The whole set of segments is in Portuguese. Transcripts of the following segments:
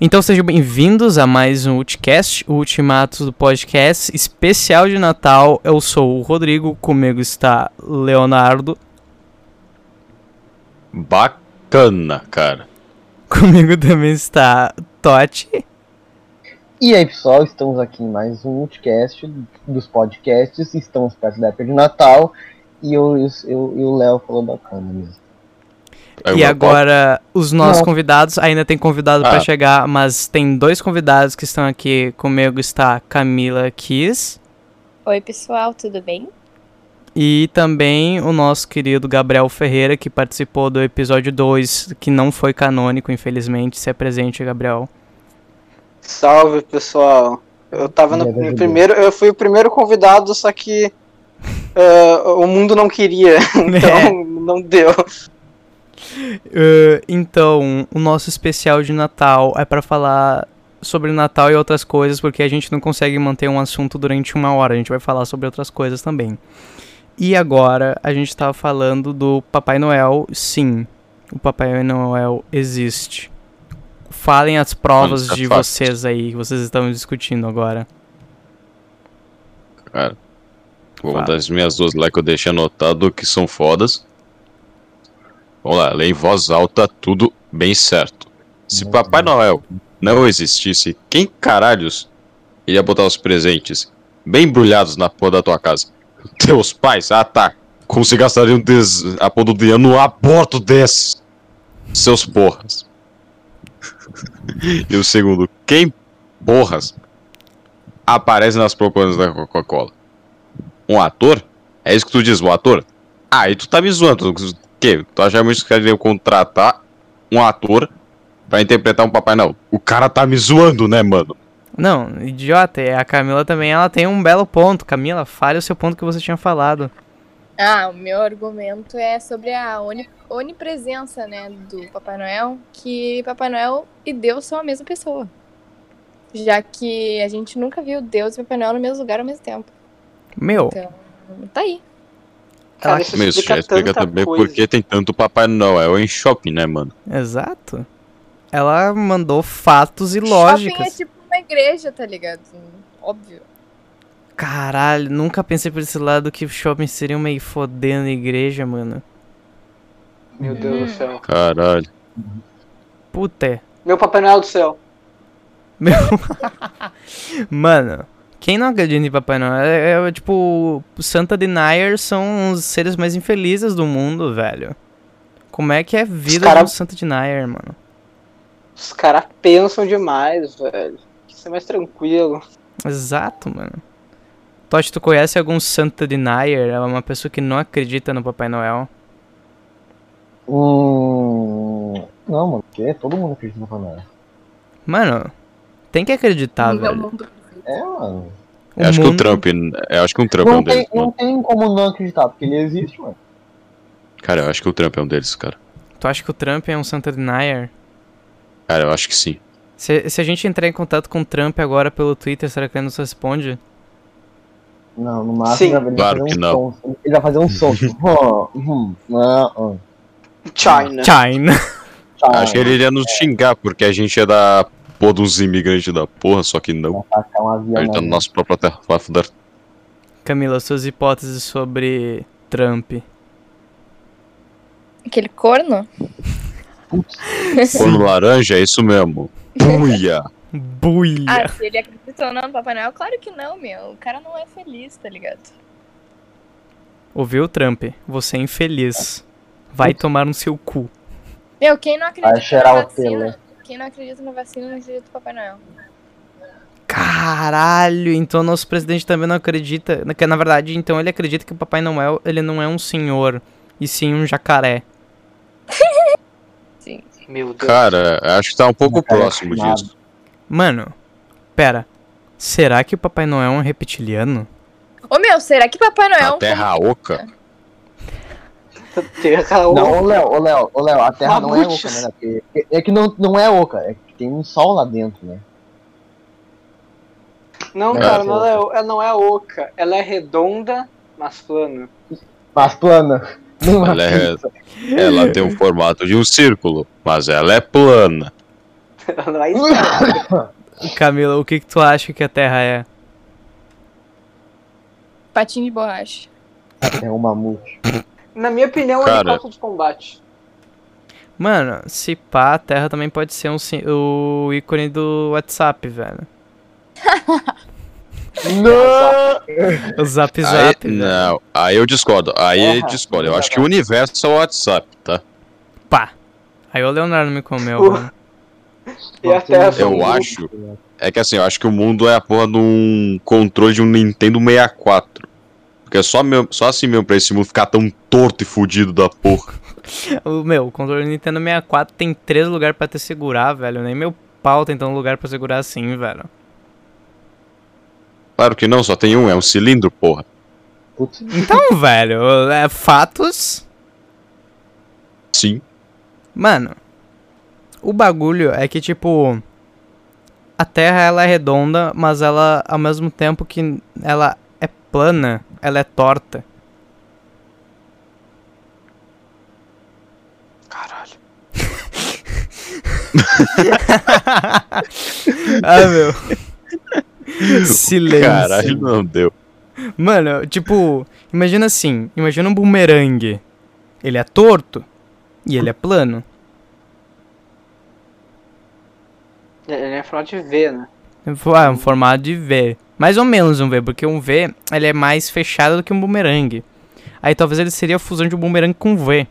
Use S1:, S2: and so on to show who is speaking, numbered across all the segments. S1: Então sejam bem-vindos a mais um Ulticast, o Ultimato do Podcast especial de Natal. Eu sou o Rodrigo, comigo está Leonardo.
S2: Bacana, cara.
S1: Comigo também está Totti.
S3: E aí pessoal, estamos aqui em mais um podcast dos podcasts, estamos perto da época de Natal e eu, eu, eu- e o Léo falou bacana mesmo.
S2: Aí o
S1: e
S2: meu
S1: agora os nossos
S3: Não.
S1: convidados, ainda tem convidado pra
S2: Ah.
S1: chegar, mas tem dois convidados que estão aqui. Comigo está Camila Kiss
S4: Oi, pessoal, tudo bem?
S1: e também o nosso querido Gabriel Ferreira, que participou do episódio 2, que não foi canônico, infelizmente. Se apresente, Gabriel.
S5: Salve, pessoal. Eu tava no
S3: Obrigado, Dudu.
S5: primeiro, eu fui o primeiro convidado, só que eh, o mundo não queria, então
S1: É.
S5: não deu.
S1: Uh, então, o nosso especial de Natal é pra falar sobre Natal e outras coisas, porque a gente não consegue manter um assunto durante uma hora, a gente vai falar sobre outras coisas também. E agora a gente tava falando do Papai Noel, sim, o Papai Noel existe. Falem as provas
S2: Olha,
S1: de
S2: fatos.
S1: vocês aí que vocês estão discutindo agora.
S2: Vou
S1: Fala.
S2: mandar as minhas duas lá que eu deixei anotado que são fodas. Vamos lá, lê em voz alta, tudo bem certo. Se
S3: Muito
S2: Papai
S3: bem.
S2: Noel não existisse, quem caralhos iria botar os presentes bem embrulhados na porra da tua casa? Teus pais? Ah tá. Como se gastariam des... a porra do dinheiro num aborto desses? Seus porras. e o segundo, quem porras aparece nas propagandas da Coca-Cola? um ator? É isso que tu diz, um ator? Aí tu tá me zoando. Tu, que? tu acha mesmo que eu contratar um ator pra interpretar um Papai Noel? O cara tá me zoando, né, mano?
S1: Não, idiota, e a Camila também, ela tem um belo ponto. Camila, fale o seu ponto que você tinha falado.
S4: Ah, o meu argumento é sobre a oni- onipresença, né, do Papai Noel, que Papai Noel e Deus são a mesma pessoa. Já que a gente nunca viu Deus e Papai Noel no mesmo lugar ao mesmo tempo.
S1: Meu,
S4: Então, tá aí.
S5: Cara,
S2: Ah, Meu, isso já explica
S5: tanta
S2: também
S5: coisa.
S2: por que tem tanto Papai Noel em shopping, né, mano?
S1: Exato. Ela mandou fatos e
S4: Shopping é
S1: lógicas.
S4: tipo uma igreja, tá ligado? Óbvio.
S1: Caralho, nunca pensei por esse lado que shopping seria uma meio fodendo igreja, mano.
S5: Meu Deus do céu.
S2: Caralho.
S1: Puta. é.
S5: Meu Papai Noel do céu.
S1: Mano, quem não acredita em Papai Noel? É, é, tipo, Santa Deniers são os seres mais infelizes do mundo, velho. Como é que é a vida
S5: cara-
S1: do Santa Denier, mano?
S5: Os caras pensam demais, velho. Tem que ser mais tranquilo.
S1: Exato, mano. Totti, tu conhece algum Santa Denier? É uma pessoa que não acredita no Papai Noel.
S3: Hum, não, mano, porque todo mundo acredita no Papai Noel.
S1: Mano, tem que acreditar,
S4: Nível
S1: velho.
S4: mundo.
S3: É, mano.
S1: O
S2: Eu acho que o
S1: mundo-
S2: Trump. Eu acho que um Trump é
S3: Não
S2: um deles,
S3: tem,
S2: mano.
S3: não tem como não acreditar, porque ele existe, mano.
S2: Cara, eu acho que o Trump é um deles, cara.
S1: Tu acha que o Trump é um Santa Denier?
S2: Cara, eu acho que sim.
S1: Se, se a gente entrar em contato com o Trump agora pelo Twitter, será que ele nos responde?
S3: Não, no máximo
S5: Sim.
S3: ele vai
S2: Claro
S3: fazer
S2: que
S3: um
S2: não.
S3: som. Ele vai fazer um som. Ó, hum, não, hum,
S5: China.
S1: China.
S3: tchau.
S2: acho que ele iria nos xingar, porque a gente é da porra dos imigrantes da porra, só que não.
S3: Atacar um
S2: A
S3: avião.
S2: gente tá
S3: na-
S2: na nossa própria terra. Vai fuder.
S1: Camila, suas hipóteses sobre Trump.
S4: Aquele corno?
S2: Corno laranja, é isso mesmo. Puia!
S1: Buia.
S4: Ah, se ele acredita ou não no Papai Noel? Claro que não, meu. O cara não é feliz, tá ligado?
S1: Ouviu, Trump? Você é infeliz. Vai tomar no seu cu.
S4: Meu, quem não
S3: Vai
S4: acredita
S3: cheirar
S4: na
S3: o
S4: vacina? Quem não acredita na vacina não acredita no Papai Noel.
S1: Caralho, então nosso presidente também não acredita. na- Que na verdade, então ele acredita que o Papai Noel ele não é um senhor, e sim um jacaré.
S4: Sim.
S5: Meu Deus.
S2: Cara, acho que tá um pouco
S3: Cara,
S2: próximo
S3: nada.
S2: disso.
S1: Mano, pera. Será que o Papai Noel é um reptiliano?
S4: Ô meu, será que Papai Noel é
S2: A
S4: um
S2: terra oca?
S5: Terra
S3: Não, ô Léo, ô Léo, ô Léo, a terra não é oca,
S5: Mamutes.
S3: né? Porque- é- É que não, não é oca, é que tem um sol lá dentro, né?
S5: Não,
S3: É.
S5: cara, não é, ela não é oca. Ela é redonda, mas plana.
S3: Mas plana. Não
S2: Ela, é, ela tem o formato de um círculo, mas ela é plana.
S5: Vai estar.
S1: Camila, o que, que tu acha que a Terra é?
S4: Patinho de borracha.
S3: É um mamute.
S5: Na minha opinião, é um
S2: Cara.
S5: helicóptero de combate.
S1: Mano, se pá, a Terra também pode ser um, sim- o ícone do WhatsApp, velho.
S3: Não!
S1: O zap
S2: Aí,
S1: zap. velho.
S2: não, aí eu discordo. Aí eu
S5: Porra,
S2: discordo. Eu
S5: não
S2: acho
S5: dá
S2: que o universo é o WhatsApp, tá?
S1: Pá. Aí o Leonardo me comeu,
S5: Uh.
S1: mano.
S5: E a Terra foi
S2: Eu
S5: um-
S2: acho. É que assim, eu acho que o mundo é a porra de um controle de um Nintendo 64. Porque é só, meu, só assim mesmo pra esse mundo ficar tão torto e fudido da porra.
S1: O meu, o controle do Nintendo 64 tem três lugares pra te segurar, velho. Nem meu pau tem tanto lugar pra segurar assim, velho.
S2: Claro que não, só tem um, é um cilindro, porra.
S3: Putz,
S1: Então, velho, é fatos.
S2: Sim.
S1: Mano, o bagulho é que, tipo, a Terra ela é redonda, mas ela, ao mesmo tempo que ela é plana, ela é torta.
S5: Caralho.
S1: ah, meu. Silêncio.
S2: Caralho, não deu.
S1: Mano, tipo, imagina assim, imagina um bumerangue. Ele é torto e ele é plano.
S5: Ele é formato de V, né?
S1: Fo- Ah, um formato de V. Mais ou menos um V, porque um V ele é mais fechado do que um bumerangue. Aí talvez ele seria a fusão de um bumerangue com um V.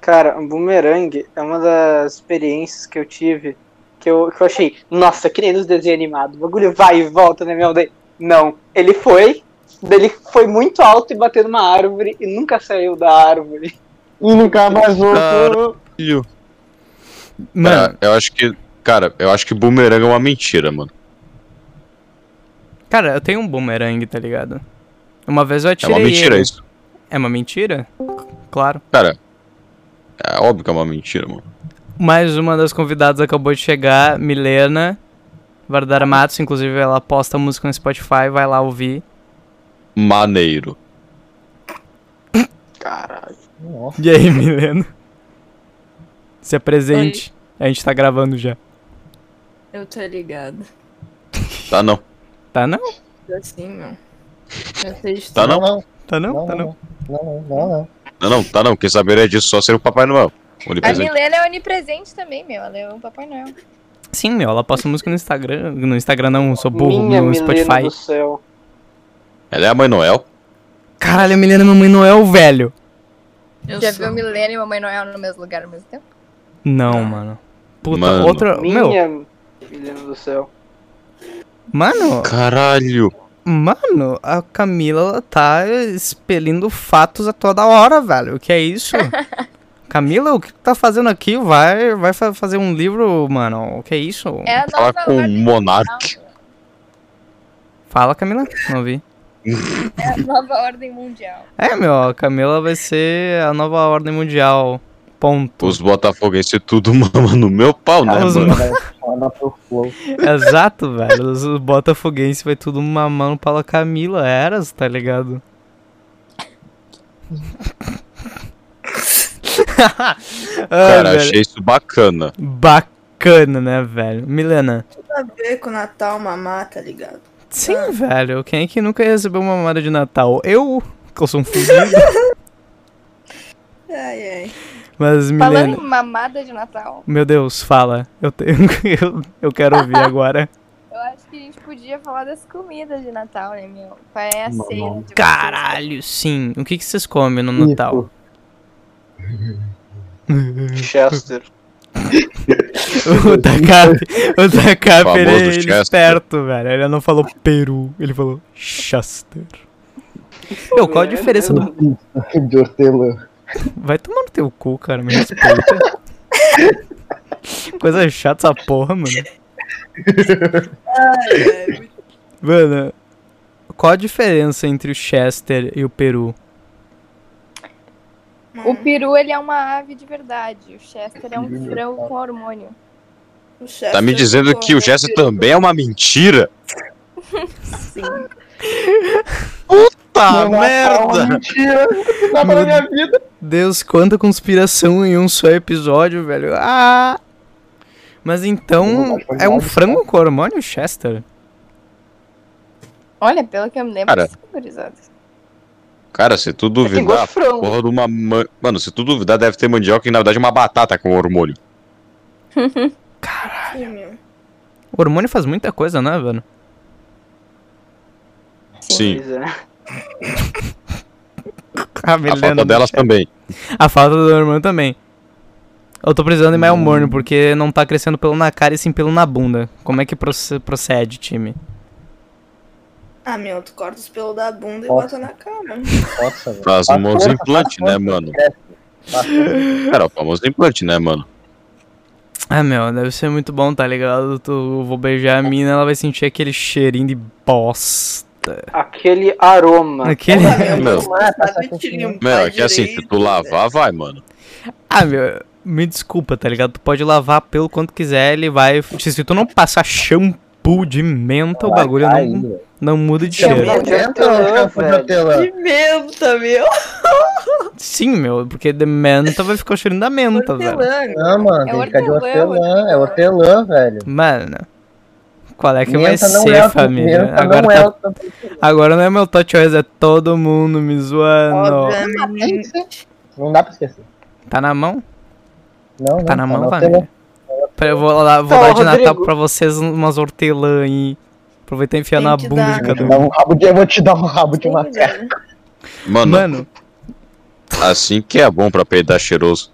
S5: Cara, um bumerangue é uma das experiências que eu tive que eu, que eu achei, nossa, que nem nos desenhos animados. O bagulho vai e volta, né, meu? Daí, não, ele foi, daí ele foi muito alto e bateu numa árvore e nunca saiu da árvore.
S3: E nunca mais voltou.
S1: Mano,
S2: É, eu acho que. Cara, eu acho que boomerang é uma mentira, mano.
S1: cara, eu tenho um bumerangue, tá ligado? Uma vez eu
S2: É
S1: atirei
S2: uma mentira
S1: ele.
S2: isso.
S1: É uma mentira? Claro.
S2: É óbvio que é uma mentira, mano.
S1: Mais uma das convidadas acabou de chegar, Milena Vardara Matos, inclusive ela posta música no Spotify, vai lá ouvir.
S2: Maneiro.
S5: Caralho.
S3: Nossa,
S1: E aí, Milena? Se apresente. A gente tá gravando já.
S6: Eu tô ligado.
S2: Tá não.
S1: Tá não?
S6: Assim, meu. Eu sei de
S2: Tá
S6: tudo.
S2: não.
S3: Ah, não,
S1: Tá não?
S3: não,
S1: tá não.
S3: não, não, não, não.
S2: Não, não, tá não. Quem saberia disso só seria o Papai Noel.
S4: A
S2: Onipresente.
S4: Milena é onipresente também, meu. Ela é o Papai Noel.
S1: Sim, meu, ela posta música no Instagram. No Instagram não, eu sou burro,
S5: Minha
S1: no
S5: Milena
S1: Spotify.
S5: do céu.
S2: Ela é a Mãe Noel?
S1: Caralho, a Milena é Mamãe Noel, velho.
S6: Eu
S4: Já
S6: sou.
S4: viu Milena e Mamãe Noel no mesmo lugar ao mesmo tempo?
S1: Não,
S6: Ah.
S1: mano. Puta,
S2: Mano.
S1: outra. Meu,
S5: Minha Milena do céu.
S1: mano,
S2: Caralho.
S1: mano, a Camila ela tá expelindo fatos a toda hora, velho. O que é isso? Camila, o que tu tá fazendo aqui? Vai, vai fa- fazer um livro, mano. O que é isso?
S4: É a
S2: Falar
S4: nova
S2: com o
S4: ordem
S2: Monark.
S4: mundial.
S1: Fala, Camila. Não vi.
S4: É a nova ordem mundial.
S1: É, meu, a Camila vai ser a nova ordem mundial. Ponto.
S2: Os botafoguenses tudo mama no meu pau, né,
S1: Os
S2: mano?
S3: Fala pro flow.
S1: Exato, velho. Os botafoguenses vai tudo mamando pela Camila Eras, tá ligado? Ai,
S2: Cara,
S1: velho.
S2: achei isso bacana.
S1: Bacana, né, velho? Milena.
S6: Tudo a ver com o Natal, mamá, tá ligado?
S1: Sim, velho. Quem é que nunca recebeu uma mamada de Natal? Eu, que eu sou um fudido.
S6: Ai, ai.
S1: Mas,
S4: Falando em
S1: Milena.
S4: mamada de Natal,
S1: Meu Deus, fala. Eu, tenho, eu, eu quero ouvir agora.
S4: eu acho que a gente podia falar das comidas de Natal, né, meu? Qual é a
S3: Não,
S4: ceia
S3: não.
S4: de vocês?
S1: Caralho, sim. O que, que vocês comem no Natal?
S3: Isso.
S5: Chester.
S1: O Takap, o Takap,
S2: Tipo, é Famoso
S1: ele, ele
S2: Chester.
S1: esperto, velho. Ele não falou Peru, ele falou Chester. Meu, qual a
S5: É,
S1: diferença do...
S5: né?
S3: De hortelã.
S1: Vai tomar no teu cu, cara, me respeita. Coisa chata essa porra, mano.
S6: Ai, ai. muito-
S1: Mano, qual a diferença entre o Chester e o Peru?
S4: O
S6: Mano,
S4: peru, ele é uma ave de verdade. O Chester é um frango com hormônio.
S6: o Chester
S2: Tá me dizendo
S6: ficou
S2: que o Jesse
S6: vampiro.
S2: também é uma mentira?
S6: Sim.
S2: Tá,
S3: Meu Natal é uma
S1: né?
S2: merda!
S3: Mentira! Não
S1: Meu
S3: na minha vida!
S1: Deus, quanta conspiração em um só episódio, velho. Ah! Mas então, é um frango com hormônio Chester?
S4: Olha, pelo que eu me lembro,
S2: Cara.
S4: é saborizado.
S2: Cara, se tu
S5: É que
S2: duvidar,
S5: gosto de frango.
S2: porra de uma. man- Mano, se tu duvidar, deve ter mandioca e na verdade é uma batata com hormônio.
S6: Sim, meu.
S1: O hormônio faz muita coisa, né, velho?
S2: Sim.
S5: Pois é.
S1: A,
S2: A
S1: Milena-
S2: falta delas também.
S1: A falta do hormônio também. Eu tô precisando de mais
S3: Hum.
S1: hormônio, porque não tá crescendo pelo na cara e sim pelo na bunda. Como é que proce- procede, time?
S6: Ah, meu, tu corta os pelos da bunda e
S3: Nossa.
S6: bota na cara.
S3: Nossa, velho.
S2: Faz
S3: Faz
S2: um famoso
S3: força,
S2: implante,
S3: faz
S2: né,
S3: força.
S2: mano?
S3: Bastante.
S2: Cara, o famoso implante, né, mano?
S1: Ah, meu, deve ser muito bom, tá ligado? Tu eu vou beijar a mina, ela vai sentir aquele cheirinho de bosta.
S5: Aquele aroma.
S1: Aquele...
S6: Porra, meu,
S2: Não.
S6: tu sabe te limpar
S2: Meu, é que assim, se
S6: direito, né?
S2: tu lavar, vai, mano.
S1: Ah, meu, me desculpa, tá ligado? Tu pode lavar pelo quanto quiser, ele vai. Se tu não passar shampoo de menta, o
S3: Vai
S1: bagulho
S3: cair,
S1: não,
S3: velho.
S1: não muda de
S5: Shampoo.
S1: Tá um cheiro.
S5: Não, de hortelã,
S3: Shampoo de
S5: velho.
S3: hortelã.
S6: De menta, meu.
S1: Sim, meu, porque de menta vai ficar o cheirinho da menta, velho.
S6: Hortelã, meu.
S3: Não, mano,
S4: É
S3: tem que ficar de
S4: hortelã,
S3: hortelã. É hortelã, velho.
S1: Mano, qual é que vai
S3: Menta não
S1: ser,
S3: é o-
S1: família?
S3: menta
S1: agora,
S3: não
S1: tá-
S3: é o tanto
S1: agora não é meu Todd Choice, é todo mundo me zoando.
S6: Obviamente.
S3: Não dá pra esquecer.
S1: Tá na mão?
S3: Não, não,
S1: Tá na mão,
S3: hortelã.
S1: família? Pera, Eu vou, lá, vou
S5: Tá,
S1: dar de
S5: Rodrigo.
S1: Natal pra vocês umas hortelã aí. Aproveitar e enfiar
S6: Tem
S1: na
S6: que
S1: bunda
S6: dar.
S1: de
S3: Vou
S1: cada
S3: te
S1: um.
S3: dar um rabo de, eu vou te dar um rabo de uma
S6: Sim, né, velho.
S2: Mano,
S1: Mano,
S2: assim que é bom pra peidar cheiroso.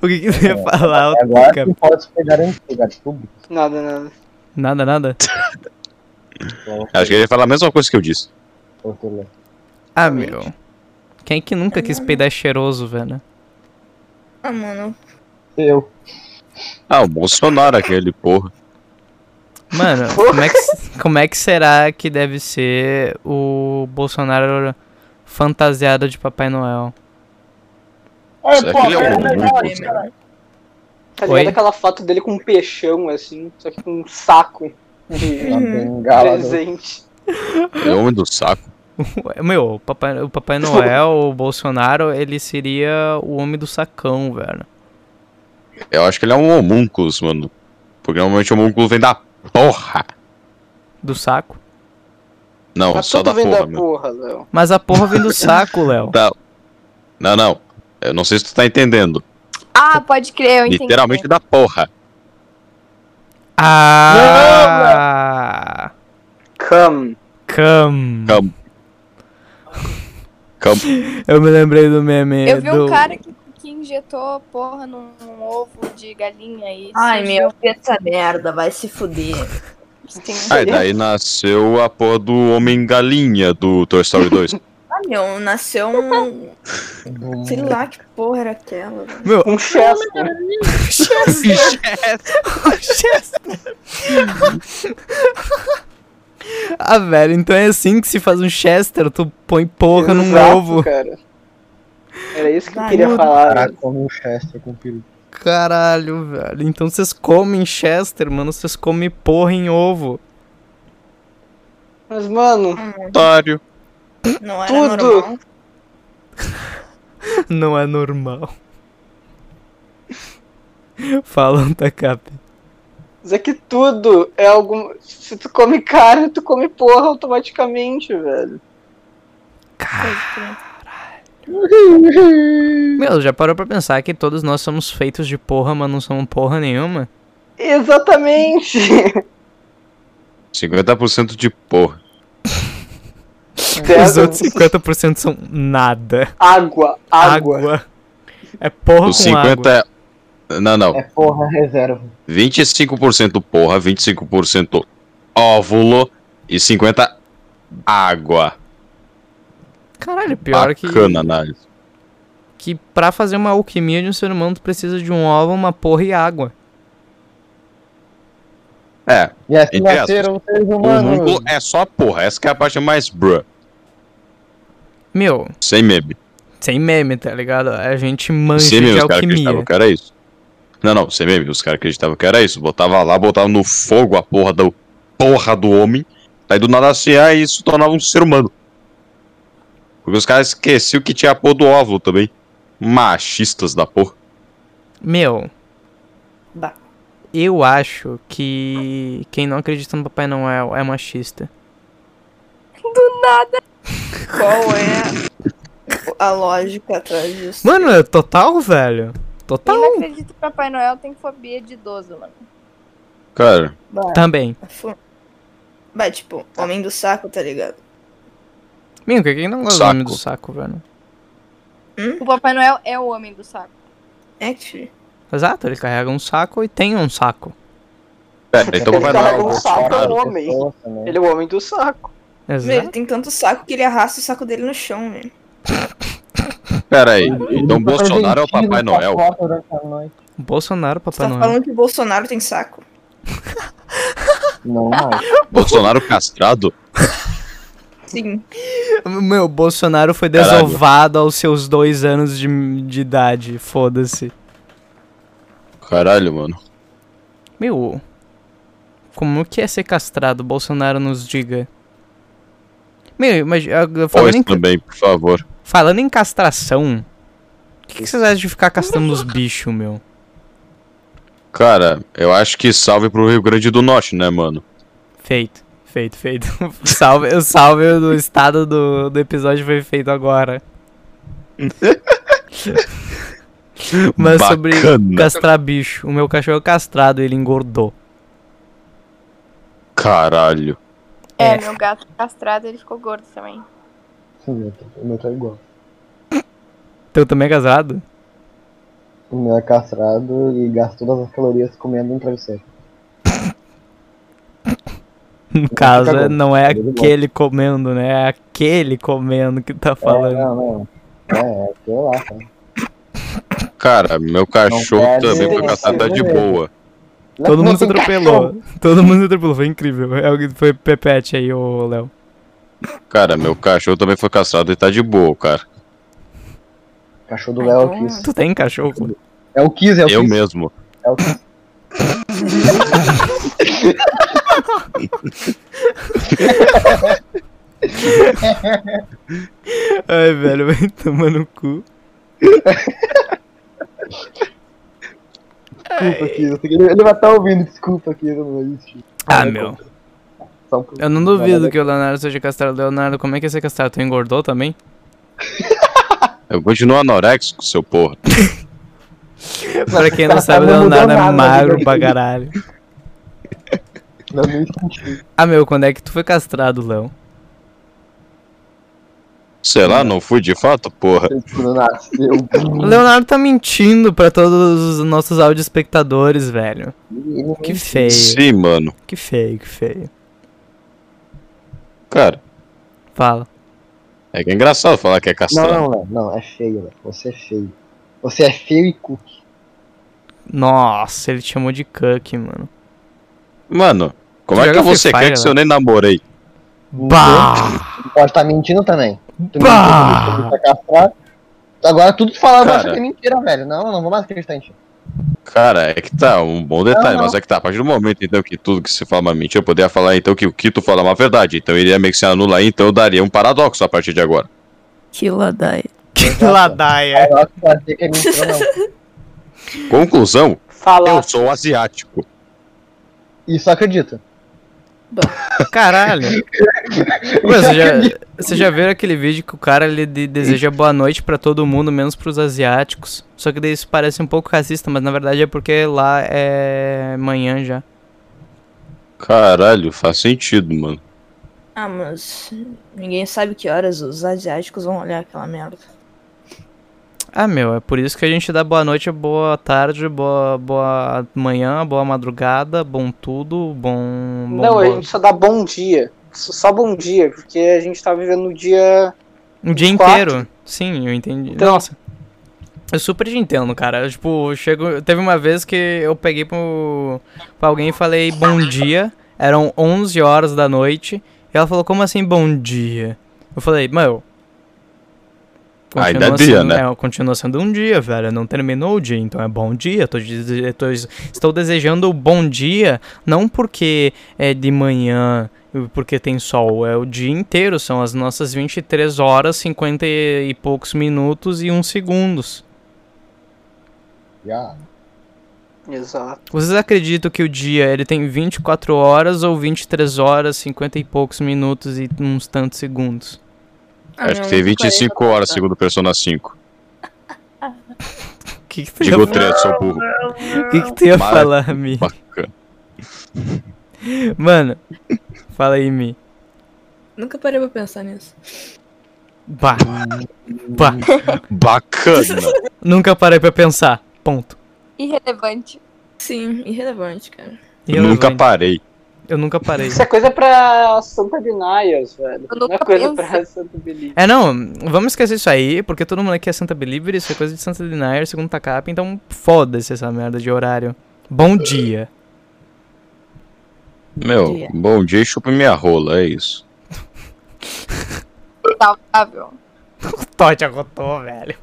S1: o que que você ia falar? ô,
S3: É, Agora
S1: Tuca?
S3: não pode é se pegar em lugares públicos.
S5: Nada, nada.
S1: Nada, nada.
S3: é
S2: Acho que ele ia falar a mesma coisa que eu disse. É.
S3: Hortelã.
S1: Ah, meu. Quem que nunca quis peidar cheiroso, velho?
S6: Ah, mano.
S3: Eu.
S2: Ah, o Bolsonaro, aquele porra.
S1: Mano, como é, que, como é que será que deve ser o Bolsonaro fantasiado de Papai Noel?
S2: Será que ele é um homem, Bolsonaro?
S5: Tá
S1: Oi?
S5: ligado aquela foto dele com um peixão, assim, só que com um saco de
S1: Hum.
S3: Uma bengala. né?
S5: presente.
S2: Ele é o homem do saco.
S1: Ué, Meu, o Papai, o Papai Noel, o Bolsonaro, ele seria o homem do sacão, velho.
S2: Eu acho que ele é um homúnculo, mano. Porque normalmente o homúnculo vem da porra.
S1: Do saco.
S2: Não,
S5: Mas
S2: só
S5: tá tudo
S2: da porra, né?
S5: vem da
S2: meu.
S5: porra, Léo.
S1: Mas a porra vem do saco, Léo.
S2: Não, não. Eu não sei se tu tá entendendo.
S4: Ah, pode crer, eu entendi.
S2: Literalmente da porra.
S1: Ah!
S5: Come.
S1: Cam.
S2: Cam. Cam.
S1: Eu me lembrei do meme.
S4: Eu vi
S1: do...
S4: um cara que, que injetou porra num, num ovo de galinha aí.
S6: Ai, meu, essa merda vai se fuder.
S4: um
S2: Aí daí nasceu a porra do Homem Galinha do Toy Story 2.
S6: Ah, meu, nasceu um. Sei lá que porra era aquela. velho.
S5: Um chefe.
S1: ah, velho, então é assim que se faz um Chester, tu põe porra num
S5: Exato,
S1: ovo.
S5: Cara. Era isso que eu
S6: Vai,
S5: queria
S6: mano.
S5: falar.
S2: Ah.
S3: Caraca, como um Chester com peru.
S1: Caralho, velho. Então vocês comem Chester, mano, vocês comem porra em ovo.
S5: Mas, mano,
S2: Otário.
S6: Não era
S5: Tudo.
S6: normal.
S1: Não é normal. Falam, Takapi.
S5: isso aqui tudo é algum. Se tu come carne, tu come porra automaticamente, velho.
S1: Meu, já parou pra pensar que todos nós somos feitos de porra, mas não somos porra nenhuma?
S5: Exatamente!
S2: 50% de porra.
S1: Os outros 50% são nada.
S5: Água, água.
S1: É porra
S2: Os
S1: com água.
S2: 50 é. Não, não.
S3: É porra, reserva.
S2: 25% porra, 25% óvulo e 50% água.
S1: Caralho, pior que,
S2: Bacana né? análise.
S1: que pra fazer uma alquimia de um ser humano, tu precisa de um ovo, uma porra e água.
S2: É,
S3: E assim
S2: Entre
S3: nasceram os seres
S2: o
S3: humanos.
S2: homúnculo é só porra. Essa que é a parte mais bruh.
S1: Meu,
S2: Sem meme.
S1: sem meme, tá ligado? A gente manja
S2: Sem meme,
S1: de
S2: os caras acreditavam
S1: alquimia.
S2: que era isso. Não, não, sem meme, os caras acreditavam que era isso. Botava lá, botava no fogo a porra do, porra do homem. Aí do nada assim, ah, isso tornava um ser humano. Porque os caras esqueciam que tinha a porra do óvulo também. Machistas da porra.
S1: Meu,
S5: Bah.
S1: eu acho que quem não acredita no Papai Noel é machista.
S6: Qual é a lógica atrás disso?
S1: Mano, é total, velho.
S4: Quem
S1: Total.
S4: não acredita que Papai Noel tem fobia de idoso, mano.
S2: Cara,
S6: Vai,
S1: Também.
S6: fu- Vai, tipo, homem do saco, tá ligado?
S1: Meu, quem não gosta do nome
S2: Saco.
S1: do saco, velho?
S4: O Papai Noel é o homem do saco.
S6: Actually.
S1: Exato, ele carrega um saco e tem um saco.
S2: pera, então
S5: Ele
S2: vai
S5: carrega
S2: dar
S5: um
S2: um
S5: saco,
S2: Bolsonaro.
S5: um homem.
S3: Pessoas né? também.
S5: Ele é o homem do saco.
S6: Meu, ele
S1: Exato.
S6: tem tanto saco que ele arrasta o saco dele no chão, velho.
S2: Pera aí,
S3: Ele
S2: então
S3: tá
S2: Bolsonaro é o Papai
S3: preventivo com a
S2: Noel?
S3: foto durante a noite.
S1: Bolsonaro,
S6: Você
S1: Papai
S6: tá
S1: Noel.
S6: falando que o Bolsonaro tem saco.
S3: Não é. mais.
S2: Bolsonaro castrado?
S6: Sim.
S1: Meu, Bolsonaro foi
S2: Caralho.
S1: desovado aos seus dois anos de, de idade. Foda-se.
S2: Caralho, mano.
S1: Meu, como que é ser castrado? Bolsonaro nos diga. Meu, mas ah, falando,
S2: Pois
S1: em,
S2: também, por favor.
S1: falando em castração, o que, que vocês acham de ficar castrando os bichos, meu?
S2: Cara, eu acho que salve pro Rio Grande do Norte, né, mano?
S1: Feito, feito, feito. salve, o salve do estado do, do episódio foi feito agora. mas sobre
S2: Bacana.
S1: castrar bicho, o meu cachorro é castrado, ele engordou.
S2: Caralho.
S1: É.
S4: É, meu gato castrado, ele ficou gordo também.
S3: O meu tá- O meu tá igual.
S1: Teu também é castrado?
S3: O meu é castrado e gasta todas as calorias comendo um travesseiro.
S1: No caso,
S3: fica
S1: é-
S3: bom.
S1: não é
S3: Tudo bom.
S1: aquele comendo, né? É aquele comendo que tá
S3: É,
S1: falando.
S3: não, não. É, é aquele lá, cara.
S2: Cara, meu
S3: Não
S2: cachorro
S3: quero
S2: também foi
S5: ser
S2: castrado tá de
S3: você.
S2: boa.
S1: Todo
S3: Não
S1: mundo se
S3: tem
S1: atropelou. Todo mundo se atropelou. Foi incrível. É alguém- Foi Pepete aí, ô Léo.
S2: Cara, meu cachorro também foi castrado e tá de boa, cara.
S3: Cachorro do Léo é o
S6: Ai,
S3: Kiss.
S1: Tu tem cachorro?
S3: É o Kiss, é o
S2: Eu
S3: Kiss.
S2: mesmo.
S3: É o Kiss.
S1: Ai, velho, vai tomar no cu.
S3: Desculpa, Kiss. Eu sei que Ele ele vai estar ouvindo, desculpa, Kiss. Eu não vou existir.
S1: Ah, meu.
S3: Só um pouco.
S1: Eu não duvido que o Leonardo seja castrado. Leonardo, como é que é ser castrado? Tu engordou também?
S2: Eu continuo anorexico, seu porra.
S1: Pra quem não
S3: Mas
S1: sabe, o
S3: não mudou
S1: Leonardo é
S3: nada,
S1: magro
S3: né?
S1: pra caralho.
S3: Não, não existe.
S1: Ah, meu, quando é que tu foi castrado, Léo?
S2: Sei
S3: Hum.
S2: lá, não fui de fato, porra.
S3: Quando nasceu.
S1: O Leonardo tá mentindo pra todos os nossos audio espectadores, velho.
S3: Ele-
S1: Que feio.
S2: Sim, mano.
S1: Que feio, que feio.
S2: Cara,
S1: Fala.
S2: é que é engraçado falar que é
S3: Não,
S2: castrado.
S3: não, Léo. Não, é feio, Léo. Você é feio. Você é feio e cu.
S1: Nossa, ele te chamou de cuck, mano.
S2: Mano, como
S1: Tu
S2: é que
S1: joga Free
S2: você
S1: Fire,
S2: quer que se
S1: né?
S2: eu nem namorei?
S1: Bah!
S3: Pode estar mentindo também. Tu tá
S1: Bah!
S3: mentiu pra castrar. Agora tudo que tu fala, eu
S2: Cara.
S3: acho que é mentira, velho. Não, não vou mais acreditar em ti.
S2: Cara, é que tá um bom detalhe,
S3: Não, não.
S2: mas é que tá, a partir do momento então que tudo que se fala é uma mentira, eu poderia falar então que o que tu fala é uma verdade, então ele ia meio que se anular, então eu daria um paradoxo a partir de agora.
S6: Que ladaia.
S1: Que ladaia.
S3: Agora tu vai dizer que é mentira, não.
S2: Conclusão, eu
S5: Falar.
S2: sou asiático.
S3: Isso eu acredito.
S1: Caralho. Mano, você já, você já viu aquele vídeo que o cara ele de- deseja boa noite pra todo mundo, menos pros asiáticos. Só que daí isso parece um pouco racista, mas na verdade é porque lá é manhã já.
S2: Caralho, faz sentido, mano.
S6: Ah, mas ninguém sabe que horas os asiáticos vão olhar aquela merda.
S1: Ah, meu, é por isso que a gente dá boa noite, boa tarde, boa, boa manhã, boa madrugada, bom tudo, bom. bom
S2: um
S5: Não, a
S1: boa-
S5: gente só dá bom dia. S- Só bom dia, porque a gente tá vivendo o dia.
S1: Um dia
S5: Quatro.
S1: inteiro. Sim, eu entendi.
S5: Então-
S1: Nossa. Eu super te entendo, cara. Eu, tipo, eu chego. Teve uma vez que eu peguei pro... pra alguém e falei bom dia. Eram 11 horas da noite. E ela falou, como assim bom dia? Eu falei, meu.
S2: Ainda é
S1: continua
S2: dia,
S1: sendo-
S2: né?
S1: é, continua sendo um dia, velho. Não terminou o dia, então é bom dia. Tô, dese- tô- estou desejando bom dia, não porque é de manhã, porque tem sol, é o dia inteiro, são as nossas 23 horas, um 50 e poucos minutos e uns segundos.
S3: Já.
S5: Exato.
S1: Vocês acreditam que o dia ele tem 24 horas ou 23 horas, 50 e poucos minutos e uns tantos segundos?
S6: Ah,
S2: Acho
S6: não,
S2: que tem
S6: não
S2: 25
S6: parei.
S2: horas, segundo o Persona 5.
S1: O que, que tu ia
S2: Digo um 3, sou burro.
S1: O que, que tu ia
S2: Mara-
S1: falar, Mi?
S2: Bacana.
S1: Mano, fala aí, Mi.
S6: Nunca parei pra pensar nisso.
S1: Bah, bah.
S2: Bacana.
S1: Nunca parei pra pensar. Ponto.
S4: Irrelevante.
S6: Sim, irrelevante, cara.
S1: E eu,
S2: Nunca
S1: Vane?
S2: parei.
S1: Eu nunca parei.
S5: Isso é coisa pra Santa Binaias, velho.
S4: Eu
S5: Não é
S4: nunca
S5: coisa
S4: pensei.
S5: pra Santa Belinha.
S1: É, não, vamos esquecer isso aí, porque todo mundo aqui é Santa Believer, isso é coisa de Santa Denier, segundo Takap, então foda-se essa merda de horário. Bom dia.
S2: Meu,
S6: dia.
S2: bom dia e chupa minha rola, é isso.
S4: Saudável.
S1: Tote agotou, velho.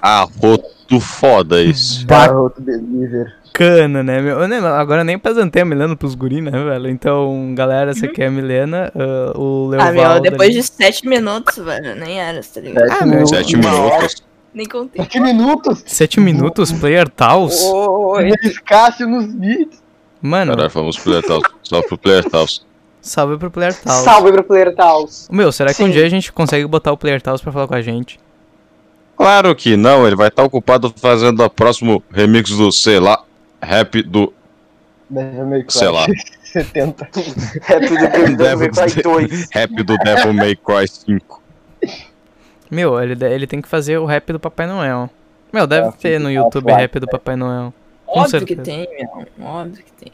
S2: Arroto Ah, foda é esse.
S3: Garoto deliver.
S1: Bacana, né, meu? Eu nem- agora eu nem apresentei a Milena pros guri, né, velho? Então, galera, essa aqui é a Milena, ah, o
S6: Ah,
S1: Leovaldo...
S6: meu, depois
S1: ali.
S6: de 7 minutos, velho, nem era, tá ligado?
S3: Sete
S1: meu,
S3: minutos.
S2: Sete
S3: Uma hora.
S2: minutos.
S6: Nem contei.
S3: Sete minutos?
S1: Sete minutos, player Taos?
S5: Oi.
S3: Eles caçam nos beats.
S1: Mano,
S2: Caralho, vamos pro Player Taos. Só pro Player Taos.
S1: salve pro player Taos.
S5: Salve pro Player Taos.
S1: Meu, será que um
S5: Sim.
S1: dia a gente consegue botar o player Taos pra falar com a gente?
S2: Claro que não, ele vai estar ocupado fazendo o próximo remix do, sei lá, rap do.
S3: Meio que
S2: Sei lá.
S3: 70.
S5: Rap do Devil Cry 2.
S2: Rap do Devil May Cry 5.
S1: Meu, ele, de- ele tem que fazer o rap do Papai Noel. Meu, deve
S5: É,
S3: Ah,
S1: ter no
S3: sim,
S1: YouTube
S3: claro,
S1: rap do Papai Noel. Com
S6: Óbvio que
S1: certeza.
S6: tem, meu. Óbvio que tem.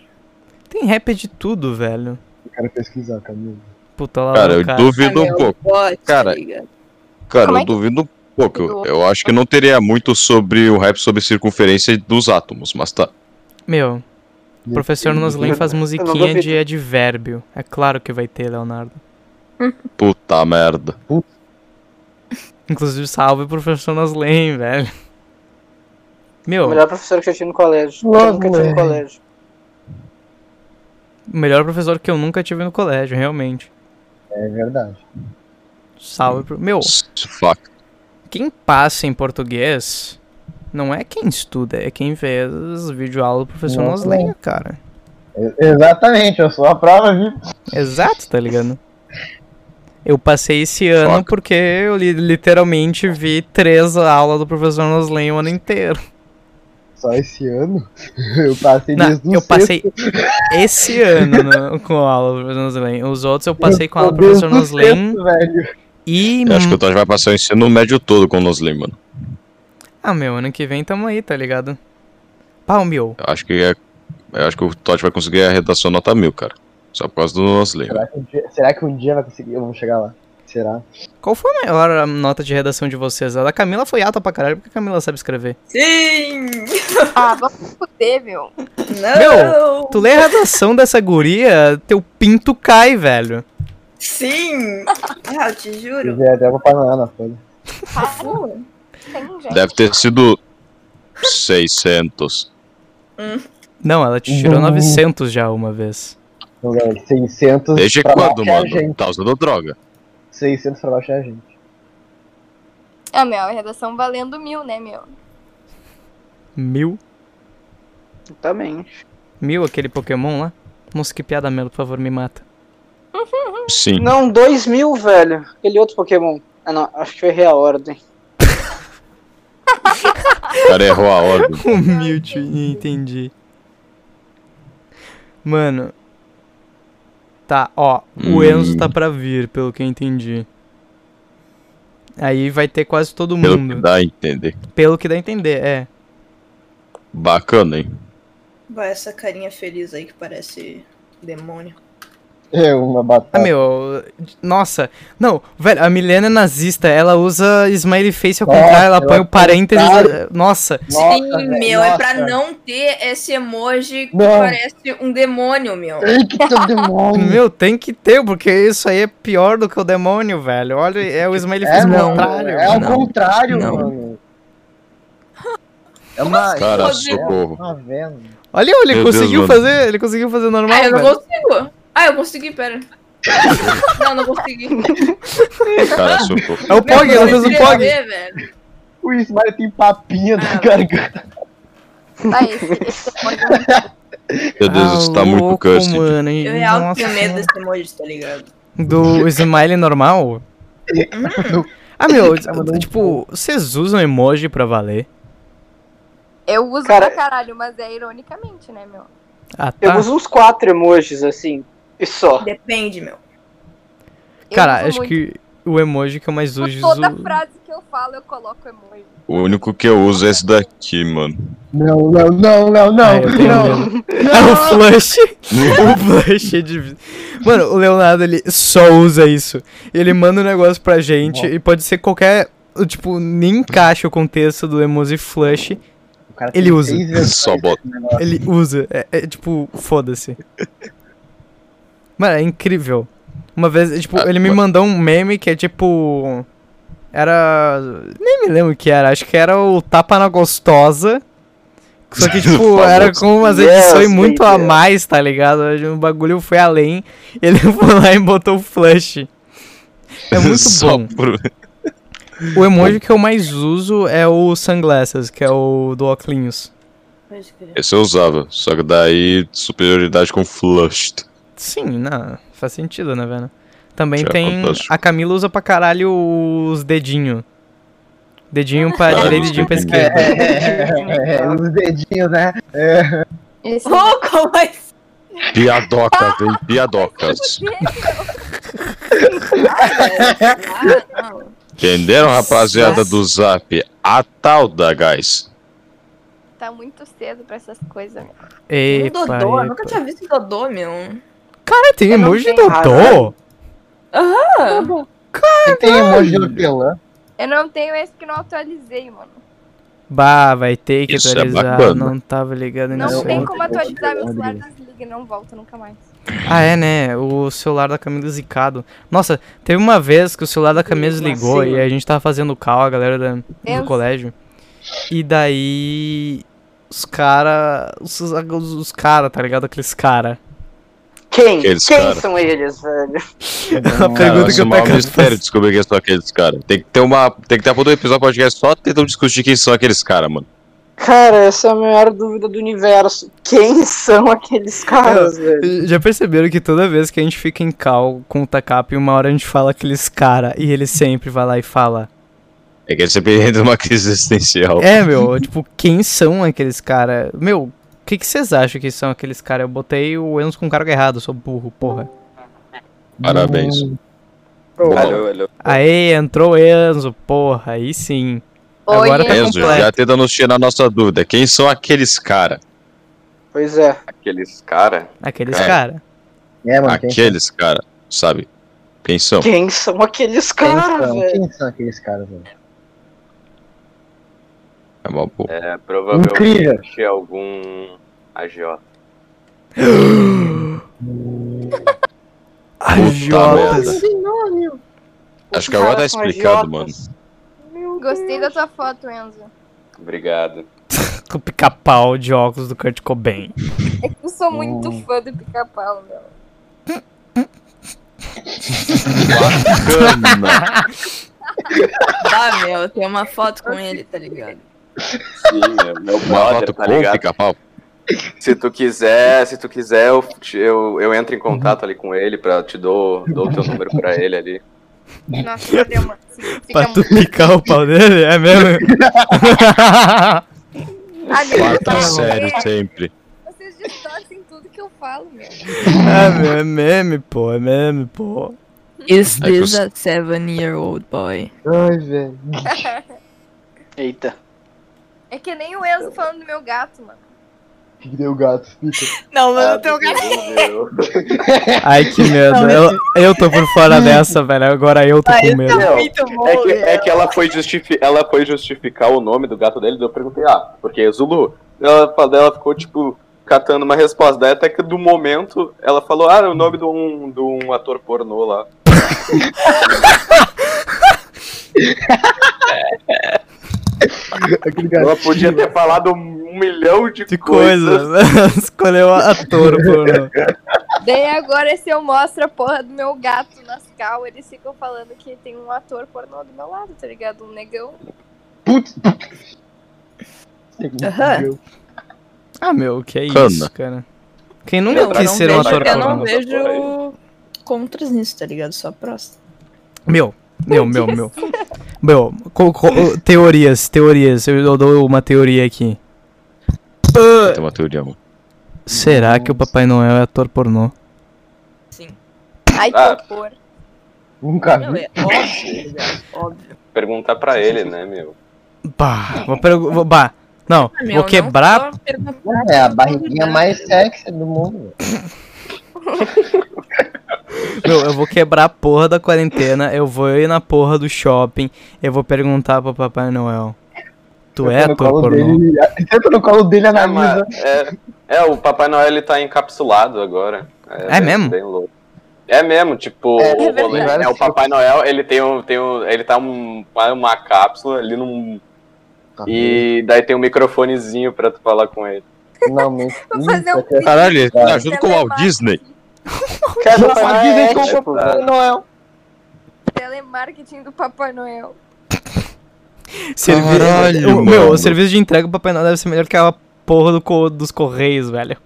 S1: Tem rap de tudo, velho.
S3: Eu quero pesquisar, Camilo.
S1: Puta lá
S2: Cara,
S1: no
S2: eu
S1: cara.
S2: duvido
S6: ah,
S2: um
S6: meu,
S2: pouco.
S6: Pode,
S2: Cara,
S6: tá ligado?
S2: Cara,
S4: Como
S2: eu
S4: é que-
S2: duvido um pouco. Eu,
S4: Do-
S2: eu acho que não teria muito sobre o rap sobre circunferência dos átomos, mas tá.
S1: Meu, o professor Noslen faz musiquinha
S5: duvido.
S1: de advérbio. É claro que vai ter, Leonardo.
S2: Puta merda.
S1: Inclusive, salve o professor Noslen, velho.
S5: O
S1: Meu,
S5: melhor professor que eu tive no colégio. Que eu nunca tive no colégio.
S1: o melhor professor que eu nunca tive no colégio, realmente.
S3: É verdade.
S1: Salve pro. Meu,
S2: Fuck.
S1: quem passa em português não é quem estuda, é quem vê as videoaulas do professor
S3: Nossa.
S1: Noslen, cara.
S3: E- Exatamente, eu sou a prova viva.
S1: Exato, tá ligado? Eu passei esse ano
S2: Foca.
S1: porque eu li- literalmente vi três aulas do professor Noslen o ano inteiro.
S3: Só esse ano eu passei
S1: Não,
S3: desde o
S1: eu
S3: sexto-
S1: passei esse ano no- com a aula do professor Noslen. Os outros eu passei com a aula do
S3: desde
S1: professor
S3: o
S1: Noslen
S3: sexto, velho.
S1: e.
S2: Eu acho que o Todd vai passar o ensino médio todo com o Noslim, mano.
S1: Ah, meu, ano que vem tamo aí, tá ligado? Pau, meu.
S2: Eu acho que é. Eu acho que o Todd vai conseguir a redação nota mil, cara. Só por causa do Noslim.
S3: Será que, um dia, será que um dia vai conseguir? Eu vou chegar lá. Será?
S1: Qual foi a maior nota de redação de vocês? A da Camila foi alta pra caralho, porque a Camila sabe escrever.
S6: Sim!
S4: Ah, vamos foder, meu.
S6: Não!
S1: Tu lê a redação dessa guria, teu pinto cai, velho.
S6: Sim! Ah, eu te
S3: Eu
S6: juro.
S3: vi até o Papai Noel na folha.
S6: Pô,
S4: Tem, um gente.
S2: Deve ter sido 600.
S1: Não, ela te tirou
S3: Uhum.
S1: 900 já uma vez.
S3: Então, galera, 600
S2: Desde
S3: pra
S2: quando,
S3: baixar a
S2: mano?
S3: gente.
S2: Tá usando droga.
S3: 600 pra baixar a gente.
S4: Ah, meu, a redação valendo mil, né, meu?
S1: Mil?
S5: Também.
S1: Mil aquele Pokémon lá? Nossa, que piada merda, por favor, me mata.
S2: Sim.
S5: Não, 2000, velho. Aquele outro Pokémon. Ah, não. Acho que eu errei a ordem.
S2: O cara errou a ordem.
S1: Humilde, entendi. Mano. Tá, ó. O
S2: Hum.
S1: Enzo tá pra vir, pelo que eu entendi. Aí vai ter quase todo
S2: Pelo que
S1: mundo.
S2: dá a entender.
S1: Pelo que dá a entender, é.
S2: Bacana, hein?
S6: Vai essa carinha feliz aí que parece demônio.
S3: É uma
S1: Ah,
S3: batalha.
S1: meu. Nossa. Não, velho, a Milena é nazista. Ela usa smiley face ao
S3: Nossa,
S1: contrário. Ela põe
S3: ela-
S1: o parênteses. da- Nossa.
S6: Sim,
S3: velho,
S6: meu, é pra
S3: nossa.
S6: não ter esse emoji que
S3: Não.
S6: parece um demônio, meu.
S3: Ei, que teu demônio.
S1: Meu, tem que ter, porque isso aí é pior do que o demônio, velho. Olha, é o Smiley
S3: É,
S1: fez o
S3: mano,
S1: contrário.
S3: É ao
S1: Não.
S3: contrário,
S6: Não.
S3: mano. É uma.
S2: Cara,
S3: é
S2: socorro.
S3: uma vela.
S1: Olha, ele
S2: Meu Deus,
S1: conseguiu
S2: mano.
S1: fazer, ele conseguiu fazer normal,
S6: Ah, eu não
S1: velho.
S6: consigo. Ah, eu consegui, pera. não, não consegui.
S2: Cara, socorro.
S1: É o Pog,
S6: Meu,
S1: ela fez o
S6: escrever,
S1: Pog.
S6: velho.
S3: O Smiley tem papinha na
S6: Ah.
S3: garganta.
S4: Ah, esse, esse é um argumento.
S2: Meu Deus,
S1: Ah,
S2: isso tá muito
S1: louco,
S2: cursed.
S1: mano. e-
S6: Eu real
S1: nossa
S6: tenho medo
S1: senhora.
S6: desse emoji, tá ligado?
S1: Do smile normal?
S6: Hum,
S1: Ah, meu,
S3: Tá mandando
S1: tipo, vocês usam emoji pra valer?
S4: Eu uso
S5: Cara-
S4: pra caralho, mas é ironicamente, né, meu?
S1: Ah,
S5: Eu
S1: tá.
S5: uso uns quatro emojis, assim, e só.
S6: depende, meu.
S4: Eu
S1: Cara,
S4: uso
S1: acho
S4: muito.
S1: que o emoji que eu mais
S4: Tipo,
S1: uso. é
S4: toda frase que eu falo, eu coloco emoji.
S2: O único que eu uso é esse daqui, mano.
S3: Não, não, não, não, não,
S1: Ah, eu tenho
S3: não.
S1: medo. É o flush. o flush é de. Mano, o Leonardo ele só usa isso. Ele manda um negócio pra gente e pode ser qualquer. Tipo, nem encaixa o contexto do emoji flush.
S3: O cara
S1: Ele
S3: tem
S1: usa.
S3: seis vezes
S2: Só bota.
S3: esse negócio.
S1: Ele usa. É, é, tipo, foda-se. Mano, é incrível. Uma vez, tipo,
S2: Ah,
S1: ele me
S2: ma-
S1: mandou um meme que é tipo. Era. Nem me lembro o que era. Acho que era o Tapa na Gostosa. Só que, tipo,
S2: Famoso.
S1: era com umas
S5: Yes,
S1: edições muito a
S5: baby.
S1: mais, tá ligado? O bagulho foi além. Ele foi lá e botou o flush. É muito
S2: Só
S1: bom.
S2: por-
S1: O emoji que eu mais uso é o Sunglasses, que é o do Oclinhos.
S6: Pode crer.
S2: Esse eu usava, só que daí superioridade com flushed.
S1: Sim, não, faz sentido, né, velho? Também
S2: Já é
S1: tem.
S2: fantástico.
S1: A Camila usa pra caralho os dedinho. Dedinho pra
S2: Ah,
S1: direita,
S2: os
S1: dedinho pra
S2: dedinhos.
S1: esquerda.
S3: É, é, os dedinhos, né?
S4: Esse
S6: Ô, como assim?
S1: Ah!
S2: Piadocas, hein? Piadocas.
S6: Ah, não.
S2: Entenderam, rapaziada do Zap? A tal da gás.
S4: tá muito cedo pra essas coisas, meu.
S6: Um
S1: Epa,
S6: Dodô, eu nunca
S1: epa.
S6: tinha visto Dodô, meu.
S1: Cara, É, tem
S4: Eu não
S1: emoji de
S4: tenho.
S1: Dodô?
S6: Ah,
S3: E tem emoji né? de hortelã.
S4: Eu não tenho esse que não atualizei, mano.
S1: Bah, vai ter que
S2: Isso é
S1: atualizar.
S2: bacana.
S1: não tava ligado
S4: Não,
S1: nisso.
S3: Não,
S4: tem
S1: aí.
S3: eu-
S4: como
S3: eu-
S4: atualizar
S3: eu-
S4: meu
S3: eu-
S4: celular desliga e não volta nunca mais.
S1: Ah, é, né? O celular da Camila zicado. Nossa, teve uma vez que o celular da Camila
S5: Nossa
S1: desligou e
S5: senhora.
S1: a gente tava fazendo cal, a galera da, do
S4: Deus.
S1: colégio. E daí. Os cara. Os, os, os cara, tá ligado? Aqueles cara.
S5: Quem?
S2: Aqueles
S5: Quem
S2: cara.
S5: são eles, velho?
S1: a
S2: Cara,
S1: pergunta
S2: isso
S1: que
S2: é
S1: eu
S2: o maior
S1: pego.
S2: mistério descobrir quem são aqueles caras. Tem que ter uma. Tem que ter todo episódio do podcast só tentando discutir quem são aqueles caras, mano.
S5: Cara, essa é a maior dúvida do universo. Quem são aqueles caras, velho?
S1: Já perceberam que toda vez que a gente fica em cal com o Takap, uma hora a gente fala aqueles cara e ele sempre vai lá e fala.
S2: É que ele sempre entra numa crise existencial.
S1: É, meu, tipo, quem são aqueles cara? Meu, o que que vocês acham que são aqueles cara? Eu botei o Enos com cargo errado, sou burro, porra.
S2: Parabéns.
S7: Alô, alô.
S1: Aê, entrou o Enzo, porra, aí sim. Agora
S4: É
S1: tá
S2: Enzo,
S1: completo.
S2: já tenta nos tirar a nossa dúvida. Quem são aqueles caras?
S5: Pois é.
S7: Aqueles cara.
S1: Aqueles
S2: É.
S1: cara.
S3: É,
S2: Ah,
S3: mano, quem são?
S2: Aqueles caras, sabe? Quem são?
S5: Quem são aqueles
S3: Quem
S5: caras,
S3: são?
S5: velho?
S3: Quem são aqueles caras, velho?
S2: É uma boa.
S7: É, provavelmente
S3: Incrível.
S7: é algum agiota.
S1: Agiotas.
S2: Acho que agora tá
S5: Caras são
S2: explicado, mano.
S5: agiotas.
S4: Gostei da tua foto, Enzo.
S7: Obrigado.
S1: O pica-pau de óculos do Kurt Cobain.
S4: É Eu sou muito fã do pica-pau, meu.
S2: Bacana.
S6: Bah, meu, tem uma foto com ele, tá ligado?
S7: Sim, meu, meu
S2: Uma
S7: brother,
S2: foto
S7: tá
S2: com o
S7: ligado?
S2: pica-pau.
S7: Se tu quiser, se tu quiser, eu, te- eu, eu entro em contato ali com ele pra te dou, dou o teu número pra ele ali.
S4: Nossa, cadê uma? Fica
S1: Pra tu
S4: muito...
S1: picar o pau dele? É mesmo?
S4: Ah, meu,
S2: Quarta
S4: vocês-
S2: série sempre.
S4: Vocês distorcem tudo que eu falo, meu.
S1: é, meu, é meme, pô, é meme, pô.
S6: Is
S2: É que this os-
S6: a seven-year-old boy?
S3: Ai, velho.
S5: Eita.
S4: É que nem o Enzo falando do meu gato, mano.
S3: Que deu gato. Fica.
S6: Não, mas
S7: Ah,
S6: não tem lugar.
S7: meu.
S1: Ai, que medo. Eu, eu tô por fora dessa, velho. Agora eu tô com medo.
S7: Não,
S6: Muito bom,
S7: É que, é que ela, foi justifi- ela foi justificar o nome do gato dele, daí eu perguntei, ah, porque é Zulu. Ela, fa- daí ela ficou, tipo, catando uma resposta. Daí até que do momento ela falou, ah, o nome de um, de um ator pornô lá.
S3: Aquele gato.
S7: Ela podia ter falado um milhão de,
S1: Que
S7: coisas.
S1: coisa. Escolheu a a touro, Bruno.
S4: Daí agora se eu mostro a porra do meu gato nas cal, eles ficam falando que tem um ator pornô do meu lado, tá ligado? Um negão.
S3: Putz.
S6: Aham.
S1: Ah, meu, que é
S2: Cana.
S1: isso, cara. Quem
S6: Não,
S1: nunca
S6: eu
S1: quis
S6: não
S1: ser um
S6: vejo-
S1: ator
S6: Eu
S1: pornô?
S6: não vejo contras nisso, tá ligado? Só prós.
S1: Meu, meu, meu, meu. Meu, co- co- teorias, teorias. Eu eu dou uma teoria aqui.
S2: Tem uma teoria. mano.
S1: Será que o Papai Noel é ator pornô?
S6: Sim.
S4: Ai, que
S7: Ah.
S4: horror.
S3: Nunca
S6: Não,
S3: vi.
S6: é óbvio, tá ligado? Óbvio.
S7: Perguntar pra ele, né, meu?
S1: Bah, vou, pergu- vou- bah. Não,
S6: Ah, meu,
S1: vou
S6: não
S1: quebrar.
S6: só perguntar-
S3: É a barriguinha mais sexy do mundo.
S1: Meu, eu vou quebrar a porra da quarentena. Eu vou ir na porra do shopping. Eu vou perguntar pro Papai Noel. Tu é
S3: Senta no
S1: ator
S3: colo
S1: pornô?
S3: dele, Senta no colo dele,
S7: É, mas-
S3: analisa.
S7: é, é, o Papai Noel ele tá encapsulado agora.
S1: É
S7: bem-
S1: mesmo?
S7: bem louco. É mesmo, tipo,
S3: É,
S7: o,
S4: é
S7: rolê,
S4: verdade.
S7: né, o Papai Noel, ele tem um, tem um, ele tá um, uma cápsula ali num
S3: Tá.
S7: e daí tem um microfonezinho pra tu falar com ele.
S3: Finalmente.
S4: Vou fazer um
S3: Hum,
S4: vídeo.
S2: Caralho, ele tá
S7: é
S3: Cara.
S2: junto com o Walt Disney.
S5: Cara,
S3: Nossa,
S5: Papai Noel
S3: dizem
S5: é,
S3: que eu
S7: tipo,
S5: tipo,
S7: cara.
S5: Noel.
S4: Telemarketing do Papai Noel.
S1: Servi-
S2: Caralho,
S1: o, meu,
S2: mano.
S1: o serviço de entrega do Papai Noel deve ser melhor que a porra do co- dos Correios, velho.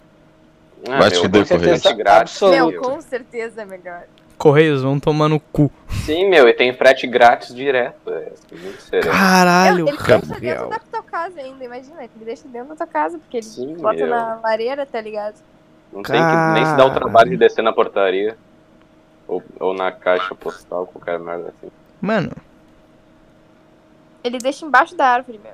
S2: Vai
S7: Ah, meu,
S2: te
S7: com
S2: fuder,
S7: certeza,
S5: Correio.
S7: grátis.
S5: Absoluto.
S4: Meu, com certeza é melhor.
S1: Correios vão tomar no cu.
S7: Sim, meu, e tem frete grátis direto. É, muito sério.
S1: Caralho,
S4: Meu, É, ele deixa dentro
S1: Gabriel.
S4: da tua casa ainda, imagina. Ele deixa dentro da tua casa, porque ele
S7: Sim,
S4: bota
S7: meu.
S4: na lareira, tá ligado?
S7: Não tem que nem se dar o trabalho de descer na portaria. Ou, ou na caixa postal, qualquer merda assim.
S1: Mano,
S4: Ele deixa embaixo da árvore, meu.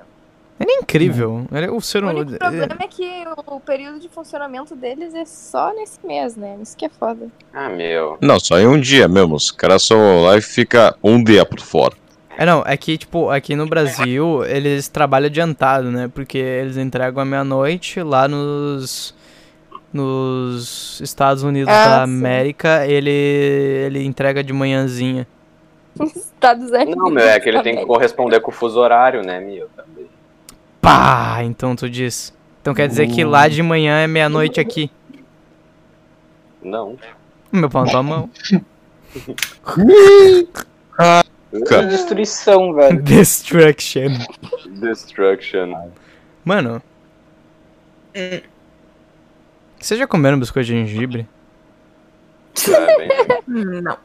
S1: ele é incrível. Ele é o ser
S4: O
S1: humano.
S4: único problema é que o período de funcionamento deles é só nesse mês, né? Isso que é foda.
S7: Ah, meu.
S2: Não, só em um dia mesmo. Os caras só vão lá e fica um dia por fora.
S1: É, não, é que, tipo, aqui no Brasil, eles trabalham adiantado, né? Porque eles entregam à meia-noite lá nos. Nos Estados Unidos
S4: Ah,
S1: da
S4: sim.
S1: América, ele, ele entrega de manhãzinha.
S4: Estados Unidos.
S7: Não, meu, é que ele tem que
S4: também.
S7: corresponder com o fuso horário, né, meu? Também.
S1: Pá! Então tu diz. Então quer dizer que lá de manhã é meia-noite aqui.
S7: Não.
S1: Meu pau na tua mão.
S2: Cara.
S5: Destruição, velho.
S1: Destruction.
S7: Destruction.
S1: Mano. Vocês já comeram biscoito de gengibre?
S7: É, bem,
S6: Hum, Não,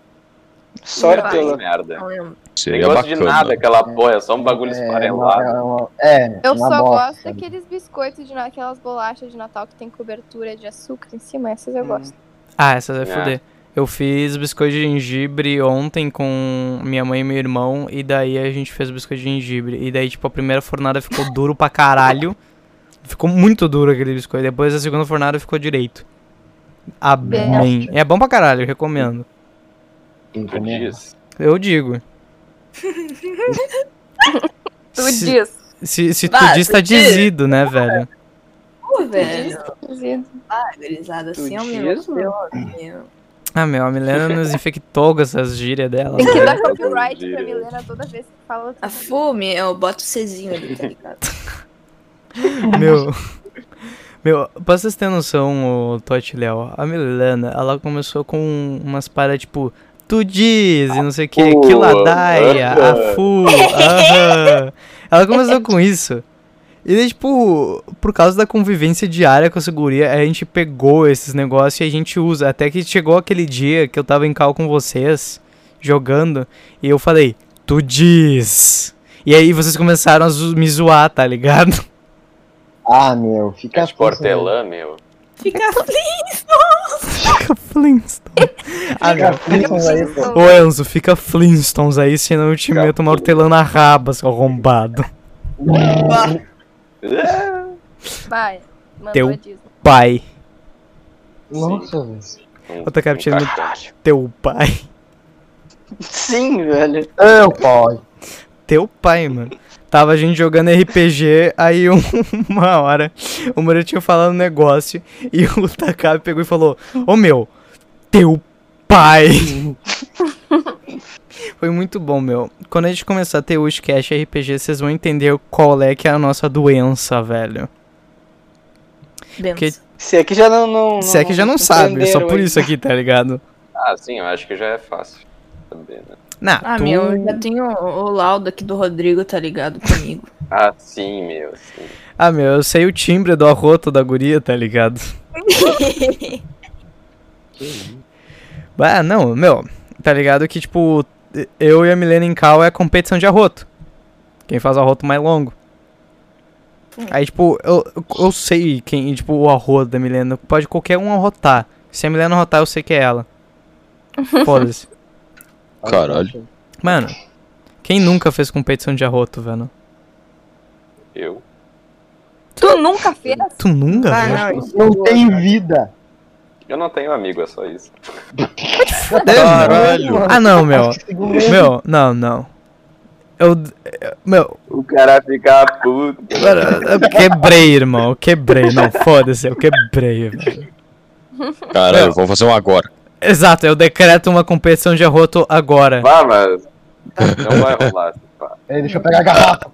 S5: Só
S7: é bem
S5: pela.
S7: merda.
S6: não lembro.
S7: Nem
S2: Seria
S7: gosto
S2: bacana.
S7: de nada aquela porra, é só um bagulho
S3: É, uma-
S7: esfarelado.
S3: é, uma- é,
S4: Eu
S3: uma
S4: só
S3: bosta.
S4: gosto daqueles biscoitos, de, na- aquelas bolachas de Natal que tem cobertura de açúcar em cima. Essas eu
S5: Hum.
S4: gosto.
S1: Ah, essa vai
S7: É.
S1: foder. Eu fiz biscoito de gengibre ontem com minha mãe e meu irmão, e daí a gente fez biscoito de gengibre. E daí, tipo, a primeira fornada ficou duro pra caralho. Ficou muito duro aquele biscoito. Depois a segunda fornada ficou direito. Amém. É bom pra caralho, eu recomendo.
S3: Tem
S7: Tu
S3: também.
S7: diz.
S1: Eu digo.
S4: Tu
S1: se,
S4: diz.
S1: se, se tu
S6: Vai,
S1: diz,
S6: tu
S1: tá
S6: diz.
S1: dizido, né, velho?
S6: Pô,
S4: diz.
S6: velho.
S4: tu diz.
S6: Ah, gurizada, assim é o
S5: diz,
S6: meu. meu.
S1: Ah, meu, a Milena nos infectou com essas gírias dela. né?
S4: Tem que
S1: velho.
S4: dar
S7: Tá
S4: copyright pra
S7: direito.
S4: Milena toda vez que fala.
S6: A fome, é, eu boto o Czinho ali, tá ligado?
S1: Meu. Meu, pra vocês terem noção, o Totti e Léo, a Milena, ela começou com umas paradas tipo, tu diz e não sei o que,
S7: Afu,
S1: que ladaia,
S7: aham.
S1: afu, aham. Ela começou com isso. E daí, tipo, por causa da convivência diária com a seguria, a gente pegou esses negócios e a gente usa. Até que chegou aquele dia que eu tava em cal com vocês, jogando, e eu falei, tu diz. E aí vocês começaram a zo- me zoar, tá ligado?
S3: Ah, meu, fica né?
S7: É de portelã, meu.
S6: Fica
S1: Fica Flintstone. Ah,
S3: Fica
S1: não.
S3: Flintstones um
S6: um
S3: aí, pô.
S4: um
S1: Ô Enzo, fica Flintstones aí, senão eu te
S7: Fica
S1: meto uma hortelã na raba, seu arrombado.
S4: Vai. um Mandou
S1: Teu-
S4: a Disney.
S1: Pai,
S3: Nossa, velho.
S7: Um-
S1: Outra captura
S7: um
S1: no-
S7: caralho.
S1: teu pai.
S5: Sim, velho.
S3: Eu, pai.
S1: Teu pai, mano. Tava a gente jogando RPG, aí um- uma hora o Muratinho falando um negócio e o Takabe pegou e falou: Ô meu, teu pai. Foi muito bom, meu. Quando a gente começar a ter o Cash RPG, vocês vão entender qual é que é a nossa doença, velho.
S6: Benção.
S5: Se é que já não. não
S1: Se é que já não sabe, só
S5: entenderam
S1: por
S5: aí.
S1: isso aqui, tá ligado?
S7: Ah, sim, eu acho que já é fácil. Saber, né?
S1: Não,
S6: Ah,
S1: tu...
S6: meu, eu já tenho o o laudo aqui do Rodrigo, tá ligado comigo.
S7: Ah, sim, meu. Sim.
S1: ah, meu, eu sei o timbre do arroto da guria, tá ligado? Ah, não, meu, tá ligado que, tipo, eu e a Milena em Cal é a competição de arroto. Quem faz o arroto mais longo.
S6: Hum.
S1: Aí, tipo, eu, eu sei quem, tipo, o arroto da Milena. Pode qualquer um arrotar. Se a Milena arrotar, eu sei que é ela. Foda-se.
S2: Caralho.
S1: Mano, quem nunca fez competição de arroto, velho?
S7: Eu.
S4: Tu nunca fez?
S1: Tu nunca,
S6: Ah,
S1: velho?
S6: não, isso
S3: Não
S6: doa,
S3: tem
S6: cara.
S3: vida.
S7: Eu não tenho amigo, é só isso.
S2: Caralho.
S1: Ah, não, meu.
S3: Acho que segundo ele-
S1: Meu, não, não. Eu. eu- Meu,
S7: O cara fica puto.
S1: eu quebrei, irmão. Eu quebrei. Não, foda-se, eu quebrei, velho.
S2: Caralho, vamos fazer um agora.
S1: Exato, eu decreto uma competição de arroto agora.
S7: Vá, mas. Não vai rolar. assim, pá.
S3: Peraí, Deixa eu pegar a garrafa.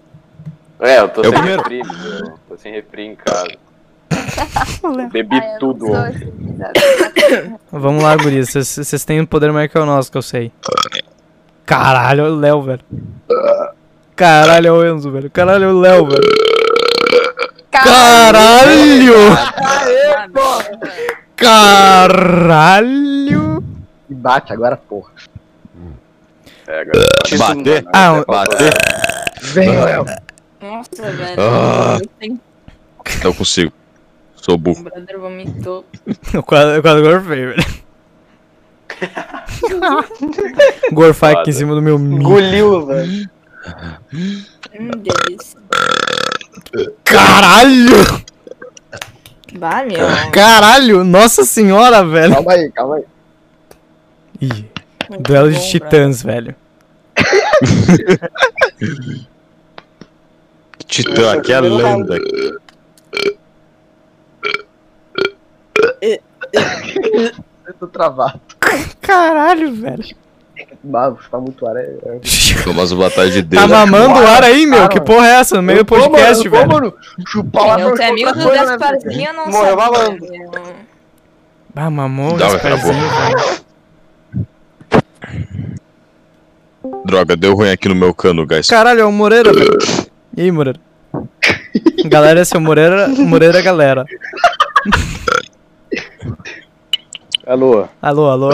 S7: É, eu tô
S2: Eu
S7: sem
S2: primeiro.
S7: refri, meu. Tô sem refri em casa. Bebi
S4: Ah, eu não
S7: tudo.
S4: sou
S7: ontem.
S4: assim,
S1: Vamos lá, gurias. Vocês- Vocês têm um poder maior que o nosso, que eu sei. Caralho, é o Léo, velho. Caralho, é o Enzo, velho. Caralho, é o Léo, velho. Caralho!
S6: é
S1: Caralho!
S3: E bate agora, porra.
S7: É, agora.
S2: Bater?
S7: Isso, mano,
S1: Ah,
S7: é
S1: um-
S7: pra-
S2: Bater?
S3: Vem, Léo.
S6: Nossa, velho.
S2: Ah.
S6: Eu tenho-
S2: Não Então consigo. Sou
S6: O
S2: burro.
S6: brother vomitou.
S1: O quadro, o quadro gorfei, velho. Gorfar aqui em cima do meu mi.
S5: Engoliu, velho.
S6: Hum, delícia.
S1: Caralho!
S6: Bah, meu.
S1: Caralho! Nossa senhora, velho!
S3: Calma aí, calma aí.
S1: Ih,
S6: Muito
S1: duelo
S6: bom,
S1: de titãs, velho.
S2: Titã, aqui é a lenda.
S3: Eu tô travado.
S1: Caralho, velho.
S3: Bah, vou chupar muito ar. É... é-
S2: Thomas Batalha de Deus.
S1: Tá mamando o ar aí, meu?
S3: Cara,
S1: Que porra é essa? No meio do
S3: Eu tô, mano,
S1: podcast,
S3: eu tô,
S1: velho.
S3: mano. Chupar lá
S6: Meu
S3: pra
S6: é amigo
S3: outra
S6: do
S3: coisa, né, velho?
S6: Gasparzinho, eu não
S5: Morreu
S6: sabia,
S5: malandro.
S6: meu.
S1: Ah, mamou o
S2: Droga,
S3: tá
S2: acabou.
S1: Gasparzinho, velho.
S2: Droga, deu ruim aqui no meu cano, guys.
S1: Caralho, é o Moreira, velho. E aí, Moreira? Galera, esse é o Moreira, Moreira Galera.
S8: Alô?
S1: Alô, alô.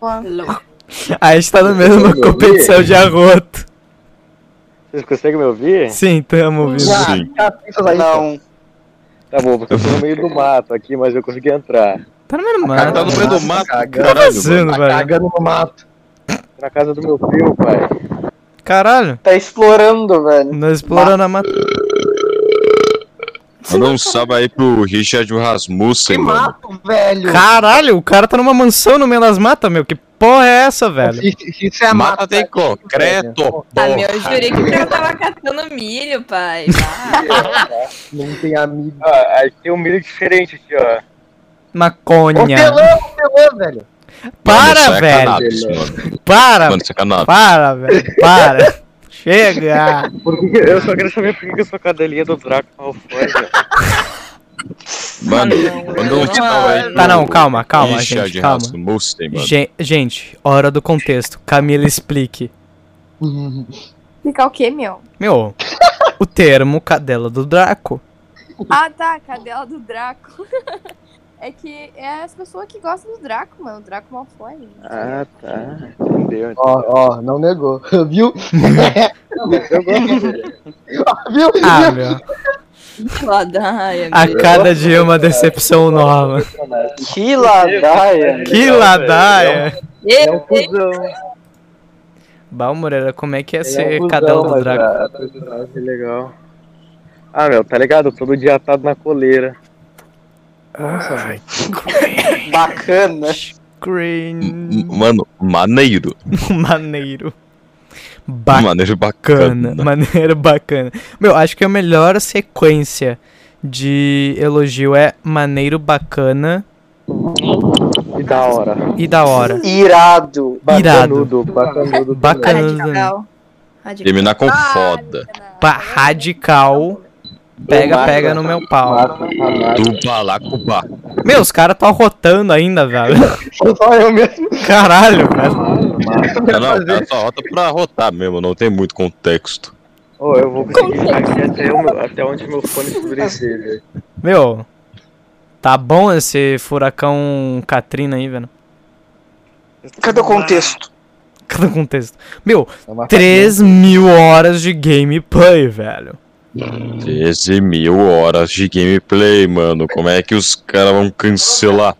S6: Louco.
S1: A gente tá no meio de uma competição de arroto.
S8: Vocês conseguem me ouvir?
S1: Sim, tamo ouvindo.
S2: Sim.
S3: Caprichas aí, cara.
S5: Não.
S8: Tá bom, porque eu tô no meio do mato aqui, mas eu consegui entrar.
S1: Tá no meio do
S2: Cara, tá
S1: mato.
S2: no meio do mato,
S1: Tá
S2: caralho. mano.
S1: vazando,
S3: Tá
S1: velho.
S3: cagando no mato.
S8: Na casa do meu primo, pai.
S1: Caralho.
S5: Tá explorando, velho.
S1: Nós explorando a mata.
S2: Manda um salve aí pro Richard Rasmussen, mano.
S3: velho.
S1: Caralho, o cara tá numa mansão no meio das matas, meu. Que porra é essa, velho?
S3: Isso, isso é a mata.
S2: Mata tem concreto,
S6: Ah, meu, eu
S2: porra.
S6: jurei que eu tava catando milho, pai.
S3: Não tem amigo.
S8: Ah, aí tem um milho diferente aqui, ó.
S1: Maconha.
S3: Hortelã, hortelã, velho.
S1: Para,
S2: Mano, isso é
S1: velho.
S2: cannabis, mano.
S1: Para,
S2: Mano, isso é cannabis.
S1: Para, velho, para. Chega.
S8: Por que que- eu só quero saber por que que eu sou cadelinha do Draco Malfoy, velho.
S2: Mano,
S6: não,
S2: manda um
S6: não,
S2: salve aí.
S1: Tá,
S2: pro
S1: não, calma, calma,
S2: Richard
S1: gente, calma.
S2: Rasmussen, mano.
S1: Gen- Gente, hora do contexto. Camila, explique.
S4: Explicar o quê, meu?
S1: Meu, o termo cadela do Draco.
S4: Ah, tá, cadela do Draco. É que é as pessoas que gostam do Draco, mano. O Draco Malfoy. né?
S8: Ah, tá. Entendeu?
S3: Ó, ó, não negou. Viu?
S8: Eu gosto dele.
S3: Viu?
S1: Ah, meu.
S6: Foda. Ai,
S1: A
S6: amigo.
S1: cada dia é uma decepção nova.
S5: Que ladaia.
S1: Que ladaia.
S6: Ei,
S8: É um fusão.
S1: Bal Moreira, como é que é
S8: é
S1: ser
S8: um
S1: cadela
S8: fusão,
S1: do Draco?
S8: mas,
S3: é,
S8: ah, que legal. Ah, meu, tá ligado? Todo dia atado na coleira.
S5: Bacana.
S8: né?
S1: Cringe.
S2: M- Mano, maneiro.
S1: Maneiro. Bacana.
S2: Maneiro bacana.
S1: bacana, maneiro bacana. Meu, acho que a melhor sequência de elogio é maneiro, bacana
S8: Que da hora.
S1: e da hora.
S5: Irado.
S1: Irado.
S8: Bacanudo, bacanudo.
S1: Bacana.
S6: Radical. Radical.
S2: Terminar com foda.
S1: Pá, radical. Pega, pega no meu pau.
S2: Do balacubá.
S1: Meu, os caras tá rotando ainda, velho.
S3: Só eu mesmo.
S1: Caralho, velho.
S8: no máximo.
S2: Não, não, o cara só rota pra rotar mesmo, não tem muito contexto.
S8: Ô, eu vou conseguir aqui até, o meu- até onde meu fone sobreviver, velho.
S1: Meu, tá bom esse furacão Katrina aí, velho.
S5: Cadê o contexto?
S1: Cada contexto. Meu,
S3: É uma
S1: 3 mil horas de gameplay, velho.
S2: 13 mil horas de gameplay, mano. Como é que os caras vão cancelar?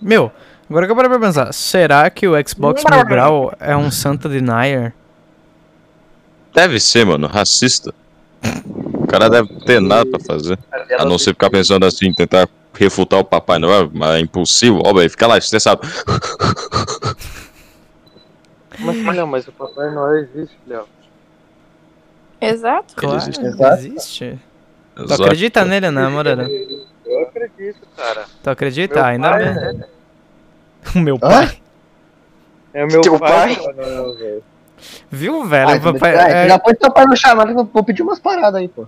S1: Meu, agora que eu parei pra pensar, será que o Xbox Mil Grau é um Santa Denier?
S2: Deve ser, mano, racista. O cara deve ter nada pra fazer. A não ser ficar pensando assim, tentar refutar o Papai Noel, mas é impossível. Ó, velho, fica lá estressado.
S8: Mas não, mas o Papai Noel existe, Léo.
S4: Exato.
S1: Claro,
S2: existe.
S3: Exato.
S1: existe. Tu acredita nele, né, Moreira?
S8: Eu acredito, cara.
S1: Tu acredita?
S8: Meu
S1: Ainda
S8: pai,
S1: bem. O meu
S3: Hã?
S1: pai.
S8: É o meu
S5: Teu
S8: pai.
S5: pai?
S8: Papai Noel, velho.
S1: Viu, velho?
S3: Ah,
S1: O papai- é-
S3: Já pode topar no chamado que eu vou pedir umas paradas aí, pô.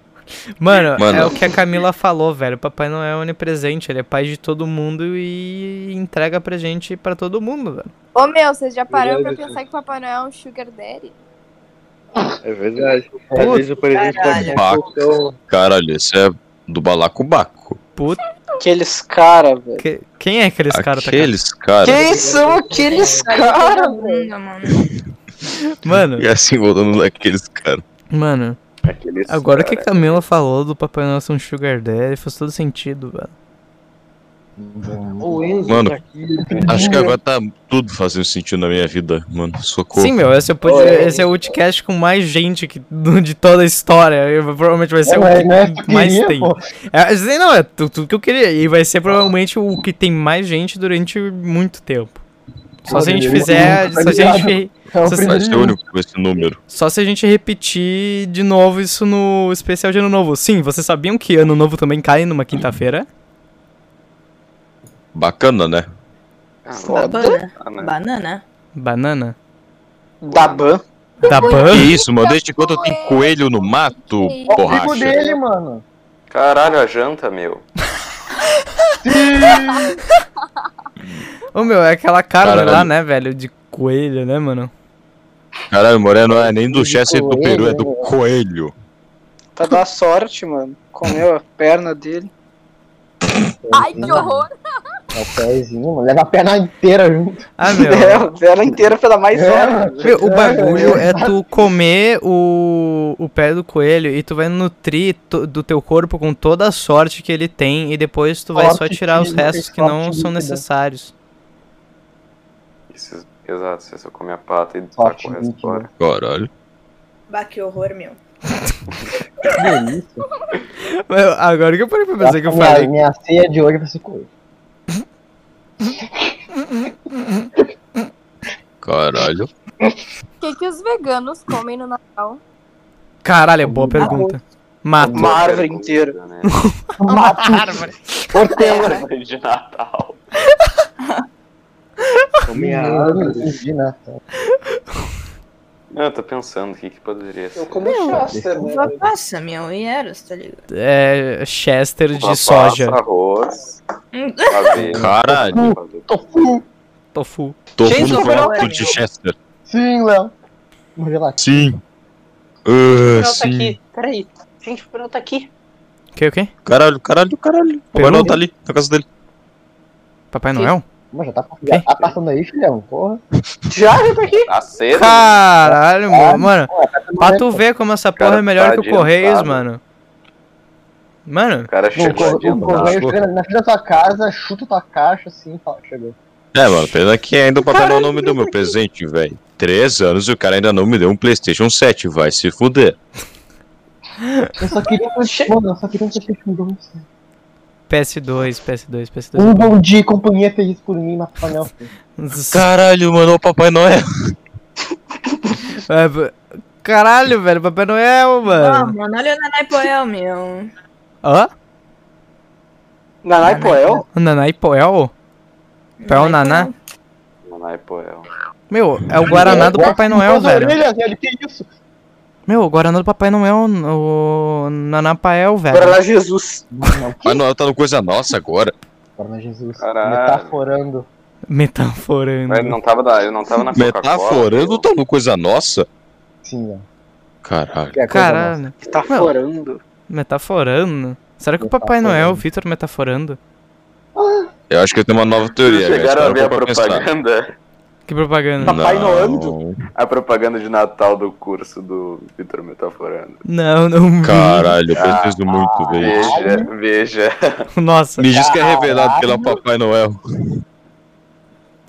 S1: Mano,
S2: Mano.
S1: é o que a Camila falou, velho. Papai não é onipresente, ele é pai de todo mundo e entrega presente pra todo mundo, velho.
S4: Ô meu, vocês já pararam pra
S8: Verdade,
S4: pensar que o Papai Noel é um Sugar Daddy?
S8: É verdade. Às vezes o presente pode ser um
S2: Caralho.
S8: focão.
S2: Caralho, esse é do balacobaco.
S1: Puta,
S5: Aqueles caras, velho.
S1: que- quem é aqueles caras? tá cara?
S2: Aqueles caras.
S5: Quem são aqueles
S6: Cara,
S5: caras, velho?
S6: mano.
S1: Mano,
S2: E assim, voltando naqueles caras.
S1: mano,
S7: Aqueles
S1: agora que a Camila falou do Papai Noel ser um Sugar Daddy faz todo sentido, velho.
S5: O Enzo
S2: Mano.
S5: tá aqui.
S2: Acho que agora tá tudo fazendo sentido na minha vida, mano. Socorro.
S1: Sim, meu, esse, é o pod- esse é o podcast com mais gente que, de toda a história. Eu- Provavelmente vai ser
S3: É,
S1: o
S3: mas, né,
S1: que mais
S3: queria,
S1: tem.
S3: pô.
S1: É, assim, não, é tu- tudo que eu queria. E vai ser provavelmente o que tem mais gente durante muito tempo. Só se a gente
S3: Eu-
S1: fizer.
S3: eu-
S1: Só se a gente. re-
S3: É o
S1: Vocês-
S2: Vai ser
S3: primeiro.
S2: único com esse número.
S1: Só se a gente repetir de novo isso no especial de Ano Novo. Sim, vocês sabiam que Ano Novo também cai numa quinta-feira?
S2: Bacana, né?
S5: Foda.
S7: ah, né?
S6: Banana.
S1: Banana?
S5: Da Ban.
S1: Da Ban?
S2: Que isso, mano? Desde quando tem coelho no mato,
S3: O bico
S2: borracha?
S3: dele, mano.
S7: Caralho, a janta, meu.
S1: Ô meu, é aquela cara
S2: Caralho.
S1: lá, né, velho? De coelho, né, mano?
S2: Caralho, Moreno, não é nem do Chester do Peru, é do coelho.
S5: Pra dar sorte, mano. Comeu a perna dele.
S4: Ai, que horror!
S3: É o pezinho, mano. Leva a perna inteira junto.
S1: Ah,
S5: É,
S1: meu.
S5: a perna inteira pra dar mais
S3: É,
S5: sorte.
S1: Meu, o bagulho é tu comer o, o pé do coelho e tu vai nutrir to- do teu corpo com toda a sorte que ele tem e depois tu vai só
S3: Sorte
S1: tirar os
S3: que não tem
S1: restos que não
S3: sorte
S1: são
S3: líquida.
S1: necessários.
S7: Esses- exato, você só come a pata e tá
S3: Sorte
S7: com o resto
S3: líquida.
S7: fora.
S2: Caralho.
S6: Bah, que horror, meu.
S3: Que delícia.
S1: Meu, agora que eu parei pra pensar que eu
S3: minha,
S1: falei.
S3: minha ceia de hoje vai ser coisa.
S2: Caralho.
S4: O que, que os veganos comem no Natal?
S1: Caralho, é boa pergunta. Mato.
S5: Uma árvore inteira.
S7: Né?
S3: Hortelã.
S7: Árvore de Natal.
S8: Minha
S3: Mano, de Natal.
S7: Não, eu tô pensando, o que, que poderia ser?
S5: Eu como chasta, né?
S6: Uva passa, meu. E eras, tá ligado?
S1: É, Chester de
S7: Uva passa,
S1: soja.
S7: arroz,
S6: Hum.
S7: aveia.
S2: Caralho.
S1: Tofu.
S2: Tô
S5: Gente,
S2: fundo
S5: eu
S2: com
S5: vou-
S2: o de Chester.
S3: Sim, Léo. Uma gelatina.
S2: Sim. Ah,
S5: Não, tá
S2: sim.
S5: aqui. Peraí. Gente, o Bruno tá aqui.
S1: Que o quê?
S2: Caralho, caralho, caralho. O
S1: Peru?
S2: Moreno tá ali, na casa dele.
S1: Papai Noel?
S3: Mas já tá, já tá passando aí, filhão. Porra.
S5: Já, já tá aqui.
S7: A cedo? né?
S1: Caralho,
S3: É.
S1: meu. Mano,
S3: Né,
S1: pra tu ver como essa porra
S7: Cara,
S1: é melhor
S7: tá
S1: que o Correios,
S7: adiantado.
S1: mano. Mano,
S7: O cara
S3: No,
S7: chegou
S3: cor- o correio
S7: adiantado.
S3: chega na frente da tua casa, chuta tua caixa assim e fala, chegou.
S2: É, mano, pena que ainda o Papai Noel não me deu meu presente, velho. Três anos e o cara ainda não me deu um Playstation 7, vai se fuder.
S3: Eu só queria um Mano, eu só queria um PlayStation
S1: Tá
S3: 2.
S1: PS2, PS2, PS2.
S3: Um bom dia e companhia feliz por mim na panela.
S2: Caralho, mano, o Papai Noel.
S1: É, p- Caralho, velho, Papai Noel,
S6: Ah,
S1: mano.
S6: mano, olha o Nanai Poel, meu.
S1: Hã?
S5: Nanai Poel?
S1: O Naná e Poel? Poel Naná?
S7: Nanai Poel.
S1: Meu, é o Guaraná do Papai Noel,
S3: As
S1: velho.
S3: orelhas, velho, que isso?
S1: Meu, o Guaraná do Papai Noel, o Naná Pael,
S5: Agora
S1: velho.
S5: lá Jesus.
S3: Não,
S2: Papai Noel tá no coisa nossa agora.
S3: Agora não é Jesus.
S7: Caralho.
S3: Metaforando.
S1: Metaforando.
S7: Eu não tava na, eu não tava na Coca-Cola.
S2: Metaforando, tá no coisa nossa?
S3: Sim, ó.
S2: Caralho.
S3: Que é a coisa nossa.
S1: Caralho,
S5: Tá forando.
S1: metaforando? Será que o Papai
S3: Metaforando.
S1: Noel, o Vitor, metaforando?
S2: Eu acho que eu tenho uma nova
S7: Vocês
S2: teoria.
S7: chegaram a
S2: agora
S7: ver a
S2: eu vou pra pensar.
S7: propaganda?
S1: Que propaganda?
S5: Papai
S2: Não.
S7: A propaganda de Natal do curso do Vitor Metaforando.
S1: Não, não. vi.
S2: Caralho, eu preciso muito ver isso.
S7: Veja, veja.
S1: Nossa,
S2: Me diz que é revelado pelo Papai Noel.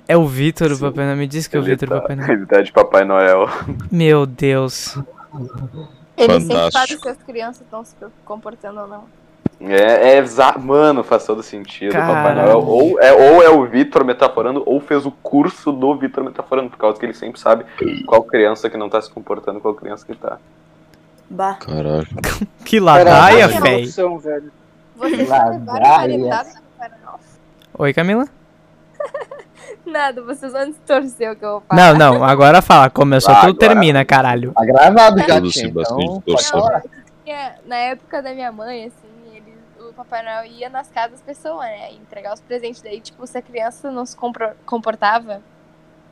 S1: é o Vitor o Papai Noel. Me diz que é o
S7: Ele
S1: Vitor o
S7: tá-
S1: Papai Noel.
S7: Ele tá de Papai Noel.
S1: Meu Deus.
S4: Ele sempre
S2: Fantástico.
S4: sabe se as crianças estão se comportando ou não.
S7: É, é exa- Mano, faz todo sentido, Papai
S1: Caralho.
S7: Noel. Ou é, ou é o Vitor metaforando, ou fez o curso do Vitor metaforando, por causa que ele sempre sabe qual criança que não tá se comportando, qual criança que tá.
S6: Bah.
S2: Caralho.
S1: Que ladaia,
S5: Caralho,
S1: fei.
S5: maldição, velho.
S4: Vocês já
S3: Ladaia.
S4: levaram variedade do Papai Noel?
S1: Oi, Camila?
S4: Nada, vocês vão distorcer o que eu vou falar.
S1: Não, não, agora fala. Começou,
S7: Vai,
S1: tudo
S7: agora.
S1: termina, caralho.
S3: Tá gravado já,
S2: Produzi
S3: tia,
S2: bastante
S3: então,
S2: torção.
S3: pode falar.
S4: Tinha- na época da minha mãe, assim, ele, o Papai Noel ia nas casas das pessoas, né? Entregar os presentes. Daí, tipo, se a criança não se compro- comportava,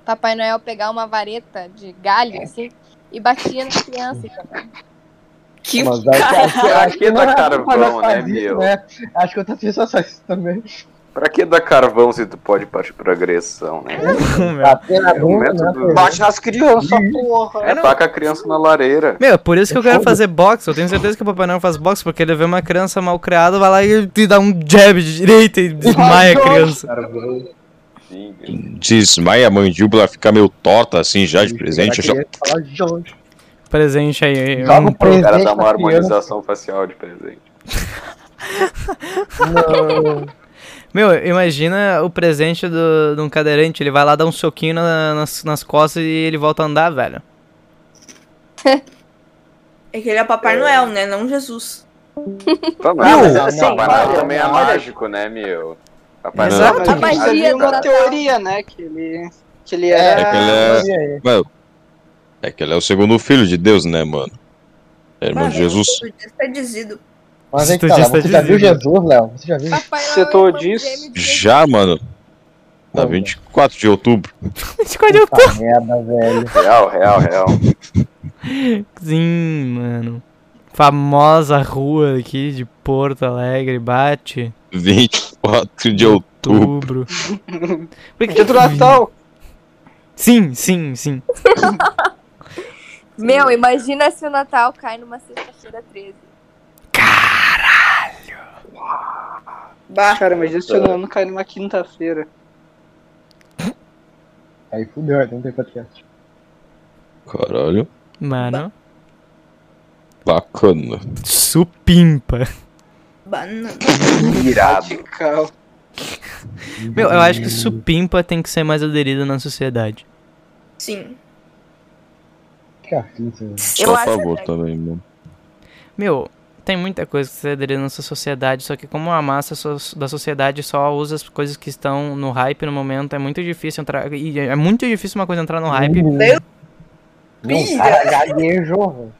S4: Papai Noel pegava uma vareta de galho, assim, e batia na criança. Então,
S6: Que
S3: Mas aí, acho que- acho que
S7: Aqui
S3: não
S7: tá
S3: é
S7: carvão,
S3: Papai Noel
S7: né,
S3: faz isso,
S7: meu?
S3: né? Acho que outras pessoas fazem isso também.
S7: Pra que dar carvão se tu pode partir pra agressão, né?
S3: Bater na
S7: É o
S3: bunda, né?
S7: método-
S3: pô?
S5: Bate nas crianças, porra.
S7: É, taca a criança na lareira.
S1: Meu, por isso que eu quero fazer boxe. Eu tenho certeza que o Papai Noel faz boxe, porque ele vê uma criança mal criada, vai lá e te dá um jab de direita e desmaia a
S7: Tá
S1: criança.
S7: Sim,
S2: Desmaia a mandíbula, fica meio torta assim já de presente. Já...
S3: Fala, Jorge.
S1: Presente aí.
S3: Joga
S1: Um...
S3: o
S7: o cara
S3: presente
S7: dá
S3: na
S7: uma
S3: criança.
S7: harmonização facial de presente.
S3: Não.
S1: Meu, imagina o presente do, de um cadeirante. Ele vai lá dar um soquinho na- nas, nas costas e ele volta a andar, velho.
S6: É que ele é Papai Noel, né? Não Jesus.
S7: Tá, mas,
S3: Meu,
S7: mas, assim,
S3: não,
S7: Papai Noel
S5: olha,
S7: também é
S5: olha.
S7: mágico, né, meu? Papai
S2: Ah,
S7: Noel
S1: Exato.
S2: tá
S7: também
S1: A
S7: é
S5: Mas
S4: magia
S7: mágico,
S5: havia
S4: do
S5: uma
S7: né?
S4: Natal.
S5: teoria, né? Que ele, que ele
S2: É que
S5: era.
S2: ele
S3: E aí?
S2: é. Mano, é que ele é o segundo filho de Deus, né, mano? É irmão de Jesus.
S6: Tá dizido.
S3: Mas aí que tá,
S1: Estudista Ah,
S3: você já viu
S1: dizendo.
S3: Jesus, Léo? Você já viu?
S4: Papai Noel
S5: Setor
S4: é irmão
S5: disso?
S4: gêmeo de Jesus.
S2: Já, mano. Na
S3: Como?
S2: 24 de outubro.
S3: Puta merda, velho.
S7: Real, real, real.
S1: Sim, mano. Famosa rua aqui de Porto Alegre, bate.
S2: 24 de outubro.
S1: Outubro. Por que
S5: Dia do Natal.
S1: Sim, sim, sim.
S4: Meu, imagina se o Natal cai numa sexta-feira 13.
S6: Bah.
S5: Cara, imagina se o ano cai numa quinta-feira.
S3: Aí fudeu, aí não tem podcast.
S2: Caralho.
S1: Mano,
S2: Bacana.
S1: supimpa.
S6: Banana.
S7: Irado.
S5: Radical.
S1: Meu, eu acho que supimpa tem que ser mais aderido na sociedade.
S6: Sim.
S3: Que aflito, velho.
S2: Só a
S4: acho
S2: favor
S4: que-
S2: também, mano.
S1: Meu, tem muita coisa que se aderindo nessa sociedade, só que como a massa so- da sociedade só usa as coisas que estão no hype no momento, é muito difícil entrar. E é muito difícil uma coisa entrar no hype.
S5: Uh.
S6: Meu
S3: Não, cara, gaguejou, velho.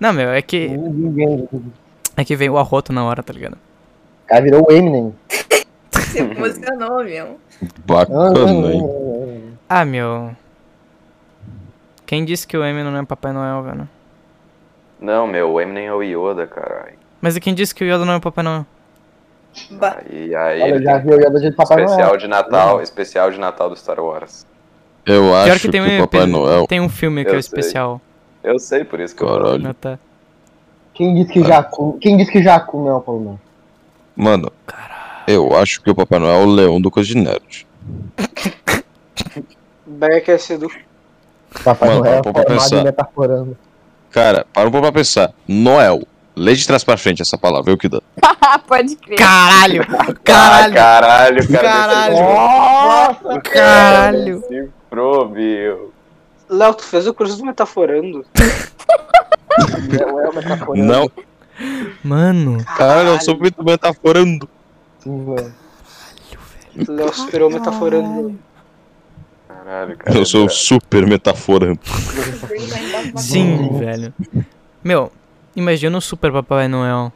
S1: Não, meu, é que.
S3: Ninguém.
S1: É que veio o arroto na hora, tá ligado?
S3: O cara virou o Eminem.
S6: Você emocionou, meu.
S3: Ah,
S2: Bacana, hein?
S1: Ah, meu. Quem disse que o Eminem não é Papai Noel, velho?
S7: Não, meu, o Eminem é o Yoda, caralho.
S1: Mas e quem disse que o Yoda não é Papai Noel?
S6: Bah.
S7: E aí,
S3: Olha,
S7: ele
S3: já
S7: tem
S3: viu o Yoda de Papai
S7: especial
S3: Noel.
S7: de Natal, especial de Natal do Star Wars.
S2: Eu
S1: Pior
S2: acho
S1: que tem um,
S2: o Papai
S1: epi-
S2: Noel.
S1: tem um filme que
S7: Eu
S1: é o
S7: sei.
S1: especial.
S7: Eu sei, por isso que eu
S2: Caralho.
S1: Ah, tá.
S3: Quem disse
S2: Ah.
S3: que Jacu... Quem disse que Jacu não é o Paulo Noel?
S2: Mano, eu acho que o Papai Noel é o leão do Coisa de Nerd.
S5: Bem aquecido.
S3: Papai
S2: Mano,
S3: Noel
S2: pô, pra
S3: formado
S2: pensar.
S3: e metaforando.
S2: Cara, para um pouco pra pensar. Noel. Lê de trás pra frente essa palavra, é o que dá.
S4: Ah, pode crer.
S1: Caralho!
S7: Caralho,
S1: Caralho!
S7: caralho, cara.
S1: Caralho.
S3: Nossa!
S1: Caralho!
S7: Pro, meu.
S5: Léo, tu fez o curso do Metaforando?
S3: Não é o metaforando.
S2: Não,
S1: Mano,
S2: caralho, eu sou muito metaforando.
S3: Sim, mano.
S5: Léo superou o Metaforando.
S7: Caralho, cara. é
S2: Eu sou super metaforando.
S1: sim, velho. Meu, imagina o Super Papai Noel.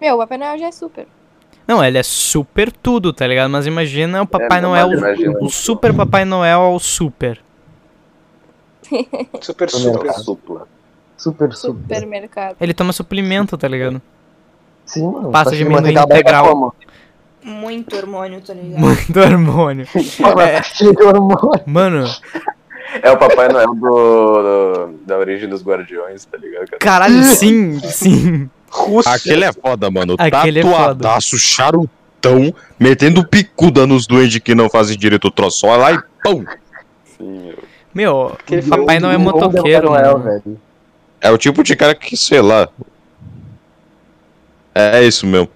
S4: Meu, o Papai Noel já é super.
S1: Não, ele é super tudo, tá ligado? Mas imagina o Papai
S7: É,
S1: Noel,
S7: mas imagina.
S1: o super Papai Noel ao super.
S5: Super, super.
S7: Supla, supla.
S3: Super, super.
S4: Supermercado.
S1: Ele toma suplemento, tá ligado?
S3: Sim, mano.
S1: Passa
S3: pastel
S1: de
S3: manteiga
S1: amendoim
S3: aberta
S1: integral.
S3: como?
S6: Muito hormônio, tá ligado?
S1: Muito hormônio.
S3: Agora, pastel de hormônio.
S1: Mano,
S7: É o Papai Noel do, do- da origem dos Guardiões, tá ligado? cara?
S1: caralho, sim, sim.
S5: Russo.
S2: Aquele é foda, mano.
S1: Aquele é foda.
S2: Tatuadaço, charutão, metendo picuda nos duendes que não fazem direito o troço. Olha lá e pum!
S7: Sim, meu.
S1: Meu,
S5: Aquele filme
S1: Papai Noel é
S3: Bom Papai
S1: motoqueiro,
S3: Noel,
S1: mano.
S3: velho.
S2: É o tipo de cara que, sei lá. É, é isso mesmo.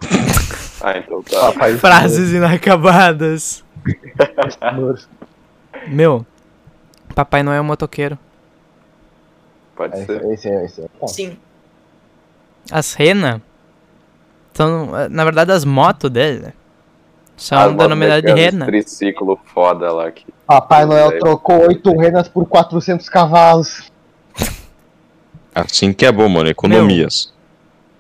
S7: Ah, então tá.
S3: Papai
S1: Frases inacabadas.
S3: Noel.
S1: Meu, Papai Noel é motoqueiro.
S7: Pode
S3: Esse
S7: ser.
S3: é- Esse é, esse é. bom.
S6: Sim.
S1: As renas são, na verdade, as motos dele né? são denominadas Tá de rena.
S7: triciclo foda lá que
S3: Papai Noel
S7: Velho.
S3: trocou oito renas por 400 cavalos.
S2: Assim que é bom, mano. Economias.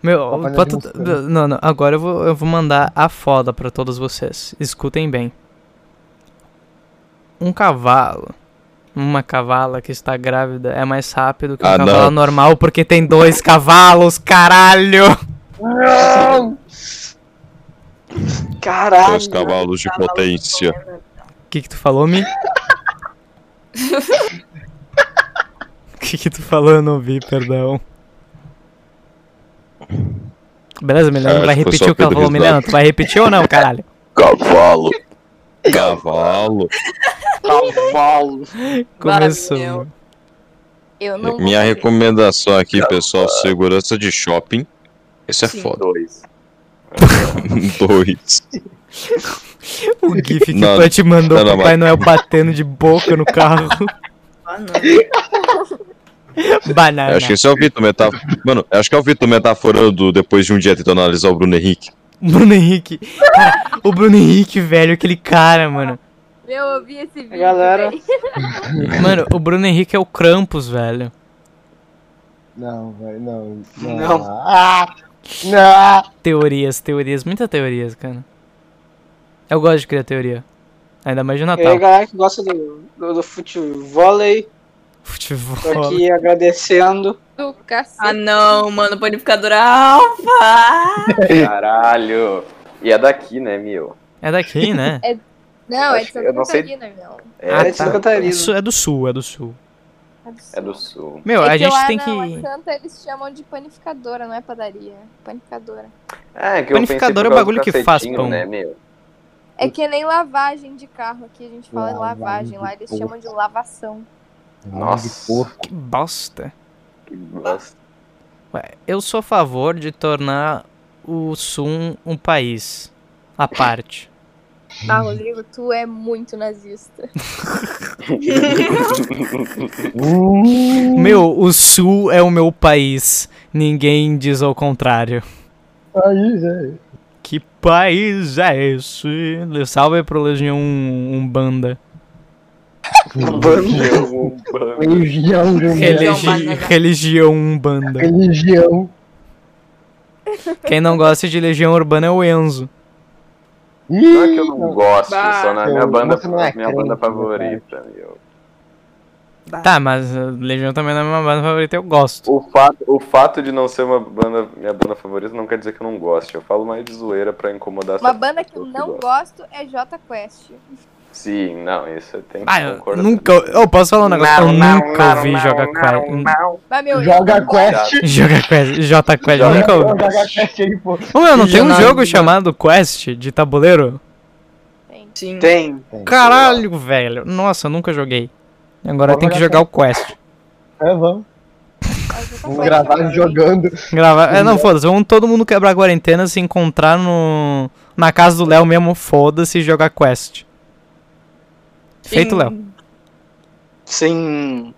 S1: Meu,
S3: Papai Noel
S1: bota-
S3: de mostarda.
S1: não, não, agora eu vou, eu vou mandar a foda pra todos vocês. Escutem bem. Um cavalo, uma cavala que está grávida é mais rápido que um
S2: Ah, não.
S1: cavalo normal porque tem dois cavalos, caralho!
S5: Caralho.
S2: Dois cavalos de potência.
S1: O que que tu falou, Mi? O que que tu falou? Eu não vi, perdão. Beleza, Milena,
S2: Acho
S1: vai
S2: que foi
S1: repetir
S2: Ah, só
S1: o que ela
S2: Pedro
S1: falou,
S2: Bisnaga.
S1: Milena. Tu vai repetir ou não, caralho?
S2: Cavalo. Cavalo.
S5: Cavalo.
S1: Começou.
S4: Maravilhoso. Eu não
S2: Minha
S4: vou-
S2: recomendação aqui, pessoal, segurança de shopping. Esse é foda.
S7: dois.
S2: Dois.
S1: O GIF que
S2: Não,
S1: o te mandou
S2: não,
S1: o
S2: não,
S1: Papai Noel batendo de boca no carro.
S6: Ah, não.
S1: Banana.
S2: Eu acho
S1: né?
S2: que esse é o Vitor metaforando. Mano, eu acho que é o Vitor metaforando depois de um dia tentando analisar o Bruno Henrique.
S1: Bruno Henrique. Cara, o Bruno Henrique, velho, aquele cara, mano.
S4: Eu ouvi esse vídeo.
S5: Galera.
S4: velho.
S1: Mano, o Bruno Henrique é o Krampus, velho.
S3: Não, velho, não.
S5: Não.
S3: Ah, não.
S1: Teorias, teorias, muitas teorias, cara. Eu gosto de criar teoria. Ainda mais de
S5: E aí,
S1: Natal.
S5: galera que gosta do, do, do futebol, tô
S1: Futebol.
S5: aqui agradecendo.
S4: Do cacete.
S6: Ah, não, mano. Panificador alfa!
S7: Caralho. E é daqui, né, meu?
S1: É daqui, né?
S4: Não, é de
S7: acho- eu
S4: Santa
S7: não sei-
S4: Catarina, meu.
S7: É,
S1: Ah,
S5: é de
S1: tá.
S5: Santa Catarina.
S1: Isso é do sul, é do sul.
S7: é do sul.
S1: Meu,
S4: É
S1: a
S4: que
S1: gente
S4: lá
S1: tem
S4: não, em
S1: que.
S4: Santa eles chamam de panificadora, não é padaria. Panificadora.
S7: É, que
S1: Panificador é o bagulho que faz pão.
S7: Né, meu?
S4: É que nem lavagem de carro aqui, a gente fala em
S3: Hum. Lavagem
S4: lavagem.
S3: de
S4: Lá eles
S3: porco.
S4: chamam de lavação.
S7: Nossa.
S3: De porco.
S1: Que bosta.
S7: Que bosta.
S1: Ué, eu sou a favor de tornar o sul um país. À parte.
S4: Ah, Rodrigo, tu é muito nazista.
S7: um
S3: Hum,
S1: Meu, o sul é o meu país. Ninguém diz ao contrário.
S3: aí, velho.
S1: Que país é esse? Salve pro Legião Umbanda.
S7: Bandeirão, bandeirão.
S3: Religião do meu.
S1: Religi-
S4: né?
S6: Umbanda.
S1: Religião Umbanda.
S3: Religião.
S1: Quem não gosta de Legião Urbana é o Enzo.
S7: Não é que eu não gosto,
S6: Bah.
S7: só na
S3: Eu-
S7: minha banda,
S3: você não é
S7: minha
S3: crente,
S7: banda
S3: meu
S7: favorita, meu.
S1: Tá, mas uh, Legião também não é minha banda favorita, eu gosto.
S7: O fato, o fato de não ser uma banda, minha banda favorita não quer dizer que eu não goste. Eu falo mais de zoeira pra incomodar
S4: Uma
S3: é
S7: certas
S4: banda que eu
S7: pessoas
S4: não
S7: gostam.
S4: gosto é J Quest.
S7: Sim, não, isso eu tenho que
S1: Ah, eu
S7: concordar.
S1: nunca. Eu posso falar um negócio? Eu
S5: Não,
S1: nunca
S5: não,
S1: ouvi
S5: não,
S1: Joga
S5: não,
S1: Quest.
S5: não.
S4: Mas, meu, eu
S3: Joga
S4: não gosto.
S3: Quest.
S1: Joga Quest, J Quest, eu
S7: Joga-
S1: nunca ouvi.
S3: Joga Quest aí, pô.
S1: Ô meu, não tem um
S3: Joga-
S1: jogo chamado Quest de tabuleiro?
S4: Gente,
S6: Sim.
S5: Tem.
S1: Caralho, velho. Nossa, eu nunca joguei. Agora
S3: Vamos
S1: tem que
S3: jogar
S1: jogar o Quest.
S3: É, vamos.
S4: mas Jota
S3: Vamos
S4: É Quest
S3: gravar
S4: também.
S3: jogando.
S1: Gravar. É, não, foda-se. Vamos todo mundo quebrar a quarentena, se encontrar no. Na casa do Léo mesmo, foda-se e jogar Quest. Feito, Léo.
S5: Sim.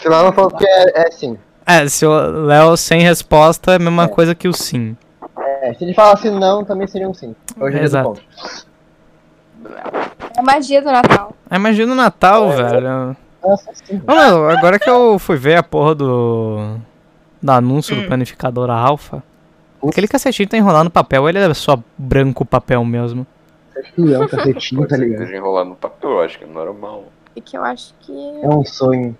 S3: Se lá não falou que é, é sim.
S1: É, se o Léo sem resposta é a mesma coisa que o sim.
S3: É, se ele falasse não, também seria um sim. Hoje é
S1: Exato.
S3: Exato.
S4: É a magia do Natal.
S1: Ah, imagina o Natal, velho.
S3: Nossa, sim.
S1: Ô, meu, agora que eu fui ver a porra do. Do anúncio do planificador Alpha. Aquele cacetinho tá enrolado no papel, ele é só branco papel mesmo.
S3: Acho que é um cacetinho,
S7: Pode
S3: tá
S7: ser que
S3: ligado?
S7: esteja enrolado no papel, eu acho que é normal.
S4: E que eu acho que.
S3: É um sonho.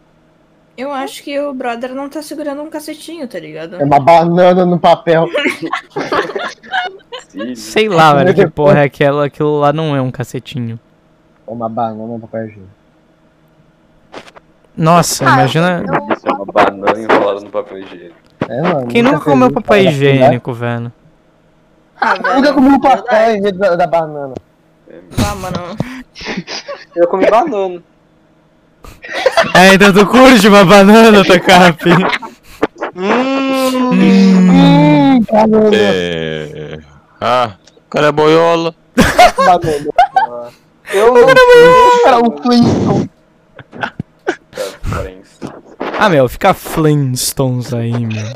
S6: Eu acho que o brother não tá segurando um cacetinho, tá ligado?
S3: É uma banana no papel.
S7: Sim.
S1: Sei lá, velho, que porra é aquela, aquilo lá não é um cacetinho.
S3: É uma banana no papel higiênico.
S1: Nossa,
S4: Ah,
S1: imagina.
S4: eu-
S7: Isso é uma banana enrolada no papel higiênico.
S3: É, mano.
S1: Quem nunca comeu
S3: é,
S1: papel
S3: né?
S1: higiênico, velho?
S6: Ah,
S3: tá Nunca comi
S6: verdade.
S3: papel em vez da, da banana.
S6: Ah, mano.
S5: Eu comi banana.
S1: É, então tu curte uma banana, Takapi?
S3: Hum, banana.
S2: É... Ah, o cara é boiola.
S3: banana.
S5: Eu
S3: Cara, o Flintstone.
S7: tá, Parabéns.
S1: Ah, meu, fica Flintstones aí, meu.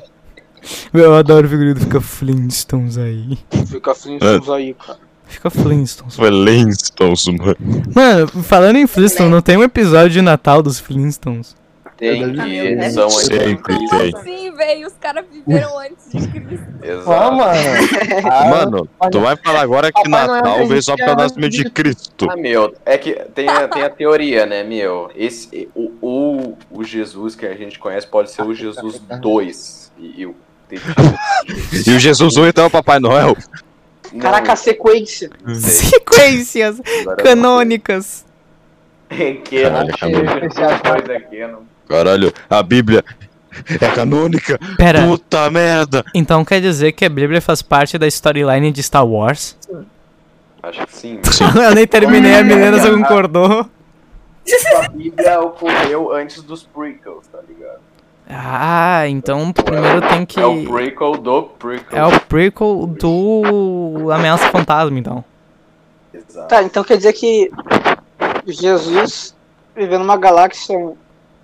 S1: Meu, eu adoro o figurino, fica Flintstones aí.
S5: Fica Flintstones aí, cara.
S1: Fica Flintstones.
S2: Foi Lenstons, mano.
S1: Mano, falando em Flintstones, não tem um episódio de Natal dos Flintstones?
S7: Tem
S6: Ah, meu
S7: que
S6: Deus.
S7: são
S2: Sei
S7: aí.
S2: que
S4: Como
S2: tem.
S4: assim, velho? Os caras viveram antes de Cristo.
S3: Ó,
S7: Exato.
S3: mano. Ah,
S2: Mano, tu vai falar agora que
S3: Papai Noel
S2: Natal veio só
S3: acredita
S2: pra nascimento de Cristo.
S7: Ah, meu, é que tem a, tem a teoria, né, meu? Esse, o, o, o Jesus que a gente conhece pode ser o Jesus 2. E, e o tem Jesus.
S2: E o Jesus 8 é o Papai Noel.
S7: Não,
S5: Caraca, a sequência.
S7: sei,
S1: Sequências
S7: agora eu não sei. É
S1: canônicas.
S7: Que não é
S2: Caraca,
S7: tinha
S3: mano.
S7: essas coisas aqui, não.
S2: Caralho, a Bíblia é canônica.
S1: Pera,
S2: Puta merda.
S1: então quer dizer que a Bíblia faz parte da storyline de Star Wars?
S7: Acho que sim.
S1: Eu nem terminei, a Milena só concordou.
S7: A Bíblia ocorreu antes dos prequels, tá ligado?
S1: Ah, então primeiro tem que...
S7: É o prequel do prequel.
S1: É o prequel do Ameaça Fantasma, então.
S7: Exato.
S5: Tá, então quer dizer que Jesus viveu numa galáxia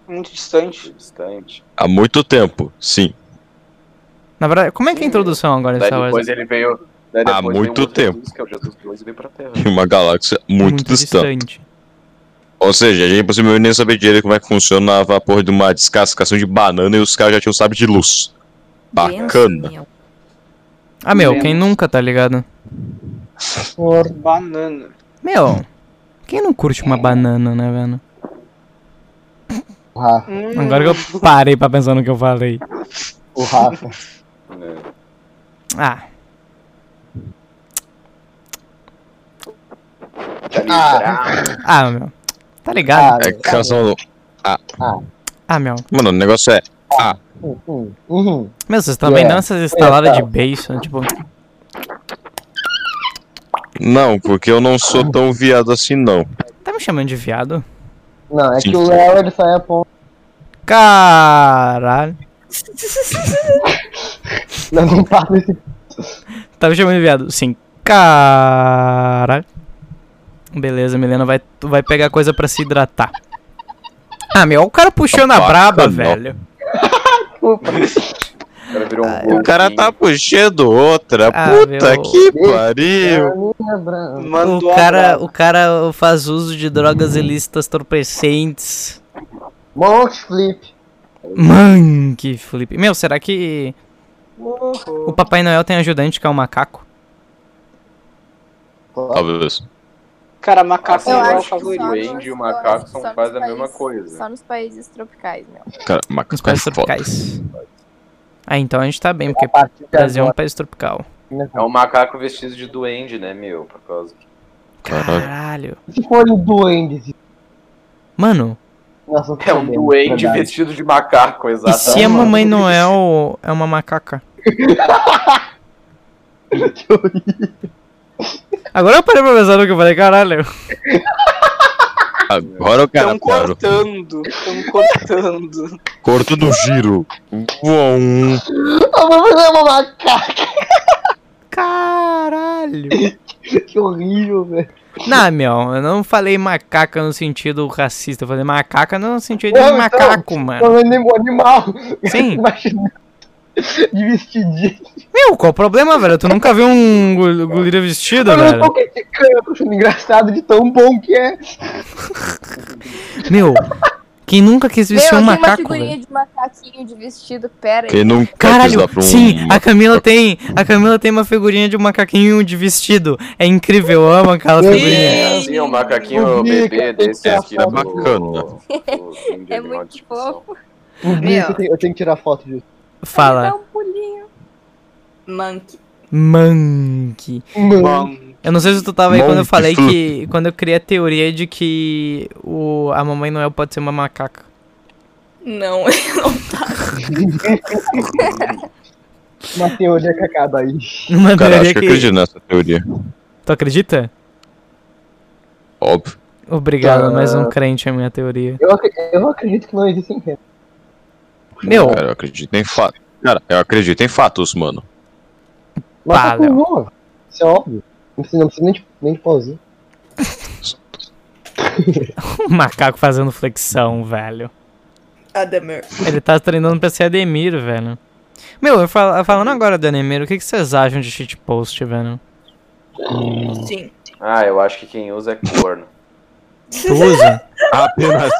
S5: muito distante.
S7: Distante.
S2: Há muito tempo, sim.
S1: Na verdade, como é que é a
S7: Sim.
S1: introdução agora de
S7: Daí
S1: Star Wars?
S7: depois ele veio. daí
S2: tá, Há
S7: depois veio
S2: muito
S7: outro
S2: tempo.
S7: Jesus, que é o Jesus 2 e veio pra Terra.
S2: Em uma
S1: É
S2: galáxia muito, distante. Ou seja, a gente possivelmente nem sabia direito como é que funcionava a porra de uma descascação de banana e os caras já tinham sabre de luz. Bacana.
S6: Benção, meu.
S1: Ah, meu,
S5: Menos.
S1: quem nunca, tá ligado?
S3: Por
S5: Banana.
S1: Meu, quem não curte uma banana, né, velho?
S3: o Rafa,
S5: Hum,
S1: Agora que eu parei pra pensar no que eu falei.
S3: o Rafa.
S7: né?
S1: Ah,
S7: Tá
S3: Ah.
S7: livrado.
S1: ah, meu. Tá ligado?
S3: Cara,
S2: É canção.
S1: Ah, meu.
S2: Mano, o negócio é.
S3: hum, hum, uhum.
S1: Meu, vocês também
S3: Yeah.
S1: dão essas estaladas de beijo, né? tipo...
S2: Não, porque eu não sou tão viado assim, não.
S1: Tá me chamando de viado?
S3: Não, é
S2: Sim.
S3: que o Léo ele sai a ponta.
S1: Caralho.
S3: Não, não passa esse.
S1: Tá me chamando de viado? Sim. Caralho. Beleza, Milena vai, tu vai pegar coisa pra se hidratar. Ah, meu, o cara puxou na
S2: Bacana.
S1: braba, velho.
S7: O cara virou um
S2: O cara tá puxando outra.
S1: Ah,
S2: Puta
S1: meu.
S2: que pariu.
S3: Minha branca.
S1: O
S5: Mandou
S1: cara, o cara faz uso de drogas ilícitas torpecentes.
S3: Monte Flip.
S1: Man, Hum, que flip. Meu, será que o
S5: Uhum.
S1: Papai Noel tem ajudante que é o macaco?
S2: Talvez.
S5: Cara, macaco
S7: Assim,
S5: é
S7: eu
S5: o meu
S7: acho que
S5: favorito.
S7: o duende e o macaco são
S4: só nos
S7: quase a mesma
S4: países-
S7: coisa.
S4: Só nos países tropicais, meu.
S2: Cara, macaco
S1: Nos países
S2: é foda.
S1: tropicais. Ah, então a gente tá bem, porque
S3: A
S1: o
S3: partir de
S1: Brasil é um
S3: agora.
S1: país tropical.
S7: É um macaco vestido de duende, né, meu? Por causa que.
S2: Caralho.
S1: Caralho.
S3: Se for um duende.
S1: Mano,
S3: Nossa,
S7: É um duende
S3: verdade.
S7: vestido de macaco,
S1: e
S7: exatamente.
S2: é
S1: se a Mamãe Noel é uma macaca? Agora eu parei pra pensar no que eu falei, caralho.
S2: Agora o cara
S5: Estão
S2: parou.
S5: cortando. Estão cortando.
S2: Corto do giro. um. Uau.
S3: Ah, mas não é uma macaca.
S1: Caralho.
S3: Que horrível, velho.
S1: Não, meu, eu não falei macaca no sentido racista, eu falei macaca no sentido de
S3: Não, então,
S1: macaco, mano.
S3: Não é nem um animal.
S1: Sim.
S3: Imagina. De vestidinho.
S1: Meu, qual o problema, velho? Tu nunca viu um gu- gulira vestido,
S3: Eu não
S1: velho?
S3: tô criticando, eu tô achando engraçado de tão bom que é.
S1: Meu, Quem nunca quis
S4: Meu, eu
S1: vestir um
S4: tenho uma
S1: macaco,
S4: figurinha
S1: velho?
S4: de macaquinho de vestido, pera aí.
S2: Quem não quer
S1: Caralho,
S2: pisar pra um.
S1: sim, a Camila tem, a Camila tem uma figurinha de um macaquinho de vestido. É incrível, eu amo aquela
S3: Meu
S1: figurinha.
S7: Assim, um macaquinho
S3: Ih,
S7: bebê
S3: cara,
S7: desse
S3: tá
S7: aqui. né, do-
S2: bacana.
S7: do- do-
S4: É muito fofo.
S3: Por
S6: Meu.
S3: isso eu tenho, eu tenho que tirar foto disso.
S4: Dá
S1: Fala,
S4: um pulinho.
S6: um Monkey.
S1: manque.
S3: Mano,
S5: Bom,
S1: Eu não sei se tu tava aí quando eu
S2: Monkey
S1: falei
S2: fruit.
S1: que. Quando eu criei a teoria de que o, a Mamãe Noel pode ser uma macaca.
S6: Não,
S3: uma teoria que acaba aí.
S1: Uma
S2: Cara,
S1: teoria
S2: acho que eu
S1: que.
S2: acredito nessa teoria.
S1: Tu acredita?
S2: Óbvio.
S1: Obrigado,
S3: Tá.
S1: mais um crente a minha teoria.
S3: Eu, ac- eu não acredito que não existem renas.
S1: Meu,
S2: Cara, eu acredito em fatos. Cara, eu acredito em fatos, mano.
S3: Mas
S1: Pá,
S3: tá com boa. Isso é óbvio. Não precisa, não precisa nem, de, nem de pauzinho.
S1: um macaco fazendo flexão, velho.
S6: Adamir.
S1: Ele tá treinando pra ser Ademir, velho. Meu, eu fal- falando agora do Ademir, o que que vocês acham de shitpost, velho?
S6: Sim.
S7: Ah, eu acho que quem usa é corno.
S1: Tu usa?
S2: Apenas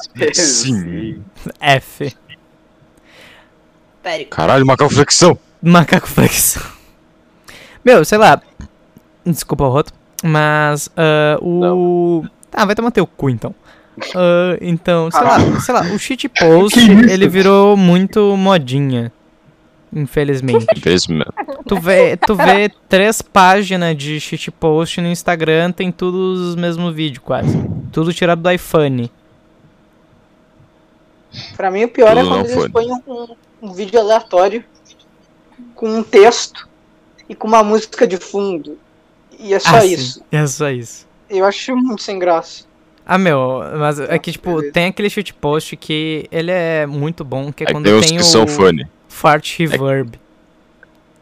S7: sim.
S1: F.
S6: Périco.
S2: Caralho, macaco flexão.
S1: Macaco flexão. Meu, sei lá. Desculpa o roto. Mas ah, o. Ah, vai tomar teu cu então. Ah, então, sei lá, sei lá, o shitpost, ele virou muito modinha. Infelizmente.
S2: Infelizmente.
S1: Tu vê, tu vê três páginas de shitpost no Instagram, tem tudo os mesmos vídeos, quase. Tudo tirado do iPhone.
S5: pra mim o pior é
S2: Não
S5: quando
S2: foi.
S5: eles põem um, um vídeo aleatório com um texto e com uma música de fundo. E é só
S1: Ah, sim,
S5: isso.
S1: É só isso.
S5: Eu acho muito sem graça.
S1: Ah, meu, mas é que, tipo,
S5: beleza.
S1: tem aquele shitpost que ele é muito bom, que é
S2: É que
S1: quando
S2: tem uns
S1: tem
S2: que
S1: o
S2: são funny.
S1: fart reverb.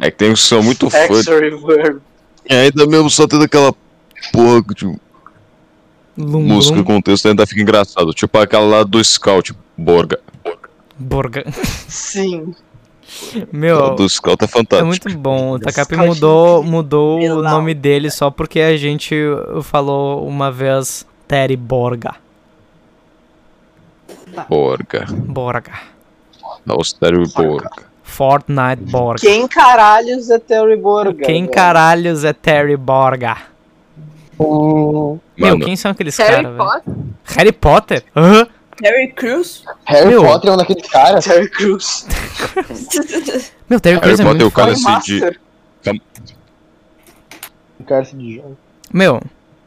S2: É que tem uns que são muito funny.
S5: Extra reverb.
S2: E ainda mesmo só tendo aquela porra de
S1: Lum,
S2: música e
S1: lum,
S2: contexto ainda fica engraçado. Tipo aquela lá do Scout, Borga.
S1: borga.
S5: Sim.
S2: A
S1: Meu,
S2: do Scout é
S1: é
S2: fantástico.
S1: muito bom. O Takapi
S5: Nossa,
S1: mudou, mudou o
S6: Pelão.
S1: nome dele só porque a gente falou uma vez Terry Borga.
S2: Borga.
S1: Borga.
S2: Austério e Borga.
S1: Fortnite Borga.
S5: Quem caralhos é Terry Borga?
S1: Quem
S5: velho?
S1: caralhos é Terry Borga?
S3: Hum,
S1: Meu,
S2: Mano,
S1: quem são aqueles
S4: Harry
S1: caras, velho?
S4: Potter?
S1: Harry Potter? Hã?
S6: Terry Crews?
S3: Harry
S1: Meu.
S3: Potter é um daqueles caras.
S5: Terry Crews.
S1: Meu, Terry
S2: Harry
S1: Crews é
S2: Potter é
S1: muito...
S2: o cara
S5: Foi
S2: assim de.
S5: master.
S3: Um cara se digita.
S1: Meu,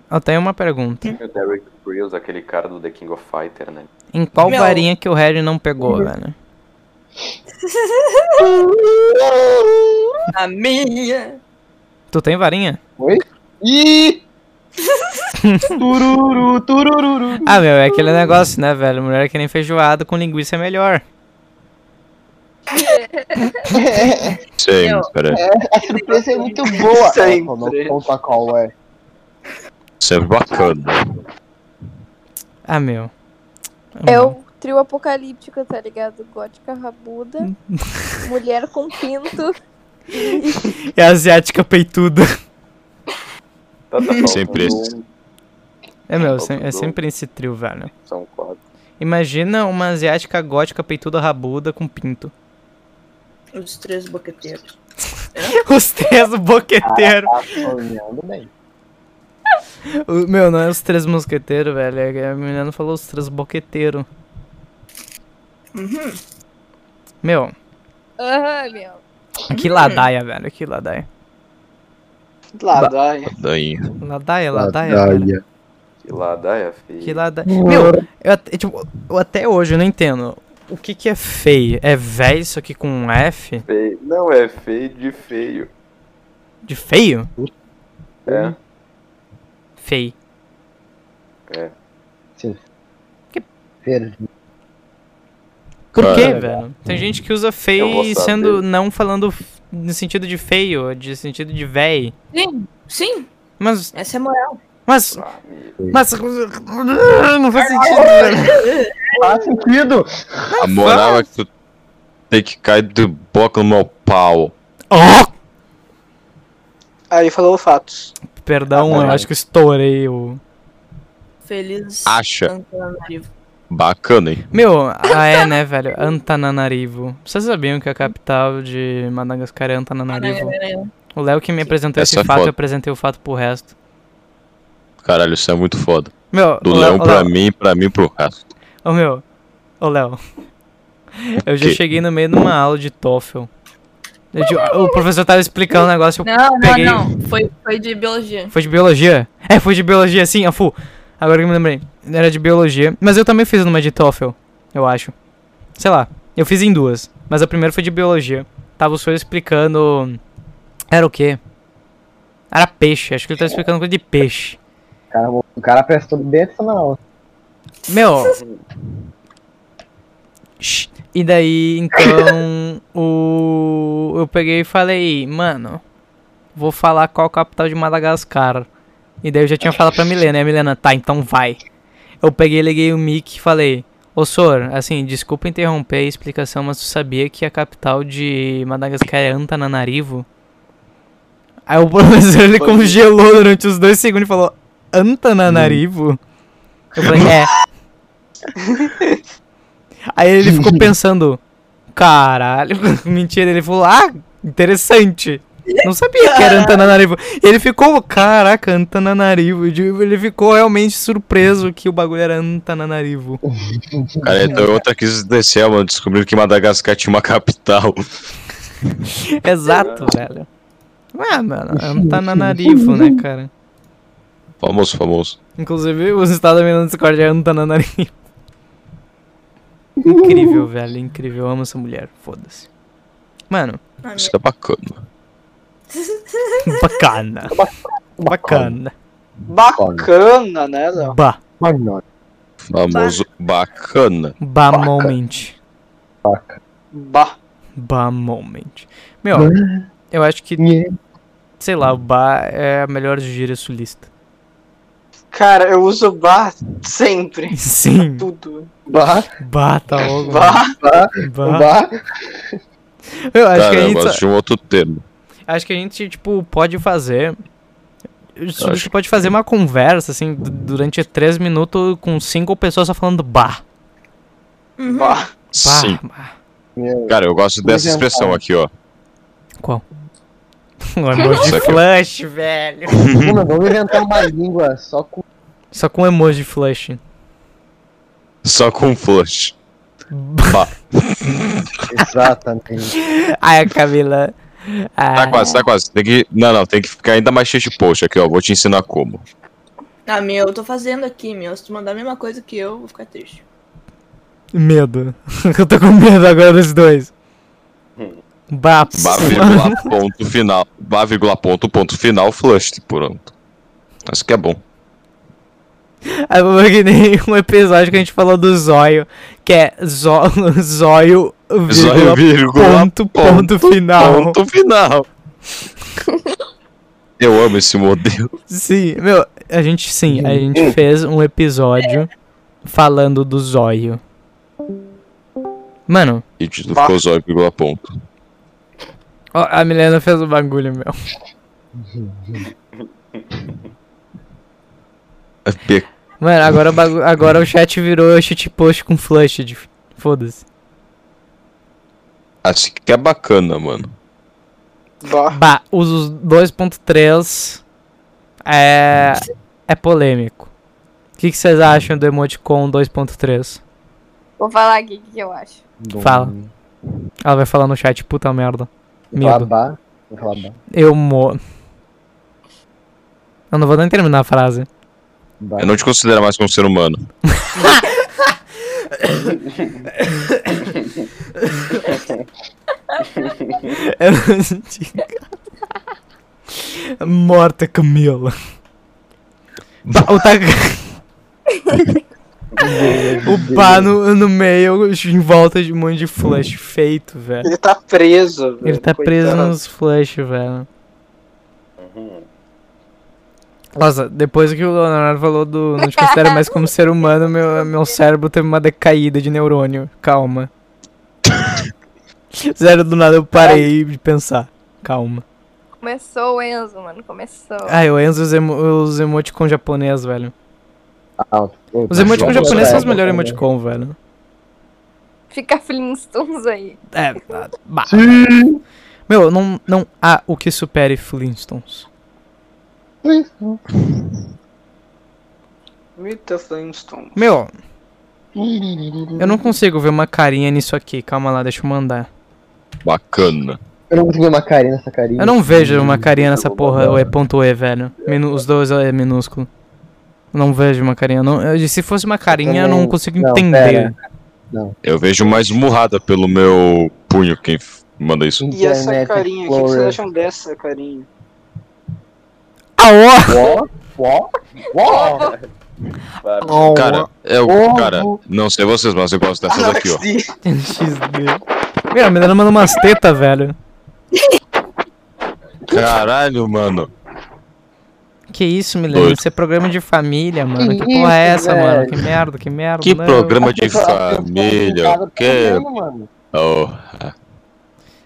S1: eu tenho uma pergunta.
S7: O Derek Crews, aquele cara do The King of Fighter, né?
S1: Em qual
S6: Meu.
S1: varinha que o Harry não pegou, velho?
S6: A minha.
S1: Tu tem varinha?
S3: Ih! tururu, tururu.
S1: Ah, meu, é aquele negócio, né, velho? Mulher que nem feijoada com linguiça é melhor.
S2: Sim,
S6: Meu.
S2: peraí.
S3: A surpresa é muito boa.
S5: Sempre.
S3: Ah, não conta qual é.
S2: Sempre bacana.
S1: Ah, meu. Ah,
S4: É
S1: meu.
S4: o trio apocalíptico, tá ligado? Gótica rabuda, mulher com pinto.
S1: É asiática peituda.
S7: Tá, tá faltando
S2: Sempre esse.
S7: um,
S1: É, meu, sem- é sempre esse trio, velho.
S7: São quatro.
S1: Imagina uma asiática gótica peituda rabuda com pinto.
S6: Os três boqueteiros.
S1: Os três boqueteiros.
S3: Tá sonhando bem.
S1: O- Meu, não é os três mosqueteiros, velho. é que A menina falou os três boqueteiros. Meu,
S4: Aham, meu.
S1: que ladaia, velho. Que ladaia.
S5: Ladaia.
S2: Daí.
S1: Ladaia, ladaia, velho.
S7: Que ladaia, filho.
S1: Que ladaia. Meu,
S7: Uhum.
S1: eu, até- tipo, eu até hoje eu não entendo. O que que é feio? É véi isso aqui com um F?
S7: Feio. Não, é feio de feio.
S1: De feio?
S3: Uhum.
S7: É.
S1: Feio.
S3: Verde.
S1: Por
S2: Cara.
S1: quê, velho? Tem gente que usa
S7: Eu vou
S1: feio
S7: saber.
S1: sendo não falando f- no sentido de feio, de sentido de véi.
S6: Sim, sim.
S1: Mas,
S6: Essa é a moral.
S1: mas,
S7: Ah, me-
S1: mas. Não faz sentido, velho.
S3: Faz sentido.
S2: A moral é que tu tem que cair de boca no meu pau.
S1: Oh!
S5: Aí falou fatos.
S1: Ah, Perdão, eu acho que eu estourei o.
S6: Feliz.
S2: Acha.
S6: Ano Novo.
S2: Bacana, hein?
S1: Meu, ah, é, né, velho? Antananarivo. Vocês sabiam que a capital de Madagascar é Antananarivo? O Léo que me apresentou
S2: Essa
S1: esse
S2: é
S1: fato,
S2: foda.
S1: eu apresentei o fato pro resto.
S2: Caralho, isso é muito foda.
S1: Meu,
S2: Do
S1: o
S2: Leão
S1: Léo,
S2: pra mim, pra mim pro resto.
S1: Ô, meu. Ô, Léo. Eu já
S2: quê?
S1: cheguei no meio de uma aula de TOEFL. Eu digo, o professor tava explicando o negócio, eu
S6: Não, não,
S1: Peguei.
S6: não. Foi, foi de biologia.
S1: Foi de biologia? É, foi de biologia, sim, a Fu. Agora que eu me lembrei. Era de biologia. Mas eu também fiz numa de TOEFL, eu acho. Sei lá, eu fiz em duas. Mas a primeira foi de biologia. Tava o senhor explicando. hum, Era o quê? Era peixe, acho que ele tava explicando coisa de peixe.
S3: O cara, o cara prestou bem atenção na aula.
S1: Meu. Shh. E daí, então, o eu peguei e falei, mano, vou falar qual a capital de Madagascar. E daí eu já tinha falado pra Milena, e a Milena, tá, então vai. Eu peguei, liguei o mic e falei, ô senhor, assim, desculpa interromper a explicação, mas tu sabia que a capital de Madagascar é Antananarivo? Aí o professor, ele congelou durante os dois segundos e falou, Antananarivo? Eu falei, é. Aí ele ficou pensando, caralho, mentira, ele falou, ah, interessante. Não sabia que era Antananarivo. E Ele ficou, caraca, Antananarivo. Eu digo, Ele ficou realmente surpreso que o bagulho era Antananarivo.
S2: Cara, então eu outra quis descer, mano. Descobriram que Madagascar tinha uma capital.
S1: Exato, velho. Ah, mano, Antananarivo, né, cara?
S2: Famoso, famoso.
S1: Inclusive, os Estados Unidos Discord é Antananarivo. Incrível, velho, incrível. Eu amo essa mulher, foda-se. Mano,
S6: Ah,
S2: Isso é bacana.
S1: Bacana. Bacana.
S5: Bacana, né, Léo?
S1: Ba.
S3: Magnólia.
S2: Famoso bacana.
S1: Ba moment.
S5: Bah.
S1: Ba moment. Meu, eu acho que, sei lá, o ba é a melhor gíria sulista.
S5: Cara, eu uso bah sempre.
S1: Sim.
S5: Tudo.
S3: Bah,
S1: Ba tá louco.
S5: Bah.
S1: Ba.
S3: bah.
S1: Eu acho
S2: Cara,
S1: que a
S2: eu
S1: gente,
S2: gosto de um outro termo.
S1: acho que a gente, tipo, pode fazer... A gente
S2: acho-
S1: pode fazer uma conversa, assim, du- durante três minutos com cinco pessoas só falando ba.
S6: Uhum.
S5: Bah.
S1: Ba.
S2: Sim.
S1: ba.
S2: Cara, eu gosto dessa
S3: Inventar.
S2: expressão aqui, ó.
S1: Um emoji
S2: Isso aqui. é
S1: flush, velho.
S3: Pô, meu, vamos inventar uma língua só com
S1: Só com um emoji flush.
S2: Só com flush. Bah.
S3: Exatamente.
S1: Ai, a Camila.
S2: Tá
S1: Ai.
S2: quase, tá quase. Tem que. Não, não, tem que ficar ainda mais cheio de post aqui, ó. Vou te ensinar como.
S6: Ah, meu, eu tô fazendo aqui, meu. Se tu mandar a mesma coisa que eu, vou ficar triste.
S1: Medo. eu tô com medo agora dos dois.
S2: Hum.
S1: Baps.
S2: Bah, vírgula, ponto final. Bah, vírgula, ponto, ponto final, flush. Pronto. Isso que é bom.
S1: Aí eu vou que nem um episódio que a gente falou do zóio, que é zó, zóio, vírgula,
S2: Só vírgula,
S1: ponto, ponto, final.
S2: Ponto final. Eu amo esse modelo.
S1: Sim, meu, a gente sim, a gente fez um episódio falando do zóio. Mano,
S2: E de- ficou só vírgula ponto.
S1: ó, a Milena fez o bagulho, meu.
S2: É pe-
S1: Mano, agora, o bagu- agora o chat virou shit post com flush. de- Foda-se.
S2: Assim que é bacana, mano.
S5: Bah.
S1: Bah, os 2.3 é, é polêmico. O que que vocês acham do emoticon 2.3?
S4: Vou falar aqui o que que eu acho.
S1: Fala. Ela vai falar no chat, puta merda.
S3: Vou falar
S1: Medo.
S3: bah. Vou falar bah.
S1: Eu mo... Eu não vou nem terminar a frase.
S3: bah.
S2: Eu não te considero mais como ser humano.
S1: Eu não senti... Morta, Camila. Ba- O tá... o pá no, no meio, em volta de um monte de flush feito, velho.
S5: Ele tá preso.
S1: Ele
S5: velho,
S1: tá preso
S5: coitado.
S1: nos flush, velho. Uhum. Nossa, depois que o Leonardo falou do não te considero mais como ser humano, meu, meu cérebro teve uma decaída de neurônio. Calma. Sério, do nada eu parei de pensar. Calma.
S4: Começou o Enzo, mano, começou.
S1: É. Ah, eu Enzo os, emo os emoticon japonês, velho.
S3: Ah, eu-
S1: Os emoticons
S2: Jogo
S1: japoneses são os
S3: Dragon
S1: melhores
S3: também.
S1: emoticons, velho.
S4: Fica Flintstones aí.
S1: É, ah, bah. Meu, não, não há o que supere Flintstones.
S5: Mita Flintstone.
S1: Meu, eu não consigo ver uma carinha nisso aqui. Calma lá, deixa eu mandar.
S2: Bacana.
S3: Eu não consigo ver uma carinha nessa carinha.
S1: Eu não vejo uma carinha nessa porra, o E ponto E, velho. Minu- os dois é minúsculo. Não vejo uma carinha. Não, eu- se fosse uma carinha, eu não
S3: também-
S1: consigo
S3: não,
S1: entender.
S2: Eu vejo mais murrada pelo meu punho quem f- manda isso.
S5: E essa
S3: Um Internet
S5: carinha, o que, que vocês
S3: Explorer.
S5: acham dessa carinha?
S1: Aô!
S3: Uó, uó,
S7: Vai,
S1: Aô!
S2: Cara, é o
S3: Ovo.
S2: cara. Não sei vocês, mas eu gosto dessas aqui, ó.
S5: XD.
S1: XD. Meu, a menina manda umas tetas, velho.
S2: Caralho, mano.
S1: Que isso, Milena?
S2: Doido.
S1: Isso é programa de família, mano. Que
S3: Que
S1: porra é
S3: isso,
S1: essa, mano?
S3: velho?
S1: Que merda, que merda.
S2: Que
S1: não.
S2: programa de
S3: Pessoal, pessoal,
S2: família.
S3: cara, tá
S2: Que. é,
S3: vendo, mano?
S2: Oh,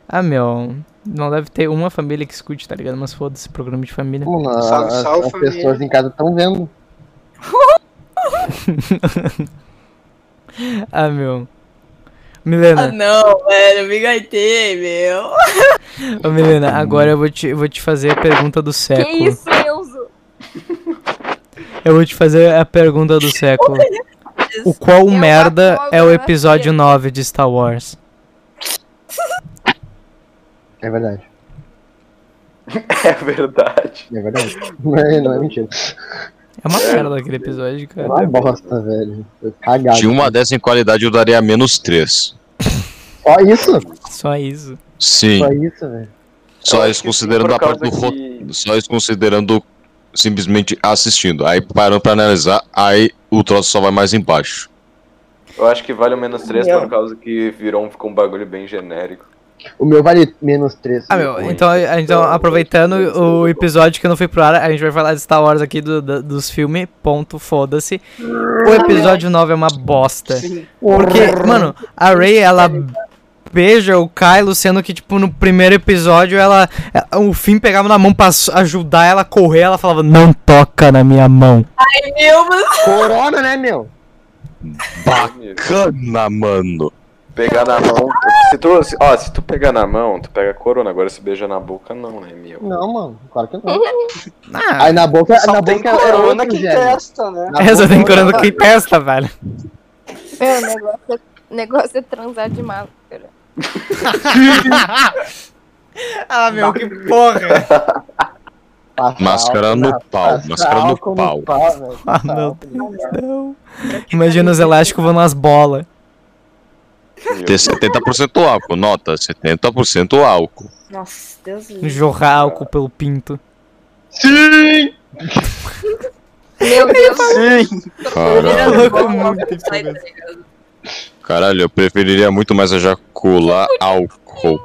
S1: Ah, meu. Não deve ter uma família que escute, tá ligado? Mas foda-se, programa de família.
S3: Mano, a-
S5: Salve,
S3: as-
S5: salve,
S3: as
S5: família.
S3: pessoas em casa estão vendo.
S1: Ah, meu.
S6: Ah,
S1: Milena,
S6: não, velho, me gaitei, meu.
S1: ô, Milena, agora eu vou te, eu vou te fazer a pergunta do século.
S4: Que isso, Enzo?
S1: Eu vou te fazer a pergunta do século. O qual
S4: uma
S1: merda
S4: cobra
S1: é o
S4: na
S1: episódio
S4: frente.
S1: 9 de Star Wars?
S3: É verdade.
S7: É verdade.
S3: É verdade. Não é, não é mentira.
S1: É uma merda aquele episódio,
S3: É
S1: cara.
S3: uma bosta, velho. Foi cagado.
S2: de uma dessa em qualidade eu daria menos três.
S3: Só isso?
S1: Só isso.
S2: Sim.
S3: Só isso, velho.
S2: Só
S7: Eu
S2: isso
S7: acho que sim,
S2: considerando
S7: por
S2: a parte do
S7: causa
S2: roteiro.
S7: que-
S2: Só isso considerando simplesmente assistindo. Aí parando pra analisar, aí o troço só vai mais embaixo.
S7: Eu acho que vale o menos 3
S5: Não.
S7: por causa que virou um, ficou um bagulho bem genérico.
S3: O meu vale menos 3.
S1: Ah, meu, então, então aproveitando o episódio que não foi pro ar, a gente vai falar de Star Wars aqui do- do- dos filmes, ponto, foda-se. O episódio 9 é uma
S3: Tá.
S1: bosta.
S5: Sim.
S1: Porque, mano, a Rey, ela beija o Kylo, sendo que, tipo, no primeiro episódio, ela, ela- o Finn pegava na mão pra s- ajudar ela a correr, ela falava, não toca na minha mão.
S6: Meu, mas
S3: Corona, né, meu?
S2: Ah. Bacana, mano.
S7: Pegar na mão. Se tu, se- ó, se tu pegar na mão, tu pega a corona, agora se beija na boca, não, né, meu?
S3: Não, mano. Claro que não.
S1: Ah,
S3: Aí na boca,
S5: Só
S3: na
S5: tem
S3: boca é
S5: corona
S3: outro
S5: que
S3: gênero.
S5: testa, né?
S3: Na
S1: essa
S3: boca
S1: tem
S3: é
S1: corando
S3: outro-
S1: quem testa, velho.
S4: Meu, o negócio é, negócio é transar de máscara.
S1: ah, meu, que porra.
S3: Passa
S2: Máscara
S3: álcool
S2: no
S3: na-
S2: pau,
S3: passa
S2: máscara no
S3: álcool
S2: pau.
S3: velho.
S1: Ah,
S3: Passa
S1: meu
S3: álcool.
S1: Deus, não. Imagina os elásticos vão nas bolas.
S2: Ter 70% álcool, nota 70% álcool.
S6: Nossa, Deus do céu.
S1: Jorrar álcool pelo pinto.
S3: Sim!
S4: Meu Deus,
S6: é
S2: Caralho,
S1: louco muito
S2: caralho, eu preferiria muito mais ejacular álcool.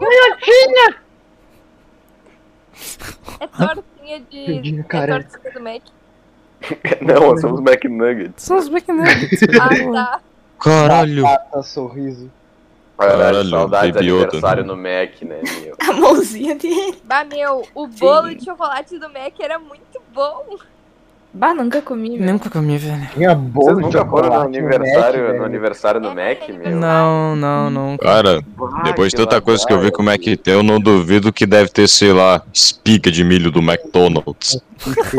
S4: é tortinha de.
S3: Perdi,
S4: É
S3: cara.
S4: tortinha do Mac.
S7: Não, nós somos McNuggets.
S1: São os McNuggets.
S4: Ah, tá.
S2: Caralho.
S3: Batata, tá sorriso.
S2: Caralho,
S7: Caralho, saudades
S2: Baby Yoda.
S7: aniversário no Mac, né, meu?
S6: A mãozinha dele.
S4: Bah, meu, o bolo de chocolate do Mac era muito bom.
S6: Bah, nunca comi, meu.
S1: Nunca comi, velho.
S3: Tinha bolo
S7: Vocês
S3: de
S7: nunca foram no
S3: chocolate,
S7: aniversário,
S3: Mac,
S7: no
S3: velho.
S7: aniversário do Mac, meu?
S1: Não, não, não.
S2: Cara,
S7: Ah,
S2: depois de tanta coisa que eu vi
S7: ladrão.
S2: como é que tem, eu não duvido que deve ter, sei lá, espiga de milho do McDonald's.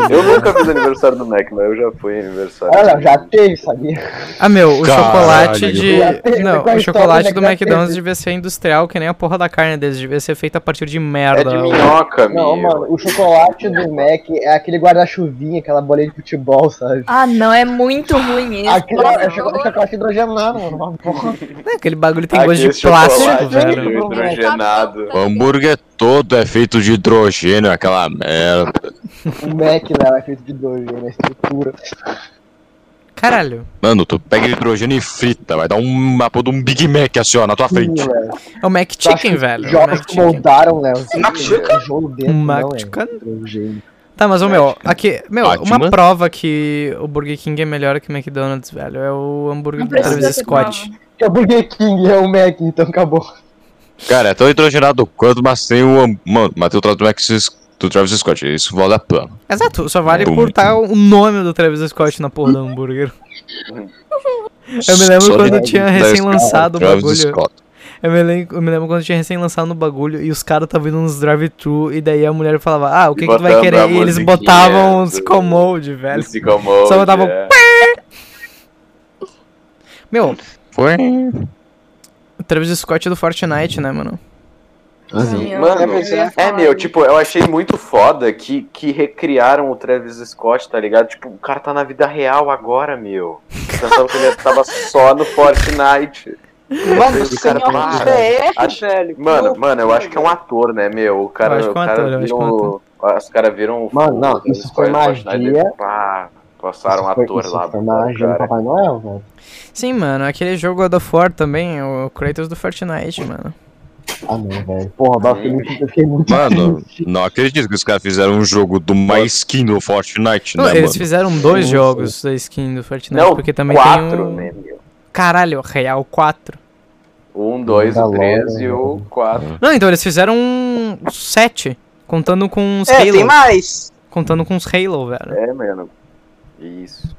S7: Eu nunca fiz aniversário do Mac, mas eu já fui em aniversário.
S3: Olha, já teve, sabia?
S1: Ah, meu, o
S2: Caralho.
S1: chocolate
S3: Já
S1: de.
S3: teve
S1: Não,
S3: com a
S1: o
S3: história
S1: chocolate
S3: da
S1: do
S3: Grace.
S1: McDonald's devia ser industrial, que nem a porra da carne deles. Devia ser feita a partir de
S7: É
S1: merda.
S7: de minhoca,
S3: Não,
S7: meu.
S3: mano, o chocolate do Mac é aquele guarda-chuvinha, aquela bolinha de futebol, sabe?
S6: Ah, não, é muito ruim isso.
S3: Aquilo
S4: nossa,
S3: é chocolate,
S4: horror.
S3: chocolate hidrogenado, mano. Uma porra.
S1: É, Aquele bagulho tem
S7: Aqui
S1: gosto de
S7: esse
S3: é
S1: plástico,
S7: chocolate
S1: velho.
S7: meio Hidrogenado.
S2: O hambúrguer todo é feito de hidrogênio, aquela merda.
S3: O Mac, velho, é feito de hidrogênio, a estrutura.
S1: Caralho.
S2: Mano, tu pega hidrogênio e frita, vai dar uma porra de um Big Mac assim, ó, na tua frente.
S3: Velho.
S1: É o Mac
S3: Tu acha
S1: Chicken,
S3: que
S1: velho. é o
S3: Jogos
S1: Mac
S3: que
S1: Chicken.
S3: moldaram, Léo.
S7: Machuca?
S3: Tijolo dentro,
S1: Um
S3: não,
S1: machuca?
S3: é hidrogênio.
S1: Tá, mas o meu, aqui. Meu, uma
S2: Batman.
S1: prova que o Burger King é melhor que o McDonald's, velho. É o hambúrguer
S6: Não
S1: do Travis
S6: precisa ter
S1: Scott.
S3: É o Burger King, é o Mac, então acabou.
S2: um Cara, é tão hidrogenado quanto, mas tem o. ham- Mano, mas tem o trato do Mac do Travis Scott. Isso vale a pena.
S1: Exato, só vale
S2: Bom.
S1: por tá o nome do Travis Scott na porra do hambúrguer. Eu me lembro
S2: Só
S1: quando
S2: de-
S1: tinha
S2: da
S1: recém-lançado o
S2: escala, Travis
S1: bagulho.
S2: Scott.
S1: Eu me, lembro, eu me lembro quando tinha recém-lançado no bagulho e os caras estavam indo nos drive-thru e daí a mulher falava, ah, o que, que tu vai
S7: Botava
S1: querer?
S7: a
S1: E eles
S7: musiquinha
S1: botavam
S7: do-
S1: uns commode, velho.
S7: Psicomode,
S1: Só botava um
S7: é.
S1: Meu,
S2: Foi.
S1: o Travis Scott é do Fortnite, né, mano?
S7: Mano,
S5: Eu ia
S7: É,
S6: falar
S7: meu,
S6: isso.
S7: tipo, eu achei muito foda que, que recriaram o Travis Scott, tá ligado? Tipo, o cara tá na vida real agora, meu. Eu Pensava que ele tava só no Fortnite.
S5: Mano,
S7: Esse cara
S5: senhor
S7: tá-
S5: VR,
S7: Acho-
S5: velho.
S7: Mano,
S5: que
S7: mano, eu acho que é um
S5: loucura.
S7: ator, né, meu? O
S1: Eu
S7: cara,
S1: acho
S7: o
S1: que é um
S7: cara
S1: ator, eu acho que é um
S7: viram. Os caras viram.
S3: Mano, não,
S7: o Travis
S3: isso foi
S7: Scott no Fortnite,
S3: magia.
S7: eles, pá, passaram um
S3: Isso foi-
S7: ator
S3: isso
S7: lá.
S3: Foi uma
S7: botaram o
S3: agenda do
S7: cara.
S3: Papai Noel, velho.
S1: Sim, mano, aquele jogo God of War também, o Kratos do Fortnite, mano.
S3: Ah, não, velho. Porra, bah, eu fiquei muito- eu fiquei muito.
S2: Mano, não acredito que os caras fizeram um jogo de uma skin no Fortnite,
S1: Não,
S2: né,
S1: eles
S2: mano?
S1: fizeram dois
S3: Sim,
S1: jogos da skin do Fortnite,
S7: Não,
S1: porque também tem
S7: quatro,
S1: um...
S7: né, meu?
S1: Caralho, Real 4.
S7: Um, dois, o três
S3: Mandalorian, né?
S7: e o quatro.
S1: Não, então eles fizeram um sete, contando com os
S5: É, tem
S1: Halo.
S5: mais.
S1: Contando com os Halo, velho.
S7: É, mano. Isso.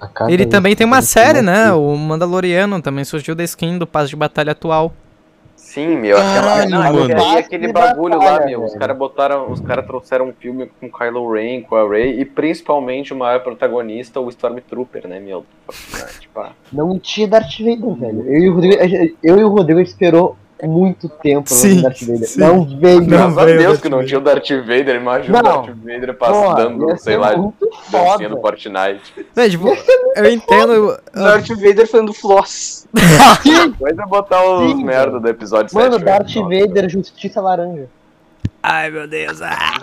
S3: A cada
S1: Ele
S3: um
S1: também tem uma
S3: muito
S1: série,
S3: louco.
S1: né? O Mandaloriano também surgiu da skin do passe de batalha atual.
S7: Sim, meu, aquela,
S2: Caralho,
S7: aquela-
S2: mano.
S7: e aquele bagulho lá,
S3: Batalha,
S7: meu. Os
S3: velho.
S7: caras botaram, os caras trouxeram um filme com Kylo Ren, com a Rey, e principalmente o maior protagonista, o Stormtrooper, né, meu? Tipo, ah,
S3: Não tinha Darth Vader, velho. Eu e o Rodrigo, a gente- eu e o Rodrigo a gente esperou muito tempo pra
S1: Sim,
S3: ver Darth Vader.
S1: sim.
S3: Não veio.
S1: Não
S7: graças a
S1: veio o
S7: Deus
S1: Darth
S7: que não
S1: Vader.
S7: tinha o Darth Vader, imagina o
S3: Não.
S7: Darth Vader
S3: Porra,
S7: passando,
S3: ia
S7: sei
S3: ser
S7: lá,
S3: muito
S7: dancinha
S3: foda.
S7: no Fortnite.
S1: Não, tipo, eu entendo.
S3: Ah.
S5: Darth Vader fazendo floss.
S7: Depois é botar os
S3: Sim,
S7: merda do episódio
S3: Mano,
S7: 7.
S3: Darth
S7: velho.
S3: Vader, Justiça Laranja.
S1: Ai, meu Deus. ah.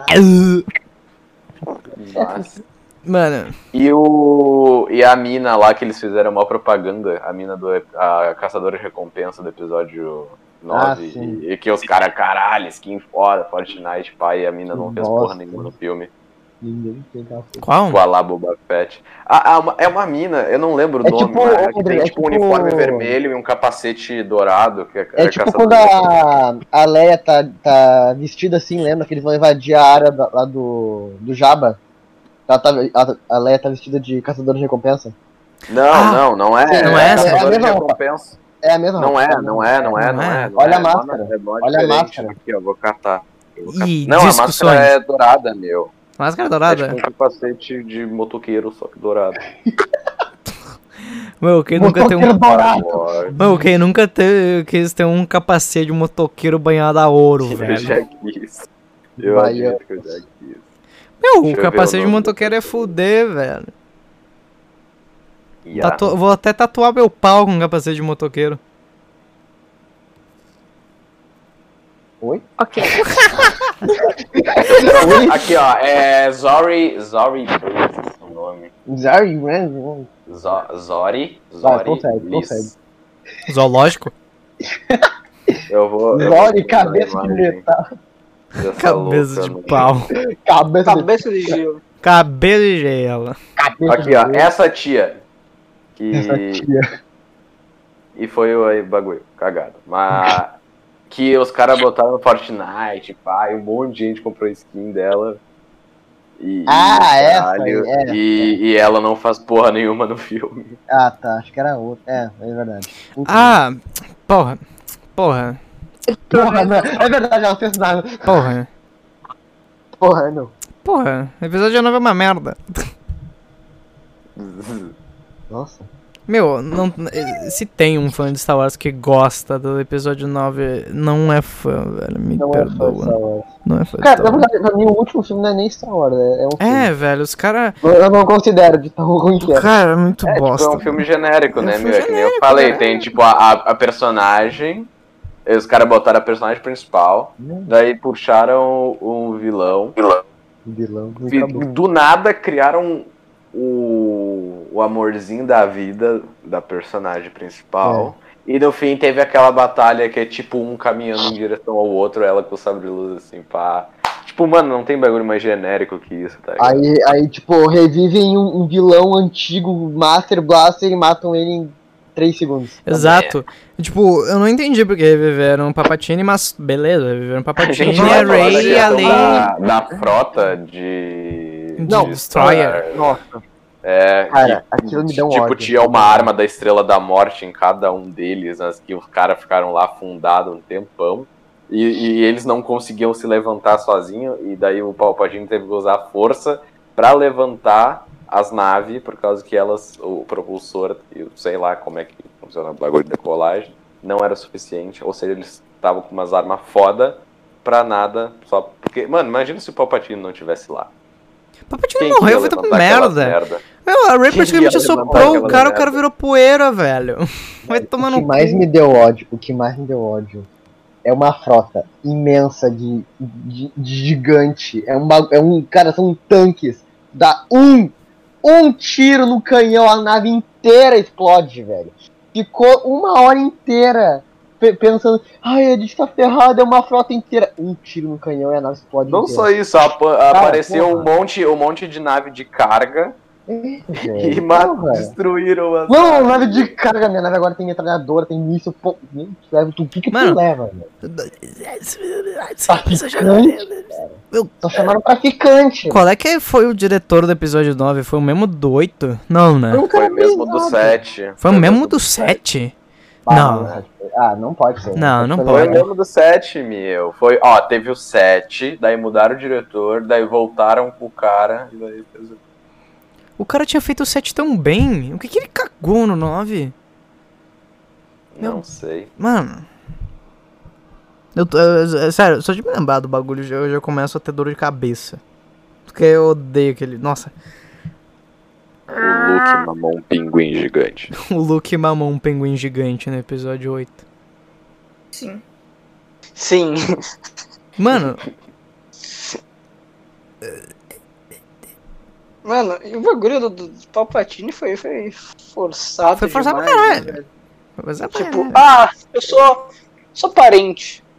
S7: Nossa.
S1: Mano,
S7: E o. E a mina lá que eles fizeram uma propaganda, a mina do. A caçadora de recompensa do episódio 9.
S3: Ah, sim.
S7: e, e que os caras, caralho, skin foda, Fortnite, pai, e a mina não fez
S3: Nossa.
S7: porra nenhuma no filme.
S3: Ninguém pegava.
S1: qual?
S7: Com a lá Boba Fett. Ah, ah, uma- é uma mina, eu não lembro o
S3: É
S7: nome,
S3: tipo,
S7: mas
S3: ô,
S7: que tem
S3: Rodrigo, é
S7: tipo um
S3: tipo-
S7: uniforme vermelho e um capacete dourado. Que é,
S3: É tipo
S7: caçadora
S3: quando
S7: de
S3: a, a Leia tá, tá vestida assim, lembra? Que eles vão invadir a área da- lá do, do Jabba. Ela tá, a, a Leia tá vestida de caçadora de recompensa.
S7: Não,
S1: Ah!
S7: não, não é.
S3: Sim,
S1: não é essa?
S7: caçadora
S3: É a
S7: de
S3: mesma roupa.
S7: recompensa.
S3: É a mesma
S7: Não
S3: roupa.
S7: é, não é, não é, não é. não
S3: Olha
S7: é.
S3: a máscara,
S7: É mó
S3: olha a
S7: diferente.
S3: máscara.
S7: Aqui, ó, vou catar. Eu vou
S1: Ih,
S7: Não, a máscara
S1: discussões.
S7: é dourada, meu.
S1: Máscara
S7: É
S1: dourada?
S7: tipo um capacete de motoqueiro, só que dourado.
S3: É
S1: Meu, quem nunca tem um.
S3: Motoqueiro dourado.
S7: Agora,
S1: Meu, quem nunca te- quis ter um capacete de motoqueiro banhado a ouro,
S7: eu
S1: velho.
S7: já quis. Eu
S3: Vai,
S7: admito que eu já quis.
S1: Meu, o
S7: Deixa eu ver
S1: capacete
S7: o
S1: de
S7: nome.
S1: motoqueiro é fuder, velho.
S3: Tá
S7: E
S1: Tatu- Vou até tatuar meu pau com capacete de motoqueiro.
S4: Ok.
S7: a- Aqui, ó, é Zori... Zori Bliss, o nome.
S3: Zary, né?
S7: Zo- Zori...
S3: Vai,
S7: Zori
S3: consegue,
S7: Bliss.
S3: consegue.
S1: Zoológico?
S7: Eu vou...
S3: Zori,
S7: eu vou mandar
S3: cabeça
S7: a
S3: de
S7: imagem
S3: metal.
S7: dessa
S1: Cabeça
S7: louca né?
S1: de
S7: no-
S1: pau.
S3: Cabeça de
S5: Cabeça de gelo.
S1: Cabeça de gelo.
S3: cabeça
S7: Aqui, ó, é essa tia. Que... E foi o aí, bagulho, cagado. Mas que os caras botaram no Fortnite, pai, um monte de gente comprou skin dela. E,
S3: Ah,
S7: e,
S3: essa
S7: caralho,
S3: aí, é.
S7: e, e ela não faz porra nenhuma no filme.
S3: Ah, tá. Acho que era outra. É, é verdade. Puta.
S1: Ah, tá. porra. Porra.
S3: porra, não. É verdade, ela fez nada.
S1: Porra.
S3: Porra, não.
S1: Porra, episódio 9 é uma merda.
S3: Nossa.
S1: Meu, não, se tem um fã de Star Wars que gosta do episódio 9, não é fã, velho. Me
S3: Não é fã de
S1: perdoa.
S3: Star Wars.
S1: não é fã de
S3: Cara, na
S1: Star Wars.
S3: verdade, pra mim o último filme não é nem Star Wars, é é um filme.
S1: É, velho, os caras.
S3: Eu- Eu não considero de tão ruim que é.
S1: Cara, é muito
S7: Tipo,
S1: bosta.
S7: é um filme genérico,
S1: É um
S7: né,
S1: filme
S7: meu? É que nem eu falei, tem tipo a, a, a personagem. e Os caras botaram a personagem principal, daí puxaram um vilão.
S3: Vilão.
S7: Fi-
S3: Nunca bom.
S7: do nada criaram o, o amorzinho da vida da personagem principal.
S3: É.
S7: E no fim teve aquela batalha que é tipo um caminhando em direção ao outro, ela com o sabre de luz assim, pá. Tipo, mano, não tem bagulho mais genérico que isso, tá ligado?
S3: Aí, aí, tipo, revivem um, um vilão antigo, Master Blaster, e matam ele em três segundos.
S1: Exato. Tipo, eu não entendi porque reviveram o Papatini, mas beleza, reviveram o Papatini.
S7: não né?
S1: a
S7: vai falar da
S1: Ray, a
S7: questão
S1: Lane.
S7: da, da frota de.
S1: Não,
S7: de
S1: Destroyer.
S3: Nossa,
S7: É,
S3: Cara,
S7: que,
S3: aquilo me dá um
S7: Tipo,
S3: ódio.
S7: tinha uma arma da Estrela da Morte em cada um deles, né, que os caras ficaram lá afundados um tempão. E, e eles não conseguiam se levantar sozinhos, e daí o Palpatine teve que usar a força pra levantar as naves, por causa que elas, o propulsor, eu sei lá como é que funciona o bagulho de decolagem, não era o suficiente, ou seja, eles estavam com umas armas foda pra nada, só porque, mano, imagina se o Palpatine não tivesse lá.
S1: Papatini
S7: Quem que
S1: morreu,
S7: ia
S1: foi com
S7: levantar aquelas
S1: merda.
S7: merda?
S1: Meu, a Ray
S7: Quem ia
S1: praticamente
S7: levantar
S1: soprou o
S7: aquelas
S1: cara, o cara
S7: merda?
S1: virou poeira, velho. Vai tomar
S3: o
S1: no
S3: que mais
S1: cu.
S3: me deu ódio, o que mais me deu ódio é uma frota imensa de, de, de gigante. É um, bagu- é um. Cara, são tanques. Dá um, um tiro no canhão, a nave inteira explode, velho. Ficou uma hora inteira pe- pensando, ai, a gente tá ferrado, é uma frota inteira. Um tiro no canhão e a nave explode.
S7: Não
S3: inteira.
S7: só isso, apa- apareceu
S3: porra.
S7: um monte, um monte de nave de carga e
S3: É, Velho,
S7: ma-
S3: porra.
S7: destruíram as.
S3: Não, nave de carga, minha nave agora tem metralhadora, tem míssil, pô, nem que leva, tu, o que que
S1: Mano,
S3: tu leva, velho?
S4: né?
S3: Só chamaram traficante.
S1: Qual é que foi o diretor do episódio 9? Foi o mesmo do 8? Não, né?
S3: Nunca
S7: É. Foi mesmo do 7.
S1: Foi o mesmo do 7? Não.
S3: Ah, não pode ser.
S1: Não, não
S3: ser
S1: pode.
S7: Foi
S3: legal.
S7: mesmo do 7, meu. Foi, ó, teve o 7, daí mudaram o diretor, daí voltaram com o cara. e daí fez o-
S1: O cara tinha feito o 7 tão bem. O que que ele cagou no 9?
S7: Não sei.
S1: Mano. Eu, tô- eu- eu- sério, só de me lembrar do bagulho eu já- eu já começo a ter dor de cabeça. Porque eu odeio aquele. Nossa,
S7: O
S1: Ah.
S7: Luke mamou um pinguim gigante.
S1: o Luke mamou um pinguim gigante no episódio 8.
S6: Sim.
S5: Sim.
S1: Mano,
S5: Mano, e o bagulho do, do do Palpatine foi, foi forçado.
S1: Foi forçado pra
S5: demais, né,
S1: caralho.
S5: velho?
S1: mas é
S5: Tipo,
S3: né?
S5: ah, eu sou. Sou parente.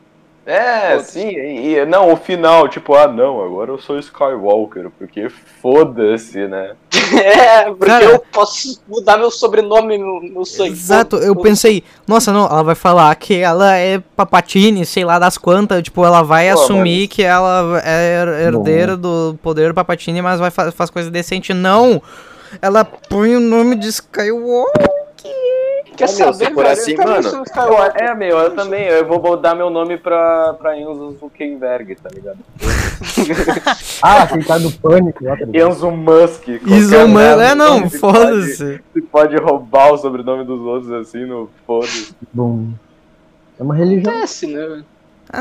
S7: É, sim, e, e- não, o final, tipo, ah, não, agora eu sou Skywalker, porque foda-se, né?
S5: É, porque
S1: Cara.
S5: eu posso mudar meu sobrenome, meu, meu sangue.
S1: Exato, eu
S5: Pô,
S1: pensei, nossa, não, ela vai falar que ela é papatine, sei lá das quantas, tipo, ela vai
S7: Pô,
S1: assumir que ela é her- herdeira do poder papatine, mas vai fa faz coisa decente. Não! Ela põe o nome de Skywalker.
S5: Quer
S7: Ah, meu,
S5: saber,
S7: se for
S5: velho? Tá
S7: assim,
S5: Eu também
S7: mano,
S5: sou Skywalker.
S7: É, meu, eu também. Eu vou mudar meu nome pra, pra Enzo Zuckerberg, tá ligado?
S3: Ah, aquele cara do pânico lá, tá ligado?
S7: Enzo Musk. qualquer
S1: Isomano.
S7: merda,
S1: É, não,
S7: você
S1: foda-se.
S7: Pode, pode roubar o sobrenome dos outros assim, no foda-se.
S3: Bom, É uma religião.
S5: Acontece, né, velho?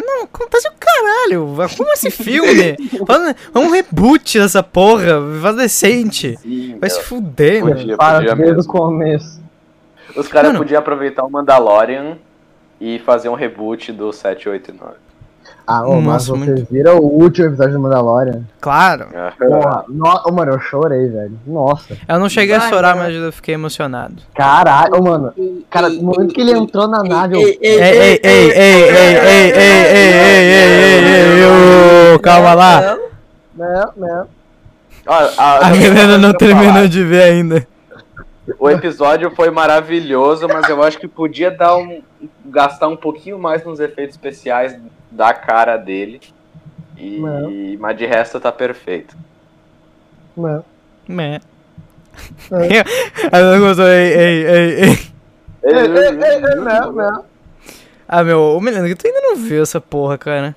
S1: Não, acontece o caralho, arruma esse filme. Faz, vamos um reboot dessa porra, faz decente.
S7: Sim,
S1: Vai se
S7: meu.
S1: fuder, mano.
S7: Podia,
S3: Para
S7: podia
S3: desde o
S7: mesmo.
S3: começo.
S7: Os caras
S1: Mano.
S7: podiam aproveitar o Mandalorian e fazer um reboot do 789.
S3: Ah, ô, mas
S1: Nossa,
S3: vocês viram o último episódio do Mandalorian?
S1: Claro.
S7: É.
S3: Porra, no... ô, mano, eu chorei, velho. Nossa,
S1: Eu não cheguei a
S6: Vai,
S1: chorar,
S6: cara.
S1: mas eu fiquei emocionado.
S3: caralho, ô, mano. Cara, no momento que ele entrou na nave, eu...
S6: Ei, ei,
S1: Ei, ei, ei, ei, ei, ei, ei, ei, ei, ei, ei, ei, ô, calma lá.
S3: Não, não.
S7: Ah, ah,
S1: A
S7: também
S1: galera não
S7: deixa eu
S1: terminou de ver ainda.
S7: O episódio foi maravilhoso, mas eu acho que podia dar um gastar um pouquinho mais nos efeitos especiais da cara dele. E,
S3: Não.
S7: mas de resto tá perfeito.
S3: não.
S1: Mé. Ela não gostou, ei, ei, ei, ei.
S7: É,
S3: Não, não.
S1: Ah, meu, ô Milena, tu ainda não viu essa porra, cara.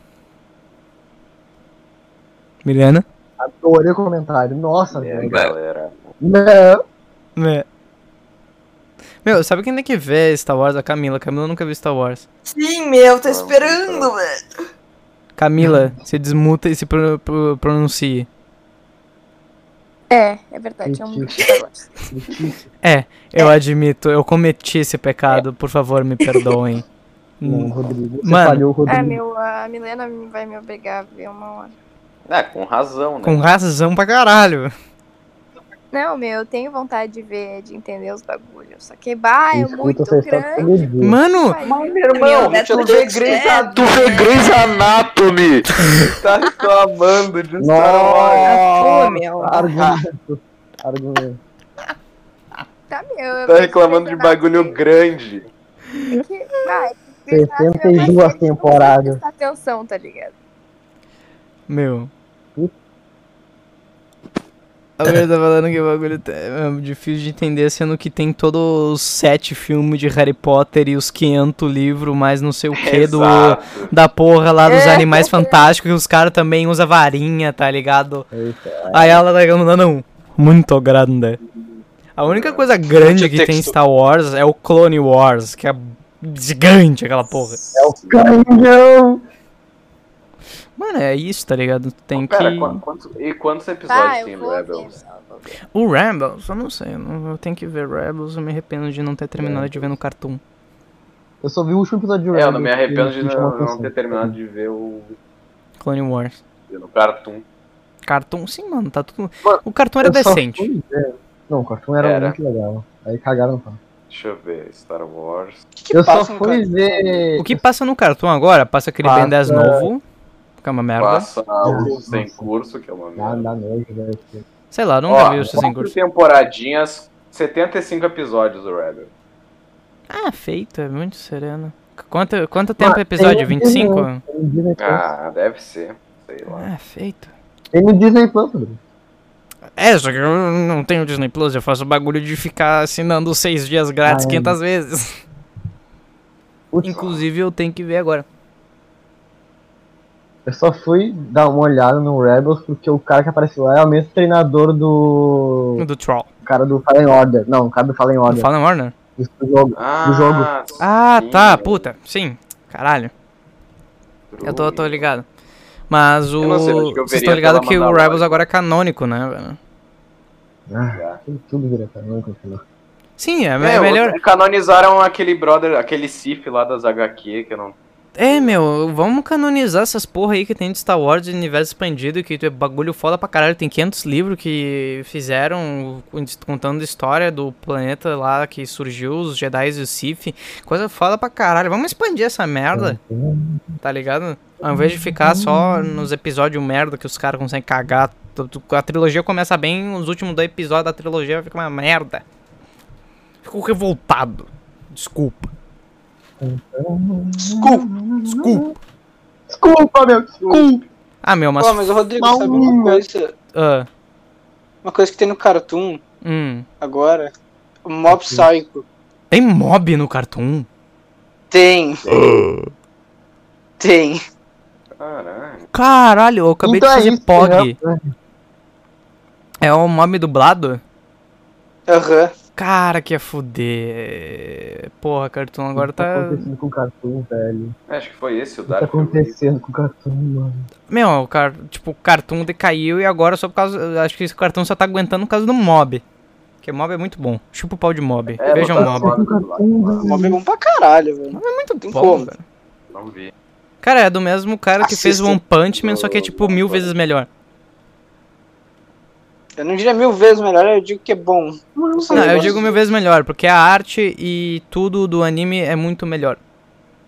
S1: Milena?
S3: Adorei o comentário. Nossa,
S7: É,
S3: velho.
S7: galera.
S3: Não.
S1: Mé. Meu, sabe quem tem que ver Star Wars? A Camila. Camila nunca viu Star Wars.
S6: Sim, meu, tô esperando, velho.
S1: Camila, se desmuta e se pro- pro- pronuncie.
S4: É, é verdade. É um negócio.
S1: Eu admito, eu cometi esse pecado, por favor, me perdoem. Hum,
S3: Não, Rodrigo. Você
S1: Mano.
S3: falhou, Rodrigo.
S4: Ah, meu, a Milena vai me obrigar a ver uma hora.
S7: É, com razão, né?
S1: Com razão pra caralho.
S4: Não, meu, eu tenho vontade de ver, de entender os bagulhos. Só que, bah, é
S3: Escuta
S4: muito
S3: essa história
S4: grande.
S3: todo dia.
S1: Mano,
S4: pai.
S6: Meu,
S5: né?
S6: Netflix, é.
S7: tu vê Grey's Anatomy! tá reclamando de Star Wars.
S3: Nossa,
S6: Pô, Tá meu.
S3: argumento. Argumento.
S4: Tá mesmo. Eu,
S7: Tá reclamando de bagulho grande.
S4: Que, vai,
S3: 62 temporadas.
S4: Atenção, tá ligado?
S1: Meu. A mulher tá falando que o bagulho tá- é difícil de entender, sendo que tem todos os sete filmes de Harry Potter e os 500 livros, mais não sei o que, do,
S7: Exato.
S1: da porra lá dos
S4: É.
S1: animais fantásticos, que os caras também usam varinha, tá ligado? Aí ela tá não, não, muito grande. A única coisa grande que tem em Star Wars é o Clone Wars, que é gigante aquela porra.
S3: É o canhão!
S1: Mano, é isso, tá ligado? Tu Tem
S7: Pera,
S1: que...
S7: qu- quantos- e quantos episódios
S4: Tá,
S7: tem
S4: eu
S7: no
S4: vou ver.
S7: Rebels?
S4: eu vou ver.
S1: O Rebels, eu não sei, eu, não- eu tenho que ver Rebels, eu me arrependo de não ter
S3: É.
S1: terminado de ver no cartoon.
S3: Eu só vi o último episódio de
S7: É, eu não
S3: Rebels,
S7: me arrependo de
S3: que me
S7: não,
S3: chamou a
S7: não
S3: atenção.
S7: ter terminado de ver o
S1: Clone Wars.
S7: no Cartoon.
S1: Cartoon, sim, mano, tá tudo.
S3: Mano,
S1: O cartoon era
S3: Eu só
S1: decente.
S3: fui ver. Não, o cartoon era,
S7: Era.
S3: muito legal. Aí cagaram pra
S7: Deixa eu ver, Star Wars.
S3: Eu só
S5: passa no
S3: fui
S5: cartoon?
S3: ver.
S1: O que passa no cartoon agora? Passa aquele Ben 10
S3: Passa-
S1: novo, que é uma merda.
S7: Passa o
S3: Nossa.
S7: Sem Curso, que é uma
S3: Ah,
S7: merda.
S3: dá nojo, velho.
S1: Sei lá, eu nunca
S7: Ó,
S1: vi assim, o Sem
S7: quatro
S1: Curso.
S7: temporadinhas, 75 episódios do Rebel.
S1: Ah, feito, é muito sereno. Quanto, quanto tempo é episódio?
S3: tem um
S1: 25?
S3: Tem no Disney Plus.
S7: Ah, deve ser. Sei lá.
S1: Ah, feito.
S3: Tem no Disney Plus, Bruno.
S1: É, só que eu não tenho Disney Plus, eu faço o bagulho de ficar assinando seis dias grátis
S3: Ah, é.
S1: 500 vezes.
S3: Putz,
S1: Inclusive, eu tenho que ver agora.
S3: Eu só fui dar uma olhada no Rebels porque o cara que apareceu lá é o mesmo treinador do.
S1: Do Troll.
S3: O cara do Fallen Order. Não, o cara do Fallen
S1: Do
S3: Order.
S1: Fallen Warner?
S3: Isso do jogo. Do jogo.
S1: Ah,
S7: sim,
S1: tá,
S7: velho.
S1: puta. Sim, caralho. Eu tô, tô ligado. Mas o.
S7: Eu não sei, acho que eu
S1: Vocês
S7: veria
S1: estão ligados
S7: pela
S1: que o
S7: Mandalorian.
S1: Rebels agora é canônico, né, velho?
S3: Tudo, Ah, tudo né? vira canônico. sei lá.
S1: Sim, é,
S7: É,
S1: é melhor.
S7: outro- Canonizaram aquele brother, aquele Sif lá das HQ, que eu não.
S1: É, meu, vamos canonizar essas porra aí que tem de Star Wars e universo expandido, que é bagulho foda pra caralho. Tem 500 livros que fizeram contando história do planeta lá que surgiu, os Jedi e o Sith. Coisa foda pra caralho. Vamos expandir essa merda, tá ligado? Ao invés de ficar só nos episódios merda que os caras conseguem cagar. tu- tu- A trilogia começa bem, os últimos dois episódios da trilogia fica uma merda. Fico revoltado. Desculpa.
S7: Desculpa!
S1: Desculpa.
S3: Desculpa, meu! Desculpa!
S1: Ah, meu, mas.
S5: Pô, mas o Rodrigo,
S3: Mas
S5: sabe uma
S3: uma.
S5: coisa?
S1: Ah,
S5: Uma coisa que tem no Cartoon
S1: hum.
S5: agora? O Mob Psycho.
S1: Tem mob no cartoon?
S5: Tem. Ah. Tem.
S7: Caralho.
S1: Caralho, eu acabei
S3: Então é
S1: de fazer
S3: isso,
S1: POG. É o mob dublado?
S5: Aham.
S1: Cara, que é fuder. Porra, cartoon agora
S3: O que tá
S1: tá.
S3: acontecendo com o cartoon, velho?
S7: Acho que foi esse o
S3: O que tá
S7: Dark Wave.
S3: acontecendo com o cartoon, mano?
S1: Meu, o car... tipo, o cartoon decaiu e agora só por causa. eu Acho que esse cartoon só tá aguentando por causa do mob. Porque mob é muito bom. Chupa o pau de mob.
S7: É,
S1: Vejam o
S7: botaram
S1: um mob.
S7: mob do lado.
S5: O Mob é bom pra caralho, velho.
S1: É muito
S5: Tem
S1: bom,
S5: como.
S1: velho.
S7: Não vi.
S1: Cara, é do mesmo cara que fez
S5: Assista.
S1: One Punch Man, só que é tipo mil vezes melhor.
S5: Eu não diria mil vezes melhor, eu digo que é bom. é
S1: Não, eu digo mil vezes melhor, porque a arte e tudo do anime é muito melhor.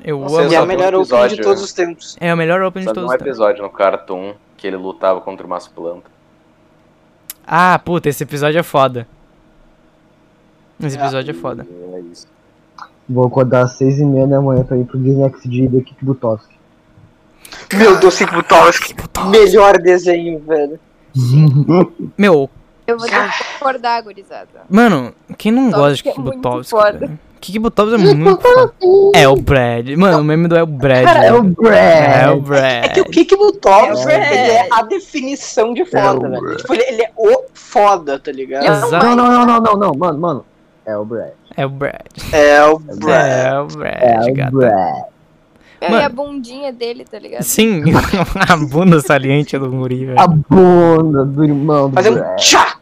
S1: Eu
S7: Nossa,
S1: amo.
S5: E é
S7: só
S5: a
S7: vi um
S5: melhor opening de
S7: episódio.
S5: todos os tempos.
S1: É o melhor open de
S7: Sabe
S1: todos
S7: um
S1: os tempos.
S7: episódio no Cartoon que ele lutava contra umas plantas.
S1: Ah, puta, esse episódio é foda. Esse
S5: É.
S1: episódio é foda.
S7: E É isso.
S3: Vou acordar às 6 e meia da manhã pra ir pro Disney XD da equipe do Tosk.
S5: Meu Deus, que Butowski. Melhor desenho, velho.
S1: Meu,
S4: Eu vou ter
S1: Ah.
S4: que concordar, gurizada.
S1: mano, quem não
S4: Butowski
S1: gosta de
S4: é muito
S1: Kikibutovski?
S4: foda.
S1: Kikibutovski é muito foda. É o Brad. Mano, o meme do é o Brad.
S3: Cara, é o
S1: É o
S3: Brad!
S1: Brad.
S5: É que o Kiki Butowski,
S3: É.
S5: ele é a definição de foda, velho. Tipo, ele, ele é o foda, tá ligado?
S1: Exato.
S3: Não, não, não, não, não, não, mano, mano. É o Brad.
S1: É o Brad.
S5: É o Brad.
S1: É o
S3: É
S1: Brad,
S3: o
S1: gata.
S3: Brad.
S1: Mano.
S4: E a bundinha dele, tá ligado?
S1: Sim, a bunda saliente do guri, velho.
S3: A bunda do irmão do
S5: Fazer um
S3: Brad.
S5: tchac!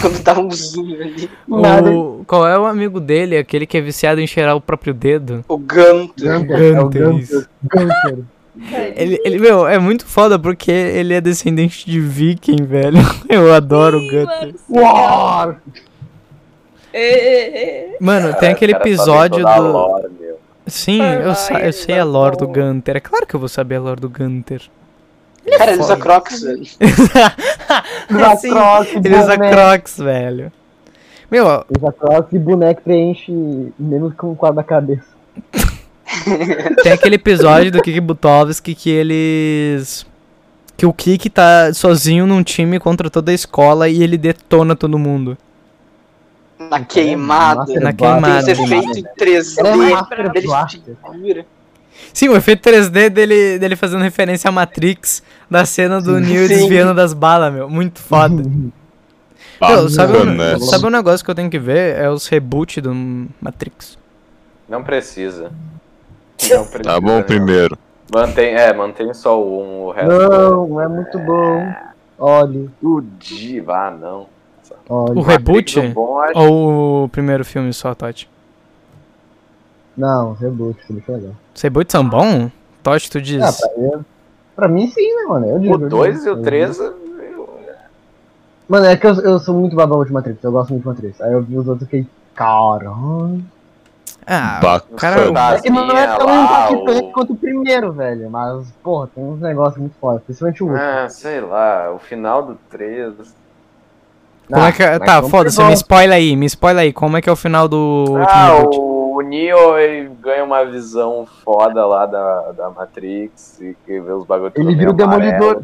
S5: Quando dá um zoom ali.
S3: Nada.
S1: O, qual é o amigo dele? Aquele que é viciado em cheirar o próprio dedo?
S5: O Gunter.
S3: Gunter, é o
S1: Gunter,
S3: Gunter.
S1: isso.
S3: Gunter.
S1: Ele, ele, meu, é muito foda porque ele é descendente de viking, velho. Eu adoro o Gunther.
S4: Mano,
S3: War!
S1: Mano, tem aquele
S7: Cara, sabe
S1: episódio
S7: toda a
S1: do.
S7: lore, meu.
S1: Sim, eu, sa- eu sei a lore do Gunter. É claro que eu vou saber a lore do Gunter.
S5: Cara, ele usa Crocs, velho.
S3: assim, né?
S1: Sim, Ele usa Crocs, velho. Meu, ó,
S3: Eu já falo que boneco preenche menos que um quadro da cabeça.
S1: tem aquele episódio do Kiki Butovski que eles. Que o Kiki tá sozinho num time contra toda a escola e ele detona todo mundo.
S5: Na queimada.
S3: é
S1: Na
S5: Tem os
S1: queimada.
S5: efeitos em
S3: Era um
S5: 3D.
S3: master
S5: Eles
S3: blaster.
S5: Jura?
S1: Sim, o efeito 3D dele, dele fazendo referência à Matrix, da cena do Neo
S5: Sim.
S1: desviando das balas, meu. Muito foda. Meu, sabe, um,
S2: Bacana.
S1: sabe um negócio que eu tenho que ver? É os reboot do Matrix.
S7: Não precisa. Não precisa.
S2: Tá bom
S7: não.
S2: primeiro.
S7: Mantém, é, mantém só o um, o resto.
S3: Não, é muito bom. Olha,
S7: O Diva, ah, não.
S1: O
S3: olha.
S1: reboot?
S7: O bom, é tipo acho-
S1: Ou o primeiro filme só, Totti?
S3: Não, reboot, que bicho legal.
S1: Os reboots são bons? Totti, tu diz.
S3: Ah, pra, mim, pra mim sim, né, mano? Eu digo,
S7: o
S3: eu
S7: 2 e
S3: digo.
S7: o 3.
S3: Mano, é que eu, eu sou muito babão de Matrix, eu gosto muito de Matrix. Aí eu vi os outros e fiquei, caralho.
S1: Ah, o cara, o-
S2: Bacana.
S3: É que não é tão
S7: lá,
S3: impactante
S7: o...
S3: quanto o primeiro, velho. Mas, porra, tem uns negócios muito foda, principalmente o último.
S7: Ah, sei lá, o final do 3.
S1: como é que.
S3: mas
S1: Tá,
S3: vamos
S1: foda-se,
S3: pro
S1: me
S3: bom.
S1: spoiler aí, me spoiler aí. Como é que é o final do último
S7: Ah,
S1: reboot?
S7: o, o Neo ele ganha uma visão foda lá da, da Matrix e que vê os bagulhos.
S3: Ele vira o demolidor.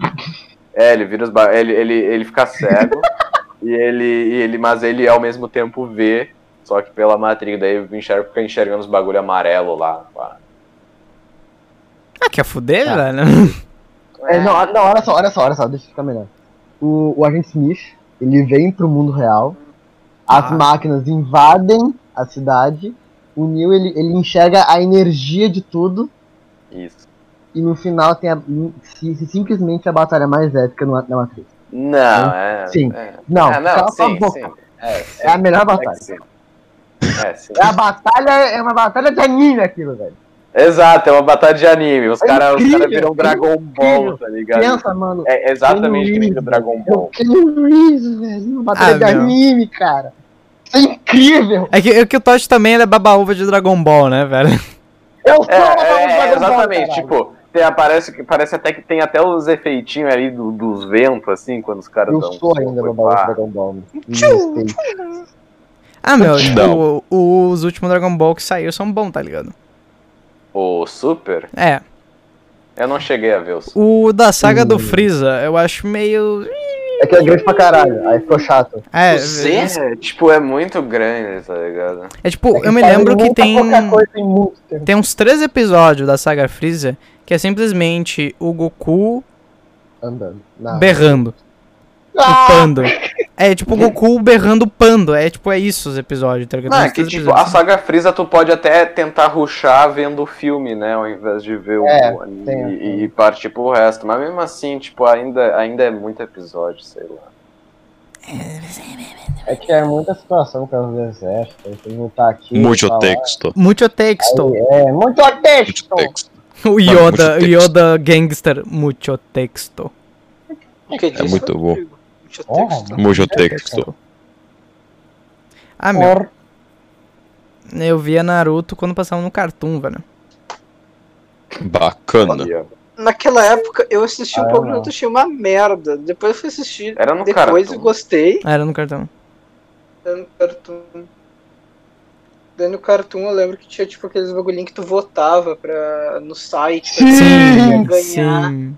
S7: É, ele vira os ba... ele, ele, ele fica cego. e ele, e ele, mas ele ao mesmo tempo vê. Só que pela Matrix, daí enxerga, fica enxergando os bagulho amarelo lá. pá.
S1: Ah, quer fuder,
S3: Tá.
S1: velho?
S3: É, não, não, olha só, olha só, olha só, deixa eu ficar melhor. O, o agente Smith, ele vem pro mundo real, as
S1: Ah.
S3: máquinas invadem a cidade, o Neo ele, ele enxerga a energia de tudo,
S7: Isso.
S3: e no final tem a- si- si- simplesmente a batalha mais épica no, na Matrix.
S7: Não, é.
S3: Sim.
S7: É,
S3: Não,
S7: Ah, não,
S3: cala
S7: sim,
S3: a boca.
S7: sim. É, sim.
S3: É a melhor batalha.
S7: sim. É, sim.
S3: É a batalha, é uma batalha de anime aquilo, velho.
S7: Exato, é uma batalha de anime. Os
S3: É
S7: caras cara
S3: incrível,
S7: viram
S3: é
S7: Dragon Ball,
S3: incrível.
S7: tá ligado?
S3: Pensa, mano.
S7: É exatamente
S3: Sim.
S7: que nem do Dragon
S3: Eu
S7: Ball.
S3: fiquei no riso, velho. Uma batalha
S1: Ah,
S3: de
S1: meu.
S3: anime, cara. Isso é incrível.
S1: É que, é que o Totti também ele é baba-uva de Dragon Ball, né, velho?
S3: Eu sou
S7: É,
S3: uma
S7: é,
S3: batalha
S7: é,
S3: de Dragon Ball,
S7: exatamente.
S3: caralho.
S7: Tipo, tem, aparece, que- parece até que tem até os efeitinhos ali do- dos ventos, assim, quando os caras
S3: Eu
S7: dão.
S3: sou ainda
S7: soco e
S3: babau de
S7: pá.
S3: Dragon Ball. mano. Me respeita.
S1: Ah, meu, tipo,
S2: Não.
S1: o- os últimos Dragon Ball que saíram são bons, tá ligado?
S7: O Super?
S1: É.
S7: Eu não cheguei a ver o Super.
S1: O da saga do
S3: Hum.
S1: Freeza, eu acho meio.
S3: É que é grande pra caralho, aí ficou chato.
S1: É,
S7: O Z, é, tipo, é muito grande, tá ligado?
S1: é tipo,
S3: É que
S1: eu me
S3: fazem
S1: lembro que
S3: muita
S1: tem.
S3: pouca coisa em muito tempo.
S1: Tem uns três episódios da saga Freeza que é simplesmente o Goku
S3: Andando. Não.
S1: berrando. O pando. É tipo o Goku berrando o pando. É tipo, é isso os episódios, tá ligado?
S7: Não,
S1: Tem
S7: é
S1: uns
S7: que,
S1: três
S7: tipo, a
S1: episódios.
S7: saga Freeza tu pode até tentar ruxar vendo o filme, né? Ao invés de ver o
S3: É,
S7: o anime
S3: tem
S7: e, e partir pro resto. Mas mesmo assim, tipo, ainda, ainda é muito episódio, sei lá.
S3: É que é muita situação com os exércitos. Tem que voltar aqui.
S2: Muito
S3: falar.
S2: texto.
S1: Muito texto.
S3: É, muito
S2: Muito
S3: texto.
S2: texto.
S1: O
S2: Mano,
S1: Yoda,
S2: muito texto.
S1: Yoda gangster. Muito texto.
S5: O que disse?
S2: muito bom.
S5: Deixa eu texto.
S2: Muito texto.
S1: Ah, meu.
S3: Por-
S1: Eu via Naruto quando passava no Cartoon, velho.
S2: Bacana.
S5: Naquela época eu assisti um
S3: Ah,
S5: pouco
S3: não.
S5: de outro achei uma merda. Depois eu fui assistir.
S7: Era no
S5: Depois eu
S7: Cartoon.
S5: gostei.
S1: Ah, era no Cartoon.
S5: Era no Cartoon. Daí no Cartoon eu lembro que tinha tipo aqueles bagulhinhos que tu votava pra, no site pra
S3: Sim,
S5: quem ia ganhar.
S1: Sim.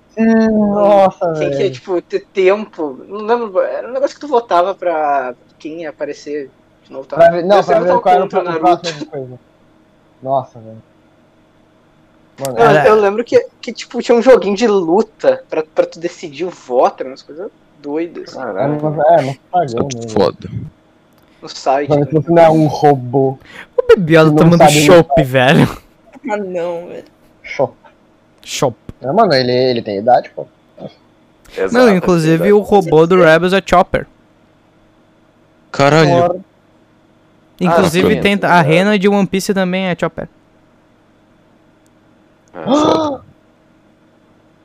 S3: Nossa,
S5: Quem que
S3: velho.
S5: ia, tipo, ter tempo. Não lembro. Era um negócio que tu votava pra quem ia aparecer de novo. Tá?
S3: Pra ver- Não, pra
S5: Eu sempre
S3: ver
S5: tava
S3: qual era é o tá
S5: contra né, o
S3: próximo
S5: Naruto.
S3: próximo coisa. Nossa, velho. Mano,
S5: Eu,
S1: Cara-
S5: eu lembro que, que, tipo, tinha um joguinho de luta pra, pra tu decidir o voto, eram umas coisas doidas
S3: é,
S7: Caralho.
S3: mas é, mas pagou, né?
S2: Foda.
S5: no site. né?
S3: Mano, se você não é um robô
S1: O Bebiola
S3: Não
S1: tomando
S3: sabe
S1: chopp, velho.
S6: Ah, não, velho.
S3: choque.
S1: Chopp.
S3: É, mano, ele, ele tem idade, pô.
S7: Exato,
S1: Não, inclusive
S7: exato.
S1: o robô do Rebels é Chopper.
S2: Caralho. Ah,
S3: Por-
S1: Inclusive
S2: sim.
S1: tem a Rena de One Piece também é Chopper.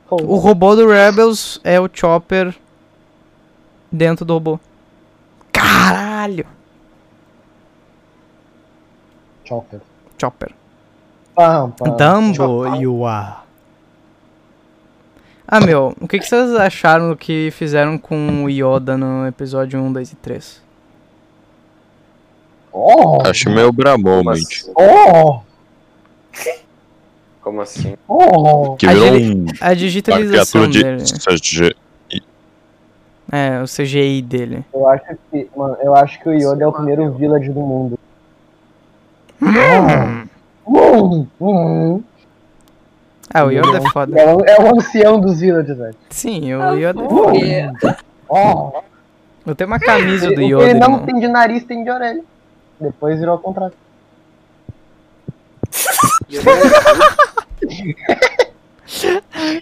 S3: Pô,
S1: O robô do Rebels é o Chopper dentro do robô. Caralho!
S3: Chopper.
S1: Chopper.
S3: Pam,
S7: Ah,
S3: pam.
S1: Então? Dumbo you are. Ah, meu, o que, que vocês um, acharam do que fizeram com o Yoda no episódio 1, 2 e 3?
S3: Oh,
S2: Acho meio
S9: Como
S2: Bramomente.
S9: assim?
S3: oh,
S9: Como assim?
S3: oh.
S2: Que
S1: A
S2: virou
S1: gente- A
S2: um, uma
S1: digitalização
S2: criatura de.
S1: dele. né? É, o CGI dele.
S3: Eu acho que, mano, eu acho que o Yoda é o primeiro village do mundo. Hum, hum.
S1: Ah, o Yoda é foda.
S3: É, o, é o ancião dos villages, velho.
S1: Sim,
S3: Ah,
S1: o Yoda é foda.
S6: Porque
S3: Oh,
S1: Eu tenho uma camisa
S3: ele,
S1: é do
S3: o que
S1: Yoda, né?
S3: ele não
S1: irmão.
S3: tem de nariz, tem de orelha. Depois virou ao contrário.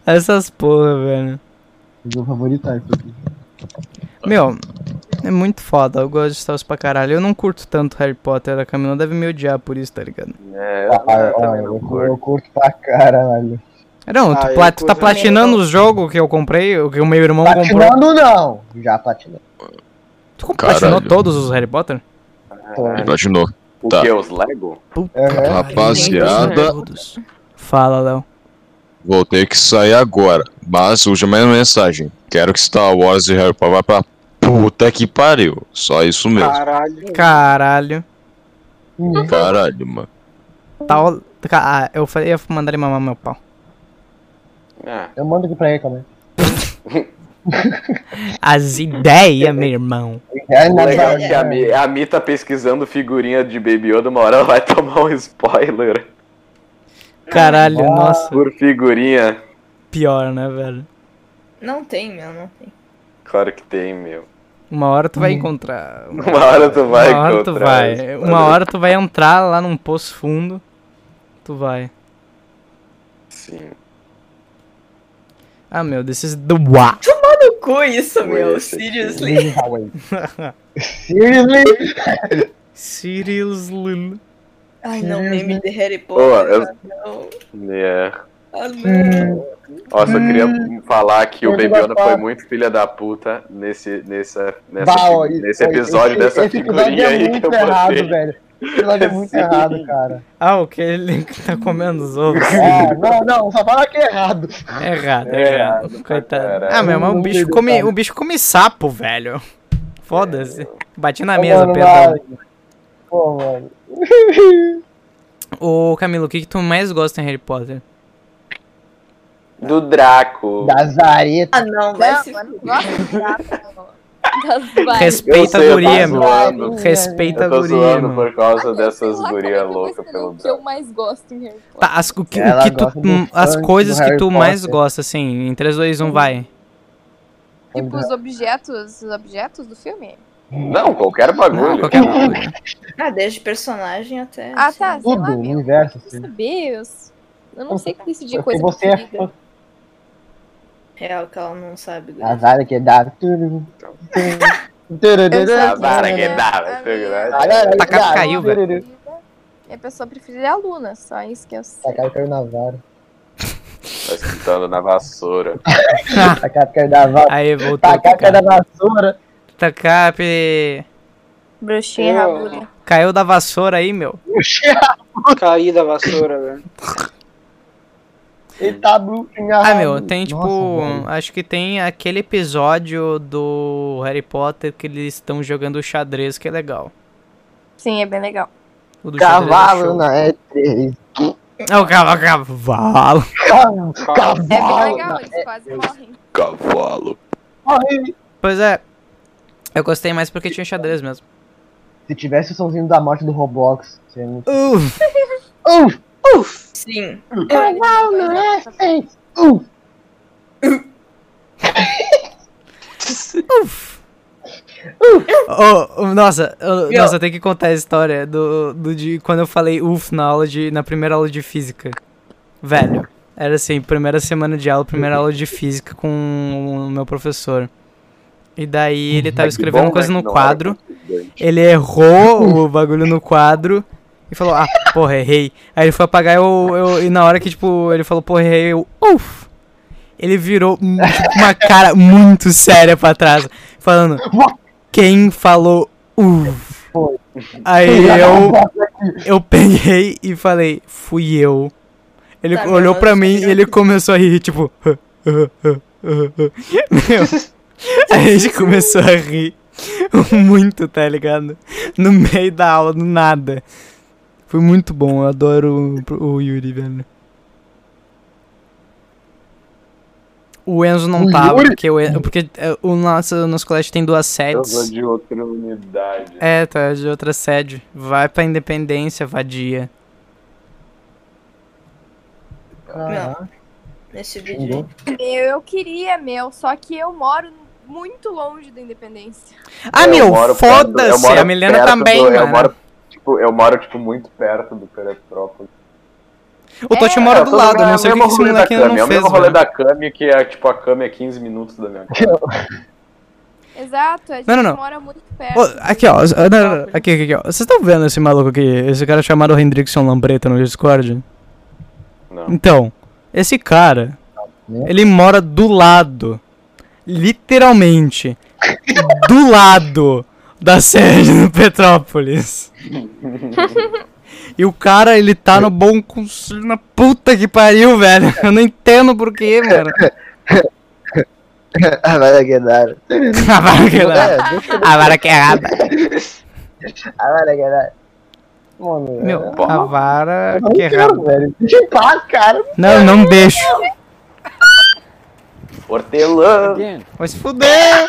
S1: Essas porra, velho.
S3: Meu favorito é isso aqui.
S1: Meu, é muito foda. Eu gosto de Star Wars pra caralho. Eu não curto tanto Harry Potter. A Camila deve me odiar por isso, tá ligado?
S9: É,
S3: Ah,
S9: eu
S3: ah,
S9: também
S3: eu,
S9: não
S3: curto.
S9: curto.
S3: eu curto pra caralho.
S1: Não,
S5: Ah,
S1: tu, pla-
S5: eu
S1: tu tá
S5: curto então.
S1: platinando o jogo que eu comprei, o que o meu irmão comprou.
S3: Platinando não! Já platinei.
S1: Tu comp- platinou
S2: Caralho.
S1: todos os Harry Potter?
S2: É.
S3: Tô-
S2: Platinou.
S9: O
S2: Tá.
S9: que? Os Lego?
S3: Aham.
S2: Rapaziada.
S1: Todos. Fala, Léo.
S2: Vou ter que sair agora. Mas última mensagem. Quero que Star Wars e Harry Potter vá pra puta que pariu. Só isso mesmo.
S5: "Ah, Caralho.
S1: Caralho.
S3: Hum,
S2: Caralho, mano.
S1: Tá, o- Ca- ah, eu falei, ia mandar ele mamar meu pau.
S9: Ah,
S3: Eu mando aqui pra ele também.
S1: As ideias, meu irmão.
S3: É,
S9: o
S3: na
S9: legal é
S3: verdade,
S9: que a Mi, a Mi tá pesquisando figurinha de Baby Yoda, uma hora ela vai tomar um spoiler
S1: Caralho, nossa.
S9: por figurinha.
S1: Pior, né, velho?
S6: não tem, meu, não tem.
S9: Claro que tem, meu.
S1: Uma hora tu vai
S9: Hum.
S1: encontrar. Uma
S9: Uma hora tu vai
S1: hora tu
S9: encontrar um
S1: vai.
S9: spoiler.
S1: Uma hora tu vai entrar lá num poço fundo. Tu vai.
S9: Sim.
S1: Ah, meu, this is the what?
S6: No cu isso, meu,
S9: Esse aqui.
S6: seriously.
S3: Leave away. Seriously?
S1: Seriously.
S6: Ai,
S1: Uhum.
S6: não, meme de Harry
S9: Ó,
S6: Potter.
S9: eu-
S6: Não.
S9: É.
S6: Ah,
S1: Uhum.
S6: não.
S9: Ó, só queria falar que o
S3: Hum. eu
S9: Baby
S3: vou
S9: Yoda
S3: falar.
S9: foi muito filha da puta nesse, nessa, nessa,
S3: Bah, ó,
S9: fi-
S3: isso-
S9: nesse
S3: ó,
S9: episódio
S3: esse-
S9: dessa
S3: esse episódio
S9: figurinha
S3: é
S9: aí que
S3: muito
S9: eu
S3: errado,
S9: botei.
S3: velho. Esse episódio é muito
S9: Sim.
S3: errado, cara.
S1: Ah, o que ele que tá comendo os ovos.
S3: É, não, não, só fala que é errado.
S1: É errado, é
S9: É
S1: errado. Coitado.
S9: caralho.
S1: Ah, meu, mas o
S3: Não
S1: bicho
S3: tem
S1: come,
S3: detalhe.
S1: o bicho come sapo, velho. Foda-se. Bati na
S3: Ô,
S1: mesa,
S3: mano,
S1: perdão.
S3: vai. Pô, mano.
S1: Ô, Camilo, o que, que tu mais gosta em Harry Potter?
S9: Do Draco.
S3: Lazareta.
S6: Ah, não, vai se.
S4: mano, gosto das vibes.
S9: Eu
S1: Respeita a
S9: sei, eu tô
S1: guria, meu.
S9: zoando.
S3: né,
S1: Respeita a
S9: Eu tô
S1: guria,
S9: zoando
S1: mano.
S9: por causa dessas
S4: Sei lá,
S9: gurias
S4: como é que eu vou
S9: loucas
S4: escolher
S9: pelo
S4: o que eu
S9: Draco.
S4: mais gosto em Harry Potter.
S1: Tá, as, o que, o
S3: Ela
S1: que tu,
S3: gosta do
S1: hum, as
S3: funk,
S1: coisas
S3: do
S1: que
S3: Harry
S1: tu mais
S3: Potter.
S1: gosta, assim, em 3,
S3: Hum.
S1: 2, 1, vai.
S4: Tipo, os objetos, os objetos do filme.
S9: Não, qualquer
S1: Não,
S9: bagulho. tipo,
S1: qualquer bagulho.
S6: Ah, desde personagem até. assim,
S4: Ah,
S6: sei lá.
S4: tá, sei
S3: Tudo,
S4: lá,
S3: o
S4: meu.
S3: universo,
S4: Eu
S3: assim.
S4: sabia, eu, s- eu não sei decidir
S3: Porque
S4: tipo coisa
S3: você é
S4: preferida.
S3: fã.
S6: Real que ela não sabe.
S3: Lazara que dá. Turu, turu, turu, turu.
S9: Ah, para que
S4: né?
S9: dá,
S4: A
S9: sei lá.
S4: minha-
S3: Lazara
S1: Tacar
S3: que dá.
S1: Tá caiu, velho.
S3: Turu,
S4: Minha pessoa preferida é a Luna, só isso que eu sei.
S3: Tacar caiu na vara.
S9: Tá escutando na vassoura.
S3: Tacar Tá caiu na vara.
S1: Aí, voltou. Tá,
S3: Tacar caiu na
S1: Tacar.
S3: vassoura.
S1: Tacar, pe-
S4: Bruxinha
S5: Eu-
S4: rabulha.
S1: Caiu da vassoura aí, meu.
S5: Caí da vassoura, né?" velho.
S3: Ele tá bruxo
S1: Ah,
S3: engarrado.
S1: meu, tem tipo.
S3: Nossa, velho.
S1: acho que tem aquele episódio do Harry Potter que eles estão jogando xadrez, que é legal.
S4: Sim, é bem legal.
S1: O do xadrez é
S3: Cavalo né?
S1: show.
S3: na E3.
S1: É o cavalo, cavalo.
S4: É bem
S3: Cavalo
S4: legal, eles quase morrem.
S9: Cavalo.
S1: Pois é. Eu gostei mais porque tinha xadrez mesmo.
S3: Se tivesse o somzinho da morte do Roblox, seria muito.
S1: Uf,
S3: Uf! Uf!
S6: Sim.
S3: Cavalo na E3. Uf!
S1: uf. Oh, oh, nossa, oh,
S6: Meu.
S1: nossa, tem que contar a história do, do de quando eu falei uf na aula de na primeira aula de física. Velho, era assim, primeira semana de aula, primeira aula de física com o meu professor. E daí
S9: Tá
S1: ele tava
S7: né,
S1: escrevendo coisa
S9: né?
S1: no
S9: é.
S1: quadro. Ele errou o bagulho no quadro e falou, ah, porra, errei. Aí ele foi apagar eu, eu, e na hora que, tipo, ele falou, porra, errei, eu, uff. Ele virou hum, tipo, uma cara muito séria pra trás, falando, quem falou uff? Aí eu, eu peguei e falei, fui eu. Ele
S6: Tá,
S1: olhou
S6: meu,
S1: pra
S6: eu
S1: mim e
S6: sei.
S1: ele começou a rir, tipo, meu, a gente começou a rir. muito, tá ligado? No meio da aula, do nada. Foi muito bom, eu adoro o, o Yuri, velho. O Enzo não
S3: O
S1: tava,
S3: Yuri?
S1: porque, o, En- porque é, o nosso, nosso colégio tem duas
S9: Eu sou
S1: sedes.
S9: de outra unidade.
S1: É, tá de outra sede. Vai pra Independência, vadia.
S3: Caraca.
S6: Nesse vídeo. aí.
S4: Eu, eu queria meu, só que eu moro muito longe da Independência.
S1: Ah,
S9: Eu
S1: meu,
S9: moro perto- eu
S1: foda-se.
S9: moro
S1: A Milena
S9: perto
S1: também,
S9: do- Eu
S1: mano.
S9: moro, tipo, eu moro, tipo, muito perto do Peretrópolis.
S1: O Totti
S4: É,
S1: mora
S9: Eu
S1: do
S9: tô no
S1: lado,
S9: meu-
S1: não sei o que
S9: mesmo
S1: que esse
S9: rolê da
S1: moleque ainda
S9: Cami,
S1: não
S9: É o
S1: fez,
S9: mesmo rolê
S1: velho.
S9: da Cami, que é, tipo, a Cami é 15 minutos da minha casa.
S4: Exato, a gente
S1: Não, não, não.
S4: mora muito perto.
S1: Ô, aqui, ó. ah, não, não, não, Aqui, aqui, aqui, ó. Vocês estão vendo esse maluco aqui? Esse cara chamado Hendrickson Lambreta no Discord?
S9: Não.
S1: Então, esse cara, ele mora do lado, literalmente, do lado da sede do Petrópolis. E o cara, ele tá no bom conselho na puta que pariu, velho. Eu não entendo porquê, mano.
S3: Ah, vai Aguedar.
S1: A vara quebrada.
S3: É.
S1: A vara quebrada.
S3: Ah, vai Aguedar. Mano,
S1: Meu, a vara
S3: eu não
S1: quebrada.
S3: quero, velho. Deixa em paz, cara.
S1: Não, não deixo.
S9: Hortelã!
S1: Vai se fuder.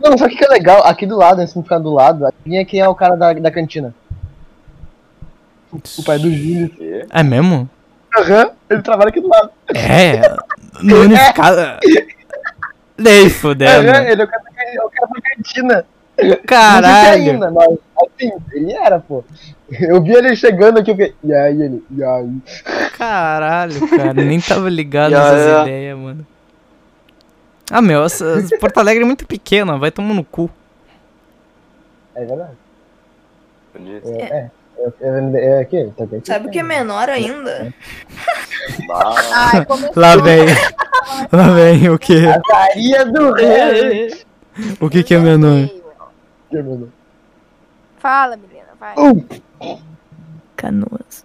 S3: Não, sabe o que que é legal? Aqui do lado, assim, ficar do lado, adivinha quem é o cara da, da cantina? O pai do Júlio.
S1: É mesmo?
S3: Aham, ele trabalha aqui do lado.
S1: É, no unificado. Nem fudendo.
S3: Aham, ele é o cara, da- é o cara da cantina. Não sei se
S1: Caralho.
S3: ainda, mas assim, ele era, pô. Eu vi ele chegando aqui, eu fiquei. E aí, ele. E aí.
S1: Caralho, cara. Nem tava ligado
S5: Ya,
S1: nessas
S5: ya.
S1: ideias, mano. Ah, meu, essa, essa Porto Alegre é muito pequena, vai tomar no cu.
S3: É verdade. É, é. Eu- eu- É, aqui, tá aqui.
S6: Sabe o que é menor
S1: Uhum.
S6: ainda?
S4: Ai, é começou.
S1: Lá vem. Lá vem o que?
S3: Maria do Rei!
S1: O que que é meu nome?
S4: Fala, menina, vai.
S6: Canoas.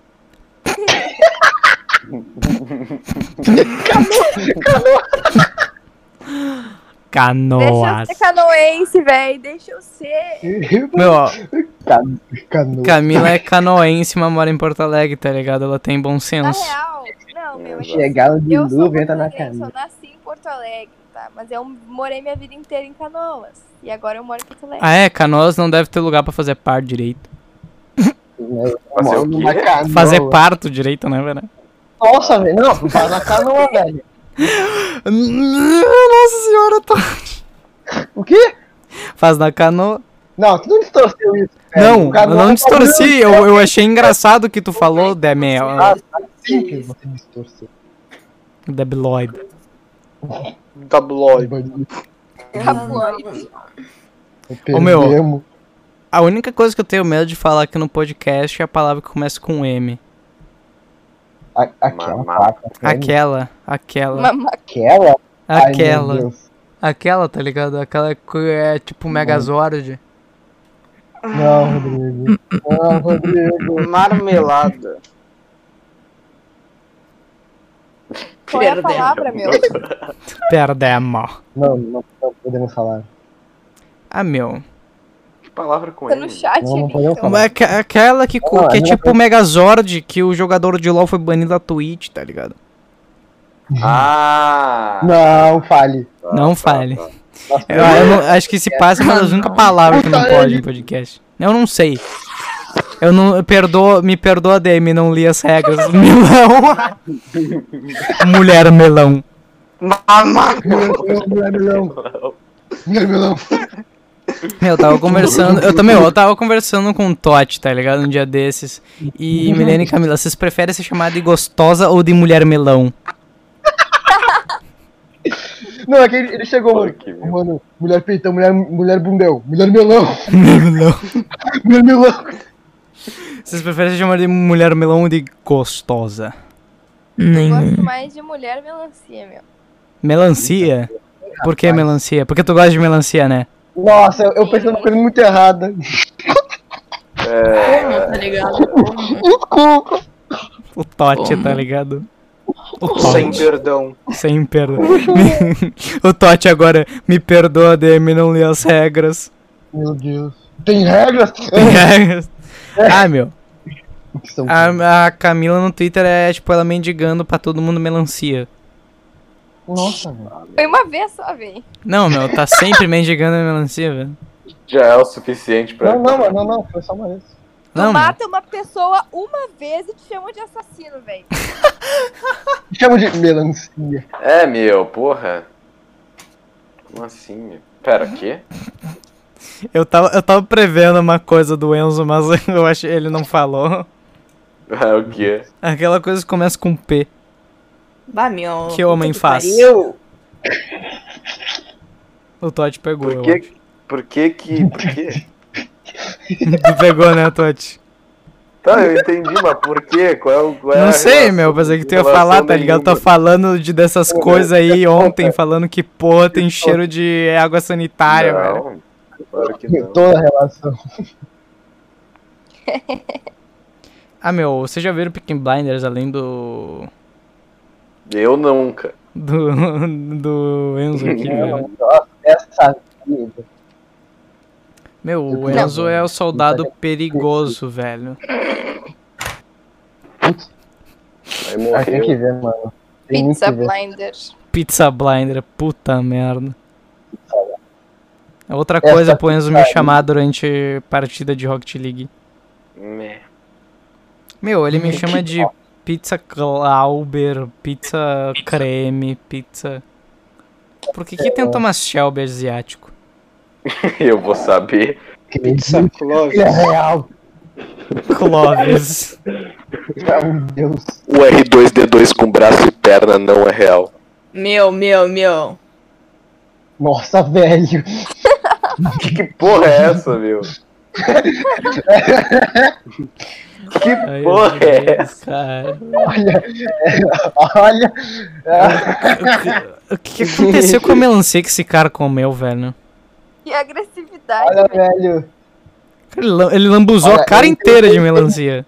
S4: Deixa
S1: Canoas.
S4: eu ser canoense, velho. Deixa eu ser.
S1: Meu, ó,
S3: Canu.
S1: Camila é canoense, mas mora em Porto Alegre, tá ligado? Ela tem bom
S4: Na
S1: senso.
S4: real, não, meu. é que
S3: Chegaram de
S4: Eu sou
S3: novo, entra na
S4: português,
S3: canoa.
S4: eu nasci em Porto Alegre, tá? Mas eu morei minha vida inteira em Canoas. E agora eu moro em Porto Alegre.
S1: Ah, é? Canoas não deve ter lugar pra fazer par direito.
S9: Fazer o quê?
S1: Fazer parto direito, né, velho?
S3: Nossa, velho. Não, faz na canoa, velho.
S1: Nossa senhora, tô...
S3: O quê?
S1: Faz na canoa.
S3: Não, tu não distorceu isso. velho.
S1: Não,
S3: Canoa
S1: eu não
S3: é
S1: distorci. Eu, eu achei engraçado o que tu falou, é, Demi.
S3: Ah, tá simples, você distorceu.
S1: é, Debiloid.
S5: Tabloide.
S3: Tipo,
S1: Ô, meu. A única coisa que eu tenho medo de falar aqui no podcast é a palavra que começa com M.
S3: A, aquela
S9: Mamá.
S3: faca. velho.
S1: Aquela, aquela,
S4: Uma-
S3: Aquela? Ai, meu
S1: aquela.
S3: Deus.
S1: Aquela, tá ligado? Aquela que é tipo Megazord.
S3: Não, Rodrigo. Não, Rodrigo.
S5: Marmelada.
S4: Qual é a palavra, meu?
S1: Perdemos.
S3: Não, não, não podemos falar.
S1: Ah, meu.
S9: Que palavra com
S4: Tá no
S9: ele?
S4: chat
S3: Não, não
S4: ali,
S3: podemos
S4: então.
S1: Mas é aque- Aquela que, co-
S3: Não,
S1: que é
S3: não
S1: tipo Megazord, que o jogador de LoL foi banido da Twitch, tá ligado?
S9: Ah!
S3: Não, fale.
S1: Não fale.
S3: Nossa, é
S1: Eu, É, eu não- acho que se passa uma das únicas palavras que não
S3: Puta
S1: pode
S3: merda.
S1: em podcast. Eu não sei. Eu não. eu Perdoa, me perdoa, Demi, não li as regras. Melão. Mulher melão.
S3: Mulher melão. Mulher melão.
S1: Meu, eu tava conversando. Eu também, eu tava conversando com o Totti, tá ligado? Um dia desses. E Milene e Camila, vocês preferem ser chamada de gostosa ou de mulher melão?
S3: Não, é que ele, ele chegou, mano.
S9: Fuck, meu.
S3: Mano, mulher peitão, mulher, mulher bundel, mulher melão,
S1: Mulher melão.
S3: mulher melão.
S1: Vocês preferem ser chamada de mulher melão ou de gostosa?
S4: Eu
S6: Nenhum.
S4: gosto mais de mulher melancia, meu.
S1: Melancia? Por que melancia? Porque tu gosta de melancia, né?
S3: Nossa, eu, eu pensei numa coisa muito errada.
S6: Como, tá ligado? Como?
S1: O Totti, tá ligado? O
S5: Sem
S1: Totti.
S5: perdão.
S1: Sem perda. o Totti agora me perdoa, DM, não li as regras.
S3: Meu Deus. Tem regras?
S1: ah, meu.
S3: Que são-
S1: A, a Camila no Twitter é tipo ela mendigando pra todo mundo melancia.
S3: Nossa, velho.
S4: Foi uma vez só, véi.
S1: Não, meu, tá sempre mendigando melancia, velho.
S7: Já é o suficiente pra.
S3: Não, não, mano, não, não, foi só uma vez.
S4: Tu
S1: Não, meu.
S4: mata uma pessoa uma vez e te chama de assassino, véi.
S3: Chama de melancia.
S7: É, meu, porra. Como assim, meu? Pera, o quê?
S1: Eu tava, eu tava prevendo uma coisa do Enzo, mas eu acho ele não falou.
S7: É, o quê?
S1: Aquela coisa que começa com P.
S6: Bah, meu.
S1: Que homem
S6: puta
S1: faz?
S6: pariu.
S1: O Totti pegou,
S7: Por
S1: eu
S7: que por que que... Por quê?
S1: acho. Tu pegou, né, Totti?
S7: Tá, eu entendi, mas por quê? Qual é o... Qual é a
S1: Não sei,
S7: relação?
S1: meu, pensei que tu ia
S7: Relação
S1: falar, tá ligado? Tô
S7: nenhuma.
S1: falando de dessas coisas aí ontem, falando que, porra, tem cheiro de água sanitária, velho.
S7: Não, claro que não.
S3: Toda a relação.
S1: Ah, meu, vocês já viram Picking Blinders além do.
S7: Eu nunca.
S1: do. do Enzo aqui, velho?
S3: Essa vida.
S1: Meu, o Enzo é o soldado perigoso, velho.
S7: Aí
S3: Ah, tem
S7: morreu.
S3: que ver, mano. Tem muito que
S4: Pizza
S3: ver.
S4: Blinder.
S1: Pizza Blinder, puta merda. É Outra
S3: Essa
S1: coisa pro Enzo me
S3: pizza aí.
S1: chamar durante partida de Rocket League.
S7: Meh.
S1: Meu, ele me chama de pizza Clauber, pizza creme, pizza. Por que, que tem o Thomas Shelby asiático?
S7: Eu vou saber.
S3: Pizza
S5: Clóvis.
S3: é real,
S1: Clóvis.
S3: meu É um Deus.
S7: O R2D2 com braço e perna não é real.
S6: Meu, meu, meu.
S3: Nossa, velho.
S7: Que, que porra é essa, meu?
S1: Ai,
S7: Porra, é
S1: meu Deus, cara.
S3: Olha. Olha.
S1: O que aconteceu com a melancia que esse cara comeu, velho?
S4: Que agressividade.
S3: Olha, velho.
S1: Ele lam- Ele lambuzou
S3: Olha,
S1: a cara
S3: eu-
S1: inteira de melancia.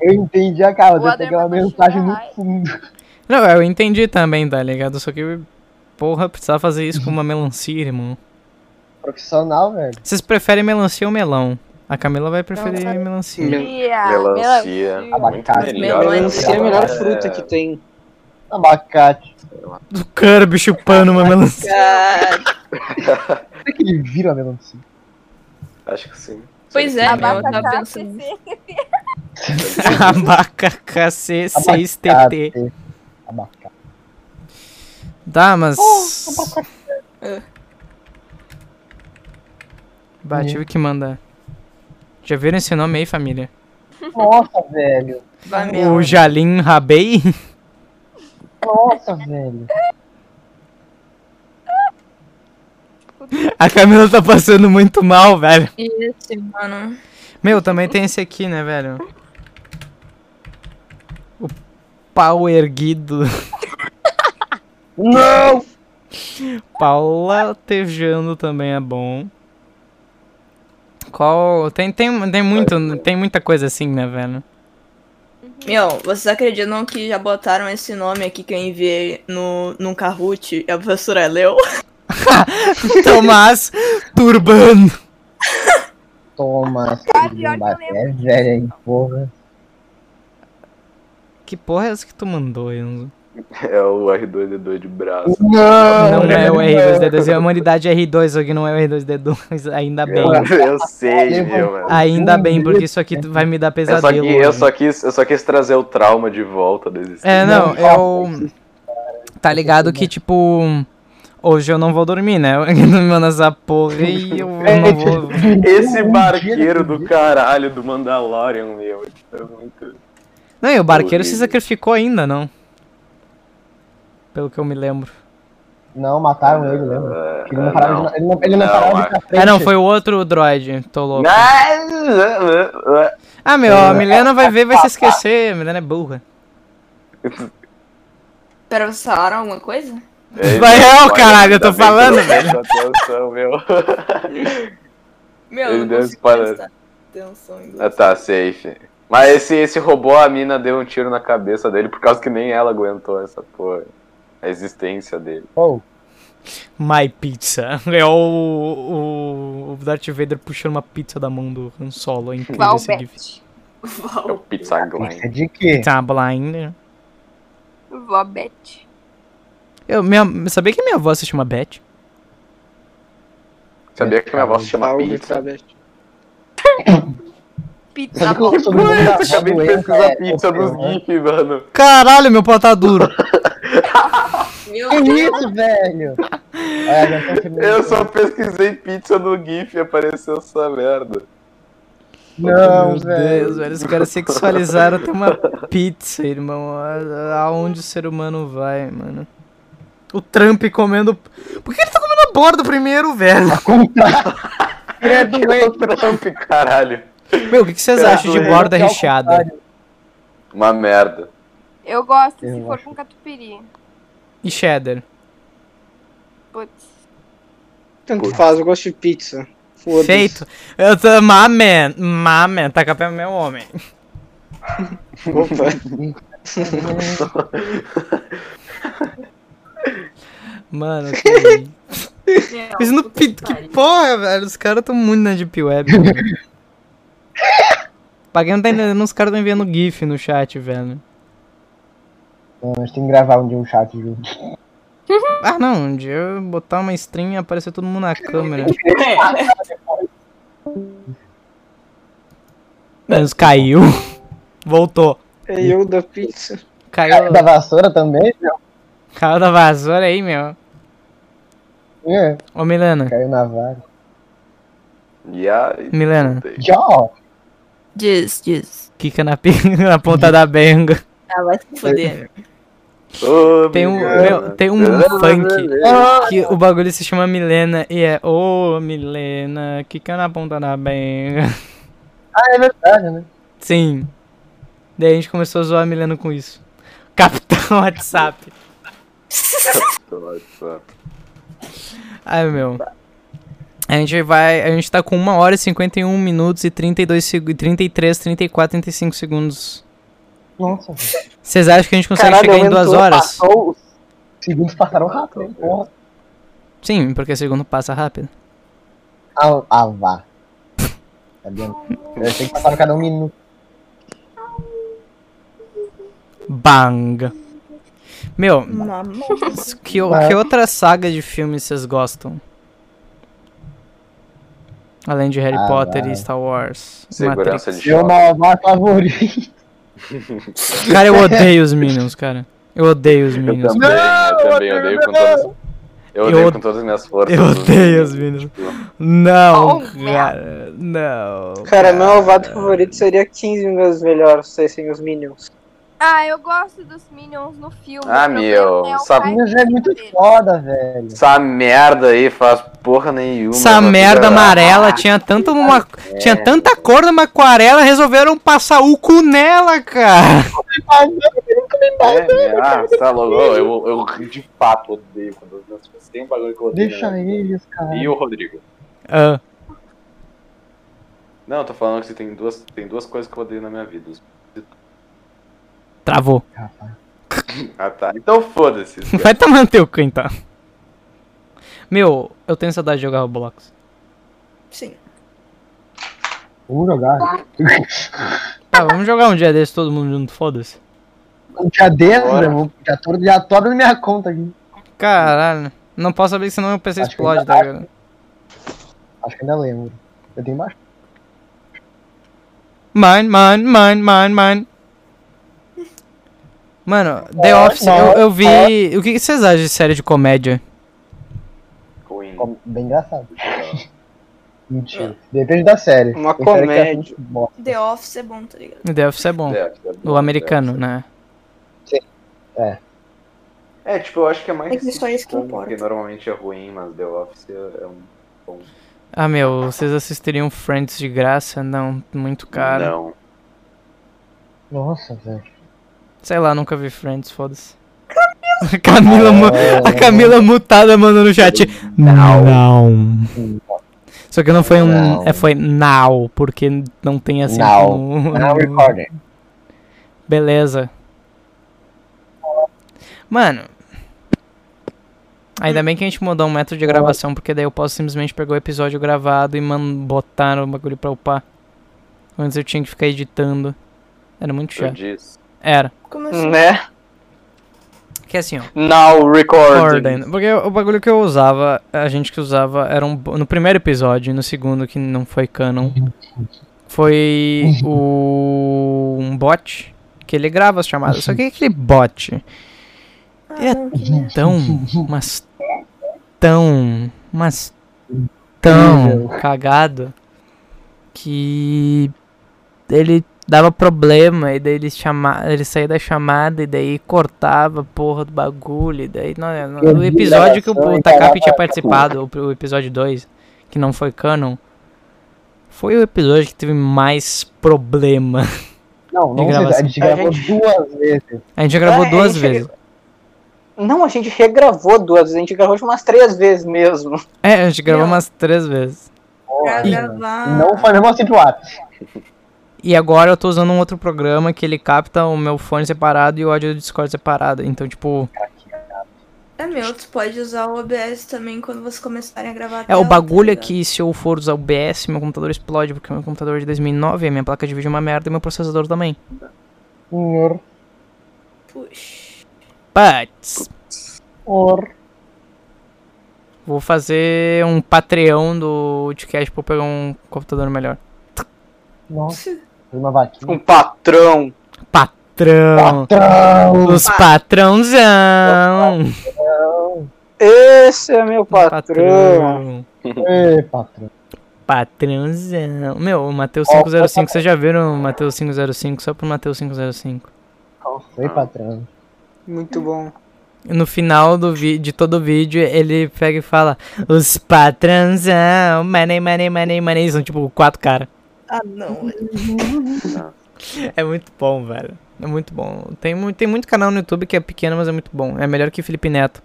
S3: Eu entendi a cara.
S4: O
S3: Tem
S4: Adriano
S3: aquela
S4: vai
S3: mensagem no
S4: continuar.
S3: fundo.
S1: Não, eu entendi também, tá ligado? Só que, porra, precisava fazer isso com uma melancia, irmão.
S3: Profissional, velho.
S1: Vocês preferem melancia ou melão? A Camila vai preferir
S4: sabe.
S1: melancia.
S4: ah,
S7: Ah,
S4: Melancia.
S7: Melancia.
S3: Abacate.
S7: Melão é
S5: Melancia é a melhor fruta que tem.
S3: Abacate.
S1: Do cara, bicho, chupando uma melancia.
S6: Cara,
S3: Será é que ele vira assim? a melancia?
S7: Acho que sim.
S6: Pois é, meu. Eu tava
S4: Abacate,
S6: pensando.
S4: sim.
S1: Abaca KC6TT.
S3: Abacate. Abacate.
S1: Dá, mas. Bah,
S3: É.
S1: tive que mandar. Já viram esse nome aí, família?
S3: Nossa, velho.
S6: Bah, meu.
S1: O Jalim Rabei?
S3: Nossa, velho.
S1: A Camila tá passando muito mal, velho.
S6: Esse, mano.
S1: Meu, também tem esse aqui, né, velho? O pau erguido.
S3: Não!
S1: Paula Tejando também é bom. Qual. Tem, tem, tem, muito, tem muita coisa assim, né, velho?
S6: Meu, vocês acreditam que já botaram esse nome aqui que eu enviei no, num Kahoot? É E a professora leu?
S1: Tomás Turbano.
S3: Toma,
S4: Ah, pior que eu
S3: filho, é velho, hein, porra.
S1: Que porra é essa que tu mandou, Enzo?
S7: É o R2D2 de braço.
S1: Não é o R2D2, é a humanidade R2, só que não é o R2D2, ainda bem.
S7: Eu, eu sei, meu, mano.
S1: Ainda bem, porque isso aqui vai me dar
S7: Eu É só,
S1: pesadelo.
S7: que, eu,
S1: hoje.
S7: só quis, eu só quis trazer o trauma de volta da existência.
S1: É, não, eu. Tá ligado que, tipo. Hoje eu não vou dormir, né? Mano, essa porra e eu não vou.
S3: um
S7: Esse barqueiro do caralho do Mandalorian, meu. É muito...
S1: Não, e o barqueiro se
S7: Horrível.
S1: sacrificou ainda, não? Pelo que eu me lembro.
S3: Não, mataram ele, lembra? Ele não
S7: é,
S3: parava
S7: não.
S3: de, ele não, ele não
S7: Não, é.
S3: parava de
S7: acho-
S3: ir pra frente.
S1: Ah, não, foi o outro droid, tô louco.
S7: Mas-
S1: Ah, meu, a Milena vai ver e vai se esquecer. A Milena é burra.
S6: Pera, vocês falaram alguma coisa?
S7: É,
S1: Vai,
S7: meu,
S1: é, o
S7: olha,
S1: caralho, eu tô
S7: ainda bem
S1: falando,
S7: que eu não presto atenção, meu.
S6: Meu,
S7: Ele
S6: eu não
S7: deu
S6: consigo
S7: spoiler.
S6: prestar atenção em
S7: Ah,
S6: inglês.
S7: tá, safe. Mas esse, esse robô, a mina deu um tiro na cabeça dele por causa que nem ela aguentou essa porra. A existência dele.
S3: Oh,
S1: My Pizza. É o, o, o Darth Vader puxando uma pizza da mão do Han Solo. É incrível esse gif.
S4: Valbert.
S7: É o Pizza Glenn.
S3: pizza de quê?
S1: Tá blind.
S4: Vobet.
S1: Eu, minha, sabia que minha avó se chama Beth?
S7: Sabia que minha avó se chama Pizza?
S4: Pizza
S3: Sabe qual é o
S4: Bob.
S3: sobrenome da- da
S7: Acabei de
S3: doença?
S7: pesquisar
S3: É
S7: pizza
S3: Orfeu,
S7: nos
S3: né?
S7: GIF, mano.
S1: Caralho, meu pau tá duro.
S6: Meu
S3: Que
S6: Deus.
S3: isso, velho? É, já tô terminando.
S7: Eu só pesquisei pizza no GIF e apareceu essa merda.
S3: Não,
S1: meu Deus,
S3: velho.
S1: velho. Os caras sexualizaram até uma pizza, irmão. A- Aonde o ser humano vai, mano? O Trump comendo. Por que ele tá comendo a borda primeiro, velho?
S3: Credo,
S7: O Trump, caralho.
S1: Meu, o que que vocês acham de
S3: velho.
S1: borda
S3: É o
S1: recheada?
S7: Uma merda.
S4: Eu gosto, se
S3: Eu
S4: for
S3: acho.
S4: com catupiry.
S1: E cheddar?
S4: Putz.
S5: Tanto faz, eu gosto de pizza. Foda-se.
S1: Feito. Eu tô. My man, my man. Taca pé no meu homem.
S5: Opa.
S1: Mano, que.
S6: Meu,
S1: Mas no
S6: puta
S1: pito, que
S6: pariu.
S1: porra, velho. Os caras tão muito na Deep Web. velho. pra quem não tá entendendo, os caras tão enviando GIF no chat, velho.
S3: A gente tem que gravar um dia um chat junto.
S1: Ah, não. Um dia eu botar uma stream e aparecer todo mundo na câmera. Mas caiu. Voltou.
S5: É eu da pizza.
S1: Caiu,
S3: Da vassoura também?
S1: caiu da vassoura aí, meu.
S3: É,
S1: Ô, Milena.
S3: caiu na vaga.
S7: E aí.
S1: Milena,
S3: Tchau!
S6: Diz, diz.
S1: quica na, pi- na ponta da benga.
S6: Ah, vai se fuder, meu.
S7: Ô,
S1: Tem um,
S7: Milena.
S1: meu, tem um funk que o bagulho se chama Milena e é Ô Milena, quica na ponta da benga.
S3: Ah, é verdade, né?
S1: Sim. Daí a gente começou a zoar a Milena com isso. Capitão WhatsApp. Ai, meu. A gente vai. A gente tá com 1 hora e 51 minutos e 32 seg- 33, 34, 35 segundos.
S3: Nossa, velho.
S1: Vocês acham que a gente consegue
S5: Caralho,
S1: chegar em
S5: aumentou,
S1: duas horas?
S5: Passou.
S3: segundos passaram rápido, hein? Porra.
S1: Sim, porque segundo passa rápido.
S3: Ah, ah, vá. Tá vendo? Eu achei que passaram cada um minuto.
S1: Bang. Meu,
S6: Mamãe.
S1: que, o- que outra saga de filmes vocês gostam? Além de Harry
S3: Ah,
S1: Potter
S3: vai.
S1: e Star Wars.
S7: Segurança de
S3: Meu
S7: choque.
S3: malvado favorito.
S1: Cara, eu odeio os Minions, cara. Eu odeio os
S7: Eu também,
S1: Minions.
S7: eu também odeio com todas. Eu
S1: Eu
S7: odeio
S1: od-
S7: com todas as minhas forças. né? Tipo,
S1: eu odeio os Minions. Não,
S4: Oh,
S1: cara. Não.
S5: Cara, meu alvado favorito seria 15 vezes melhor se fossem os Minions.
S4: Ah, eu gosto dos Minions no filme. O
S7: Ah,
S4: problema
S7: meu,
S4: é o
S7: sabe-
S4: pai
S3: Mas é muito
S4: dele.
S3: foda, velho.
S7: Essa merda aí faz porra nenhuma.
S1: Essa
S7: Ela
S1: merda
S7: fica-
S1: amarela tinha, tanto uma, tinha tanta cor numa aquarela, resolveram passar o cu nela, cara.
S7: É, né? ah, você tá louco. Eu, eu, de fato odeio com todas as minhas forças. Tem um bagulho que eu odeio.
S3: Deixa
S7: né?
S3: eles, cara.
S7: E o Rodrigo?
S1: Ah,
S7: Não, eu tô falando que tem duas, tem duas coisas que eu odeio na minha vida.
S1: travou.
S7: Ah, tá. Então foda-se.
S1: Vai tomar no teu cu, então. Meu, eu tenho saudade de jogar Roblox.
S6: Sim.
S3: Vamos jogar.
S1: Ah, vamos jogar um dia desse todo mundo junto, foda-se.
S3: Um dia dentro,
S7: Bora.
S3: eu vou- já tô, já tô abrindo minha conta aqui.
S1: Caralho. Não posso saber, senão meu PC
S3: Acho que
S1: explode,
S3: ainda
S1: tá ligado?
S3: Acho que ainda lembro. Eu tenho baixo.
S1: Mine, mine, mine, mine, mine. Mano, The Office, eu, eu vi. O que que vocês acham de série de comédia?
S7: Ruim.
S3: Ficou Bem engraçado. Mentira. Depende da série.
S5: Uma
S3: Tem série que é
S5: comédia.
S3: muito bosta.
S6: The Office é bom, tá ligado?
S1: The Office é bom.
S7: É, é bom,
S1: O americano, né?
S7: É, É, tipo, eu acho que é mais
S6: É que só isso que
S7: sitcom,
S6: importa.
S7: que normalmente é ruim, mas The Office é é um bom.
S1: Ah, meu, vocês assistiriam Friends de graça? Não, muito caro.
S7: Não.
S3: Nossa, velho.
S1: Sei lá, nunca vi Friends, foda-se. A
S3: É,
S1: Camila, mu- a Camila mutada mandou no chat. Não. Só que não foi um.
S3: Não.
S1: É, foi now, porque não tem assim.
S3: Now.
S1: como-
S3: Now recording.
S1: Beleza. Mano. Ainda bem que a gente mudou o método de gravação, porque daí eu posso simplesmente pegar o episódio gravado e man botar o bagulho pra upar. Antes eu tinha que ficar editando. Era muito
S9: Eu
S1: chato.
S9: disse.
S1: Era.
S6: Como assim?
S5: Né?
S1: Que é assim, ó.
S5: Now recording.
S1: Ordem. Porque o bagulho que eu usava, a gente que usava, era um, bo- no primeiro episódio, e no segundo que não foi canon, foi o um bot que ele grava as chamadas. Só que aquele bot
S6: Ah,
S1: é tão, mas tão, mas tão cagado que ele dava problema e daí ele chama, ele saía da chamada e daí cortava a porra do bagulho, e daí não, não-
S3: Eu
S1: o
S3: vi
S1: episódio que o,
S3: gravação
S1: o
S3: e
S1: Takap
S3: cagava
S1: tinha
S3: tudo.
S1: participado, o, o episódio 2, que não foi canon, foi o episódio que teve mais problema.
S3: Não,
S1: De
S3: não sei, a
S1: gravação.
S3: gente gravou duas vezes.
S1: A gente gravou
S5: É, a
S1: duas
S5: gente-
S1: vezes.
S5: Não, a gente regravou duas vezes, a gente gravou umas três vezes mesmo.
S1: É, a gente gravou
S6: Não.
S1: umas três vezes.
S6: Pra
S1: Ih.
S6: gravar.
S3: Não foi mesmo assim pro ar.
S1: E agora eu tô usando um outro programa que ele capta o meu fone separado e o áudio do Discord separado. Então, tipo,
S6: É meu, tu pode usar o OBS também quando vocês começarem a gravar. tá
S1: é o bagulho é
S6: aqui.
S1: que se eu for usar o BS, meu computador explode, porque meu computador é de 2009, a minha placa de vídeo é uma merda e meu processador também.
S3: Or,
S6: Puxa.
S1: Pats,
S3: or.
S1: vou fazer um Patreon do podcast pra eu pegar um computador melhor.
S3: Nossa, foi uma vaquinha.
S5: Um patrão.
S1: Patrão,
S3: Patrão!
S1: os patrãozão.
S5: Esse é meu patrão.
S3: Ê, patrão.
S1: Patrãozão. Meu, o Matheus 505, vocês já viram o Matheus 505 só pro Matheus 505.
S3: Oi, patrão.
S5: Muito bom.
S1: No final do vi- de todo o vídeo, ele pega e fala: Os patrãozão, money, money, money, money. São tipo quatro caras.
S6: Ah, não. velho.
S1: É muito bom, velho. É muito bom. Tem, mu- tem muito canal no YouTube que é pequeno, mas é muito bom. É melhor que Felipe Neto.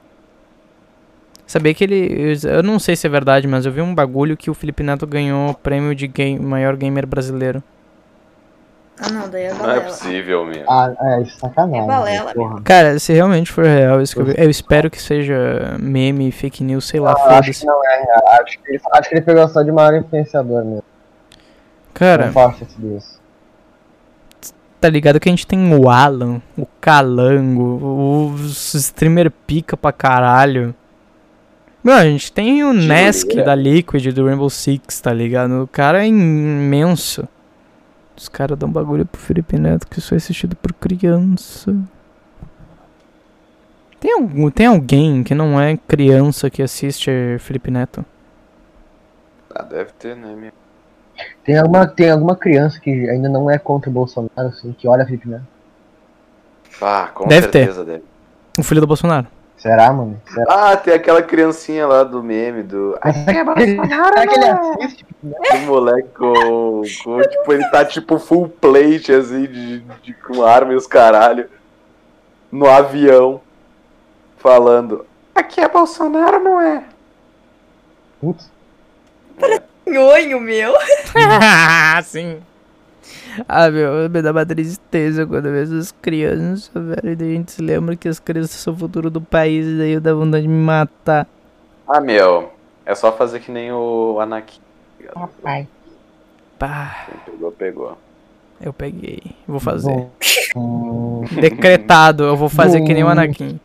S1: Sabia que ele. Eu não sei se é verdade, mas eu vi um bagulho que o Felipe Neto ganhou o prêmio de game, maior gamer brasileiro.
S6: Ah, não, daí é
S9: Não é
S6: balela.
S9: possível, meu.
S3: Ah, é, isso é sacanagem.
S6: É balela,
S3: porra.
S1: Cara, se realmente for real isso que eu vi. Eu espero que seja meme, fake news, sei lá,
S3: Uhum. Ah, acho que
S1: foda-se.
S3: não é, real. acho que, ele, acho que ele pegou só de maior influenciador mesmo.
S1: Cara,
S3: Não faço isso disso.
S1: tá ligado que a gente tem o Alan, o Calango, os streamer pica pra caralho. Meu, a gente tem o Nesk
S3: é.
S9: Jura?
S1: da Liquid, do Rainbow Six, tá ligado? O cara é imenso. Os caras dão bagulho pro Felipe Neto que isso é assistido por criança. Tem, algum, tem alguém que não é criança que assiste Felipe Neto?
S9: Ah, deve ter, né, meu?
S3: Tem alguma, tem alguma criança que ainda não é contra o Bolsonaro, assim, que olha Felipe Neto?
S9: Ah, com
S1: Deve ter.
S9: certeza deve.
S1: O Um filho do Bolsonaro.
S3: Será, mano? Será?
S9: Ah, tem aquela criancinha lá do meme do. Ai,
S3: Será que ele assiste?
S9: do moleque com, com- Tipo, ele tá tipo full plate, assim, de, de- com arma e os caralho. No avião. Falando. Aqui é Bolsonaro, não é?
S3: Putz,
S6: Nhonho meu.
S1: Sim. Ah, meu, me dá uma tristeza quando eu vejo as crianças, velho. E daí a gente se lembra que as crianças são o futuro do país e daí eu dá vontade de me matar.
S9: Ah, meu. É só fazer que nem o Anakin.
S3: rapaz.
S1: Pá,
S9: Quem pegou, pegou.
S1: eu peguei. Vou fazer.
S3: Bom, hum,
S1: Decretado, eu vou fazer que nem o Anakin.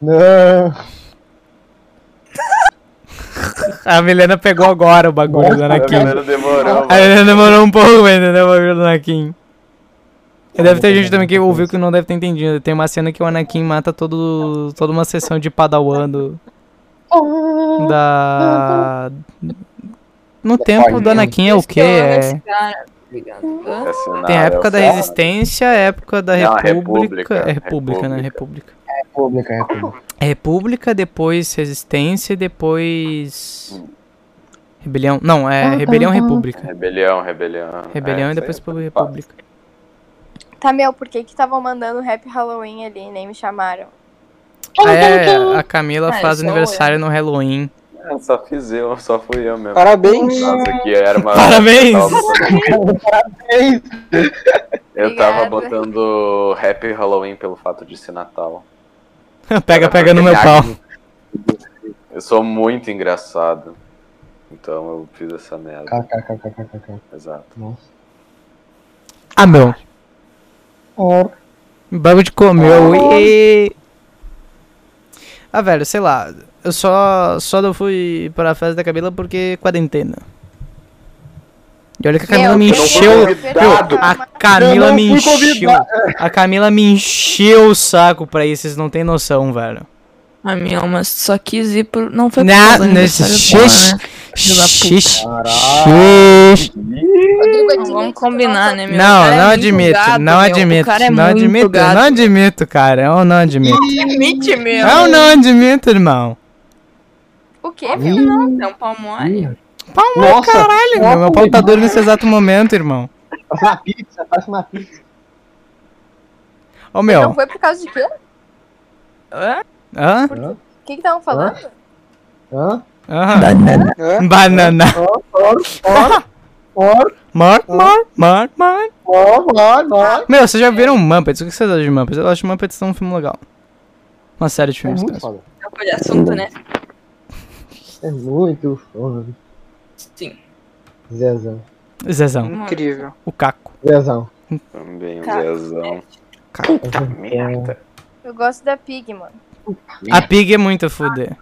S3: Não.
S1: A Milena pegou agora o bagulho do
S9: A
S1: Anakin.
S9: galera demorou,
S1: A
S9: mano.
S1: Milena demorou um pouco pra entender o bagulho do Anakin. E deve ter gente também que ouviu que não deve ter entendido. Tem uma cena que o Anakin mata todo, toda uma sessão de Padawan do,
S9: Uhum.
S1: da. No tempo do Anakin é o quê? É-
S6: Cara, tá obrigado. Hã?
S9: Esse não,
S1: Tem a
S9: Uhum. Ah,
S1: época
S9: eu
S1: da
S9: sei.
S1: resistência, a época da
S9: Não, a República,
S1: república. É república, né?
S9: República.
S1: República.
S3: República, República.
S1: É república, depois resistência e depois.
S9: Hum.
S1: Rebelião. Não, é rebelião república.
S9: Rebelião, rebelião. Uhum.
S1: Rebelião
S9: É,
S1: e
S9: isso
S1: depois
S9: aí.
S1: república.
S4: Tá, meu, por que que estavam mandando rap Halloween ali e nem me chamaram?
S1: Ah, é, a Camila
S6: Ah,
S1: faz
S6: isso é um
S1: aniversário no Halloween.
S9: É, só fiz eu, só fui eu mesmo.
S5: Parabéns.
S9: Nossa, que era uma.
S1: Parabéns!
S3: Parabéns!
S9: Eu tava
S4: Obrigada.
S9: botando Happy Halloween pelo fato de ser Natal.
S1: pega, pega no meu pau.
S9: Eu sou muito engraçado. Então eu fiz essa merda.
S3: KKKKKK.
S9: Exato.
S3: Nossa.
S1: Ah, meu.
S3: Or-
S1: Bagulho de comeu e. Ah, velho, sei lá. Eu só, só não fui pra festa da Camila porque quarentena. E olha que a Camila
S4: Meu,
S1: me
S4: eu não fui
S1: encheu.
S4: convidado.
S1: Meu, a Camila
S3: Eu não
S1: me
S3: fui
S1: encheu.
S3: convidado.
S1: A Camila me encheu o saco pra isso, vocês não tem noção, velho.
S6: A minha alma Ah, só quis ir por. Não foi por
S1: Na,
S6: causa do
S1: nesse
S6: aniversário dela,
S1: xixi.
S6: né? Filho da puta.
S1: Xixi.
S3: Caralho.
S1: xixi.
S4: Rodrigo, é
S6: Não,
S4: admite,
S6: vamos combinar, né, meu? O
S1: Não, não
S6: cara é muito
S1: admito,
S6: gato,
S1: não
S6: meu. O
S1: admito,
S6: cara é
S1: não
S6: muito
S1: admito,
S6: gato. É
S1: não admito, cara, eu não admito.
S6: Admite, meu.
S1: Eu não admito, irmão.
S4: O quê, meu?
S3: Ih,
S6: É um
S3: hum.
S6: palmole.
S3: Nossa,
S1: Caralho, meu, meu pau tá duro nesse exato momento, irmão.
S3: Faz uma pizza, faz uma pizza.
S1: Ô,
S4: Não
S1: meu,
S4: foi por causa de quê?
S6: Hã?
S1: hã?
S4: O que que estavam falando?
S3: Hã?
S1: Aham.
S5: Hã?
S1: Banana.
S3: Or, or, or, or,
S1: Mor, mor, mor, mor.
S3: or, or, or.
S1: Meu, vocês já viram Muppets? O que vocês acham de Muppets? Eu acho que Muppets é um filme legal. Uma série de
S3: É
S1: filmes, cara.
S3: muito foda.
S6: Trocou de assunto, né?
S3: É muito foda.
S6: Sim.
S3: Zezão.
S1: Zezão,
S5: Hum. Incrível.
S1: o Caco.
S3: Zezão.
S9: Também um
S6: Tá.
S9: Zezão.
S1: Caco.
S9: Merda.
S4: Eu gosto da Pig, mano.
S1: A Pig é muito foder.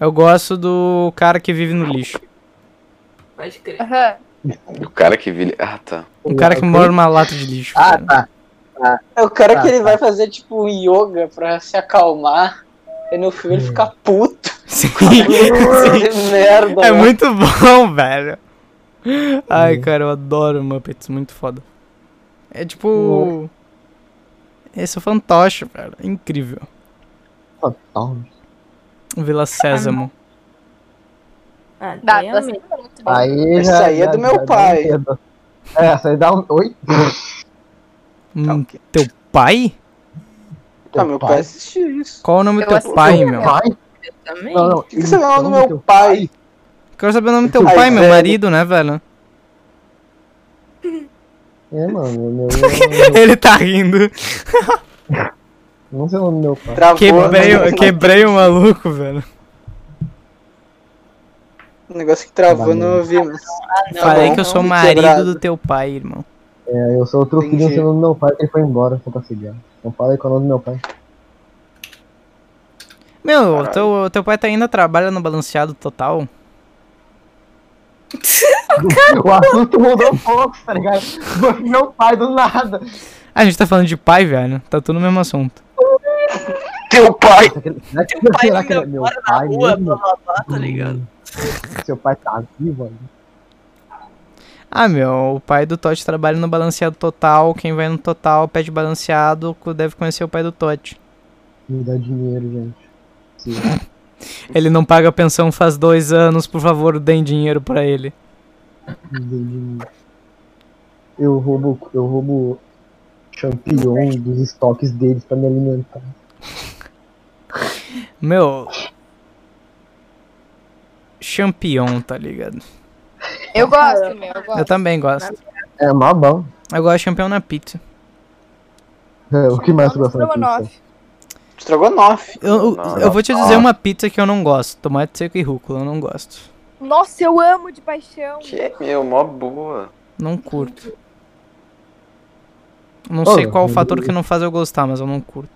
S1: Eu gosto do cara que vive no lixo.
S6: Pode crer.
S4: Aham.
S9: O cara que vi. Ah, tá.
S1: O cara que mora numa lata de lixo.
S3: Ah,
S1: cara.
S3: tá.
S5: É o cara
S3: Tá,
S5: que ele
S3: tá.
S5: vai fazer, tipo, yoga pra se acalmar. E no filme ele fica puto.
S1: Sim.
S5: Que merda. né?
S1: É
S5: mano.
S1: muito bom, velho. Ai, cara, eu adoro Muppets, muito foda. É tipo. Esse é o fantoche, velho. É incrível.
S3: Fantasma.
S1: Vila Sésamo.
S6: Ah,
S4: Dá,
S6: tem
S4: dá
S6: a minha.
S4: sempre muito bom.
S3: Aí
S5: Essa
S3: já-
S5: aí é
S3: já-
S5: do meu
S3: já dá um
S5: pai.
S3: dedo. É, essa aí dá um. Oi?
S1: Hum, teu pai?
S5: Ah, Tá, meu pai assistiu isso.
S1: Qual o nome do
S4: Eu
S1: teu
S4: assisti
S1: pai,
S4: também.
S1: meu?
S3: Pai?
S6: Eu também.
S3: Não, não.
S5: O que, que você
S3: Então,
S5: fala do meu
S3: teu
S5: pai?
S1: Quero saber o nome do teu
S5: Ai,
S1: pai, meu
S5: velho.
S1: marido, né, velho?
S3: É, mano. Meu, meu,
S1: Ele tá rindo.
S3: não sei o nome do meu pai.
S5: Travou.
S1: Quebrei,
S5: né?
S1: o- quebrei o maluco, velho.
S5: O Um negócio que travou,
S3: Valeu.
S5: não ouvi, mas...
S6: Ah, Não,
S1: Falei
S6: não,
S1: que eu sou
S5: não,
S1: marido
S5: Tá quebrado.
S1: do teu pai, irmão.
S3: É, eu sou outro filho, não
S5: Entendi.
S3: sei o nome do meu pai, que ele foi embora, foi pra seguir. Não fala aí qual é o nome do meu pai.
S1: Meu, o teu, o teu pai tá ainda trabalha no balanceado total?
S3: O assunto mudou um pouco, tá ligado? Meu pai do nada.
S1: A gente tá falando de pai, velho. Tá tudo no mesmo assunto.
S9: Teu pai!
S3: Será que ele- será que-
S6: Meu pai
S3: será que
S6: ainda
S3: ele é meu
S6: mora na
S3: pai
S6: rua, blá
S3: mesmo?
S6: blá blá, tá ligado?
S3: Seu pai tá vivo ainda?
S1: Ah, meu, o pai do Totti trabalha no balanceado total. Quem vai no total pede balanceado co- deve conhecer o pai do Totti.
S3: Me dá dinheiro, gente. Sim.
S1: Ele não paga pensão faz dois anos, por favor, deem dinheiro pra ele.
S3: Eu roubo, eu roubo champignon dos estoques deles pra me alimentar.
S1: Meu. Champion, tá ligado?
S4: Eu gosto, meu. Eu gosto.
S1: Eu também gosto.
S3: É mó bom.
S1: Eu gosto de champion na pizza.
S3: É, o que mais tu gosta da pizza?
S4: Estrogonofe.
S5: Estrogonofe.
S1: Eu, eu,
S9: Não,
S1: eu vou te dizer uma pizza que eu não gosto: tomate seco e rúcula, eu não gosto.
S3: então?
S4: Nossa, eu amo de paixão.
S9: Que meu, mó boa.
S1: Não curto. Não
S3: Ô,
S1: sei qual o
S3: eu-
S1: fator que não faz eu gostar, mas eu não curto.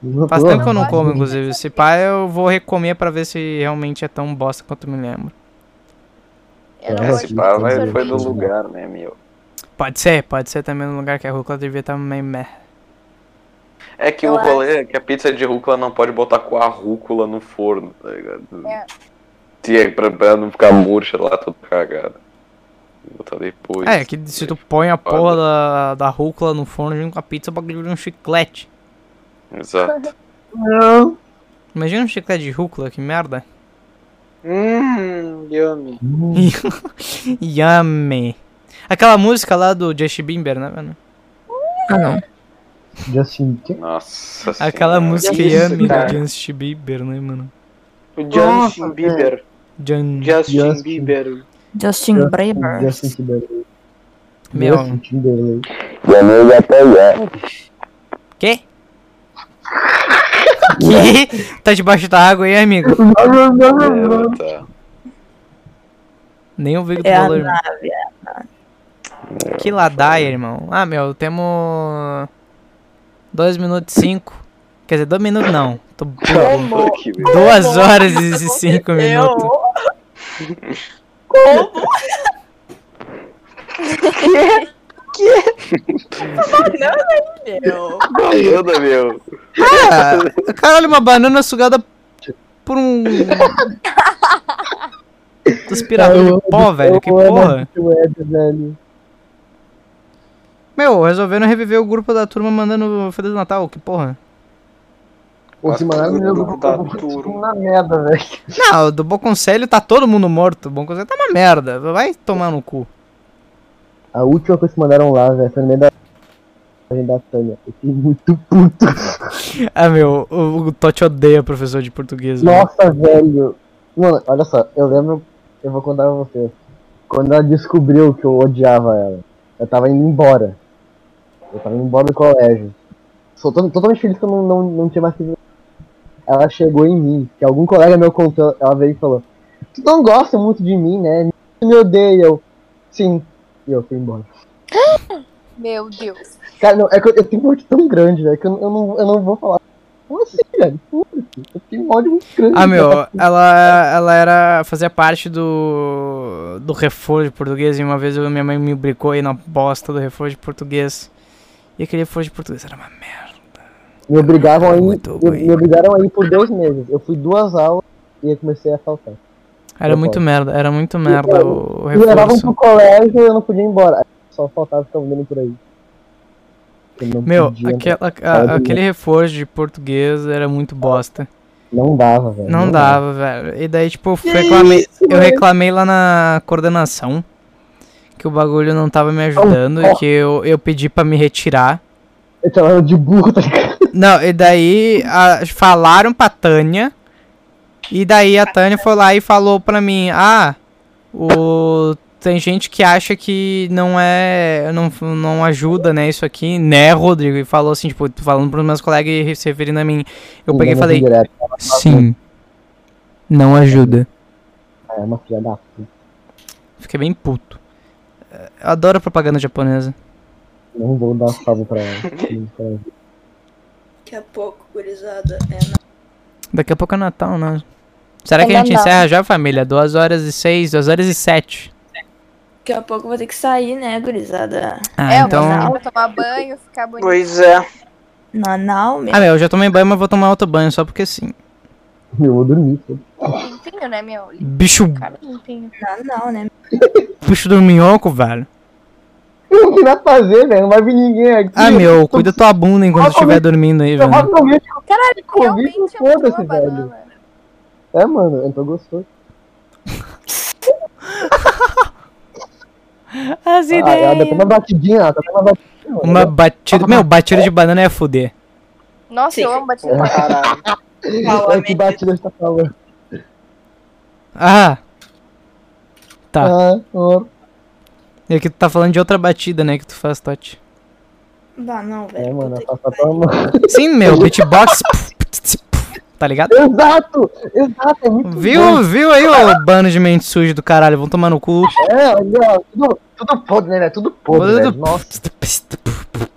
S3: Não
S1: Faz
S3: tô-
S1: tempo que eu não
S4: gosto
S1: como,
S4: de
S1: inclusive. Se pá, eu vou recomer pra ver se realmente é tão bosta quanto eu me lembro.
S4: Eu não
S3: É,
S4: gosto
S9: Esse
S3: sim,
S4: de
S9: pá
S3: sim,
S9: vai,
S3: sim.
S9: foi do
S4: sorvete.
S9: lugar, né, meu?
S1: Pode ser, pode ser também no lugar que a rúcula devia estar meio meh.
S9: É que
S4: Eu
S9: o rolê é que a pizza de rúcula não pode botar com a rúcula no forno, tá ligado?
S4: É.
S9: Se é pra, pra não ficar murcha lá, toda cagada. Botar depois.
S3: Ah,
S1: É, que se tu põe a porra da, da rúcula no forno junto com a pizza, o bagulho vira um chiclete.
S9: Exato.
S3: Não.
S1: Imagina um chiclete de rúcula, que merda.
S5: Hum, yummy.
S1: Yummy. Aquela música lá do Justin Bieber, né, mano?
S6: Ah, não.
S3: Justin, é que?
S9: Nossa
S1: Aquela
S9: senhora.
S1: música
S5: isso,
S1: Yummy
S5: cara.
S1: do Justin Bieber, né, mano?
S5: O Justin Bieber.
S1: Jan.
S5: Justin,
S3: Justin.
S5: Bieber.
S3: Um
S6: Justin Bieber.
S3: Justin Timberlake.
S1: Meu.
S3: Justin Timberlake.
S1: Quê? que? Tá debaixo da água aí, amigo?
S9: Ah, tá.
S1: Nem ouvi o
S6: É a
S1: valor. Que ladaia, irmão. Ah, meu, temos. 2 minutos e 5. Quer dizer, 2 minutos não. Tô burro.
S9: Aqui, velho.
S1: 2 horas e 5 minutos.
S6: Meu.
S9: Banana, meu.
S1: Ah, caralho, uma banana sugada por um. Aspirador de pó, velho. Que
S3: Eu amo
S1: porra.
S3: esse Web, velho.
S1: Meu, resolveram reviver o grupo da turma mandando Feliz Natal, que porra.
S3: Pô, se mandaram no meu
S5: tudo
S3: grupo,
S5: dá
S3: eu vou
S5: tudo.
S3: tudo na merda, velho.
S1: Não, do Bom Conselho tá todo mundo morto. O Bom Conselho tá uma merda. Vai tomar no cu.
S3: A última coisa que mandaram lá, velho, foi no meio da. da Tânia. Eu fiquei muito puto.
S1: Ah, meu, o, o Totti odeia professor de português. né? velho.
S3: Nossa, velho. Mano, olha só, eu lembro. Eu vou contar pra vocês. Quando ela descobriu que eu odiava ela, eu tava indo embora. Eu tava indo embora do colégio. Sou to- totalmente feliz que eu não, não, não tinha mais que Ela chegou em mim, que algum colega meu contou, ela veio e falou: Tu não gosta muito de mim, né? Tu me odeia. Eu, Sim. E eu fui embora.
S4: Meu Deus.
S3: Cara, não, é que eu, eu tenho um ódio tão grande, velho, que eu, eu, não, eu não vou falar. Como assim, velho? Foda-se, Eu tenho um ódio muito grande.
S1: Ah, meu, ela, ela era. fazia parte do. do reforço de português e uma vez eu- minha mãe me bricou aí na bosta do reforço de português. E aquele reforço de português era uma merda.
S3: Me obrigavam aí,
S1: Muito
S3: me,
S1: bem.
S3: me obrigaram aí por dois meses. Eu fui duas aulas e eu comecei a faltar.
S1: Era
S3: Eu
S1: muito
S3: posso.
S1: merda, era muito merda o
S3: Me levavam pro
S1: reforço.
S3: colégio e eu não podia ir embora. Aí Só faltava ficar andando por aí. Eu não
S1: Meu, é-
S3: podia,
S1: aquela-
S3: Sabe?
S1: a- aquele reforço de português era muito bosta.
S3: Não dava, velho.
S1: Não dava, velho. E daí, tipo, eu reclamei, eu reclamei lá na coordenação que o bagulho não tava me ajudando e que eu, eu pedi pra me retirar.
S3: Eu tava de burro, tá ligado?
S1: Não, e daí a- falaram pra Tânia. E daí a Tânia foi lá e falou pra mim: Ah, o, tem gente que acha que não é. Não, não ajuda, né? Isso aqui, né, Rodrigo? E falou assim, tipo, falando pros meus colegas e se referindo a mim. Eu peguei e falei:
S3: Mandando direto.
S1: Sim, não ajuda.
S3: Ah, É uma filha da puta.
S1: Fiquei bem puto. Eh, Eu adoro propaganda japonesa.
S3: Não vou dar salvo pra ela.
S6: Daqui a pouco, gurizada. É
S1: Daqui a pouco é Natal, né? Será que
S4: É
S1: a gente
S4: Natal.
S1: encerra já, família? 2 horas e 6, 2 horas e 7.
S6: Daqui a pouco eu vou ter que sair, né, gurizada?
S1: Ah,
S4: é,
S1: então.
S4: então... tomar banho, ficar bonito.
S5: Pois é.
S6: Nanau, meu.
S1: Ah, meu, eu já tomei banho, mas vou tomar outro banho só porque sim.
S3: Eu vou dormir. pô.
S4: Limpinho, né, meu?
S1: Bicho,
S4: Cara, limpinho.
S6: Nanau, né?
S1: bicho do minhoco, velho.
S3: Não tem nada pra fazer, velho. Não vai vir ninguém aqui.
S1: Ah, meu, cuida tua bunda enquanto
S3: Ah, como
S1: estiver dormindo aí,
S3: Eu
S1: velho.
S3: vou comer de Covid,
S4: Realmente é
S3: foda-se,
S4: uma
S3: velho.
S4: banana.
S3: É, mano, eu tô gostoso.
S1: As
S3: Ah, ela dá até
S1: ideias.
S3: uma batidinha, ela dá até uma batidinha. mano.
S1: Uma batida. Meu, batida de banana é fuder.
S4: Nossa,
S6: Sim.
S4: eu amo batida de banana.
S5: Caralho.
S3: Olha É, que batida está falando.
S1: Ah, Tá.
S3: Ah, ó.
S1: e aqui tu tá falando de outra batida, né, que tu faz, Totti.
S6: Bah, não, velho.
S3: É, mano,
S6: puta
S3: a
S6: que
S3: passata é uma-
S1: Sim, meu, beatbox. pf, pf, tss, pf, tá ligado?
S3: Exato! Exato, é muito bom.
S1: Viu, viu aí, ô bando de mente suja do caralho, vão tomar no cu.
S3: É, olha, ó, tudo, tudo podre, né, velho? Tudo podre, velho. Nossa,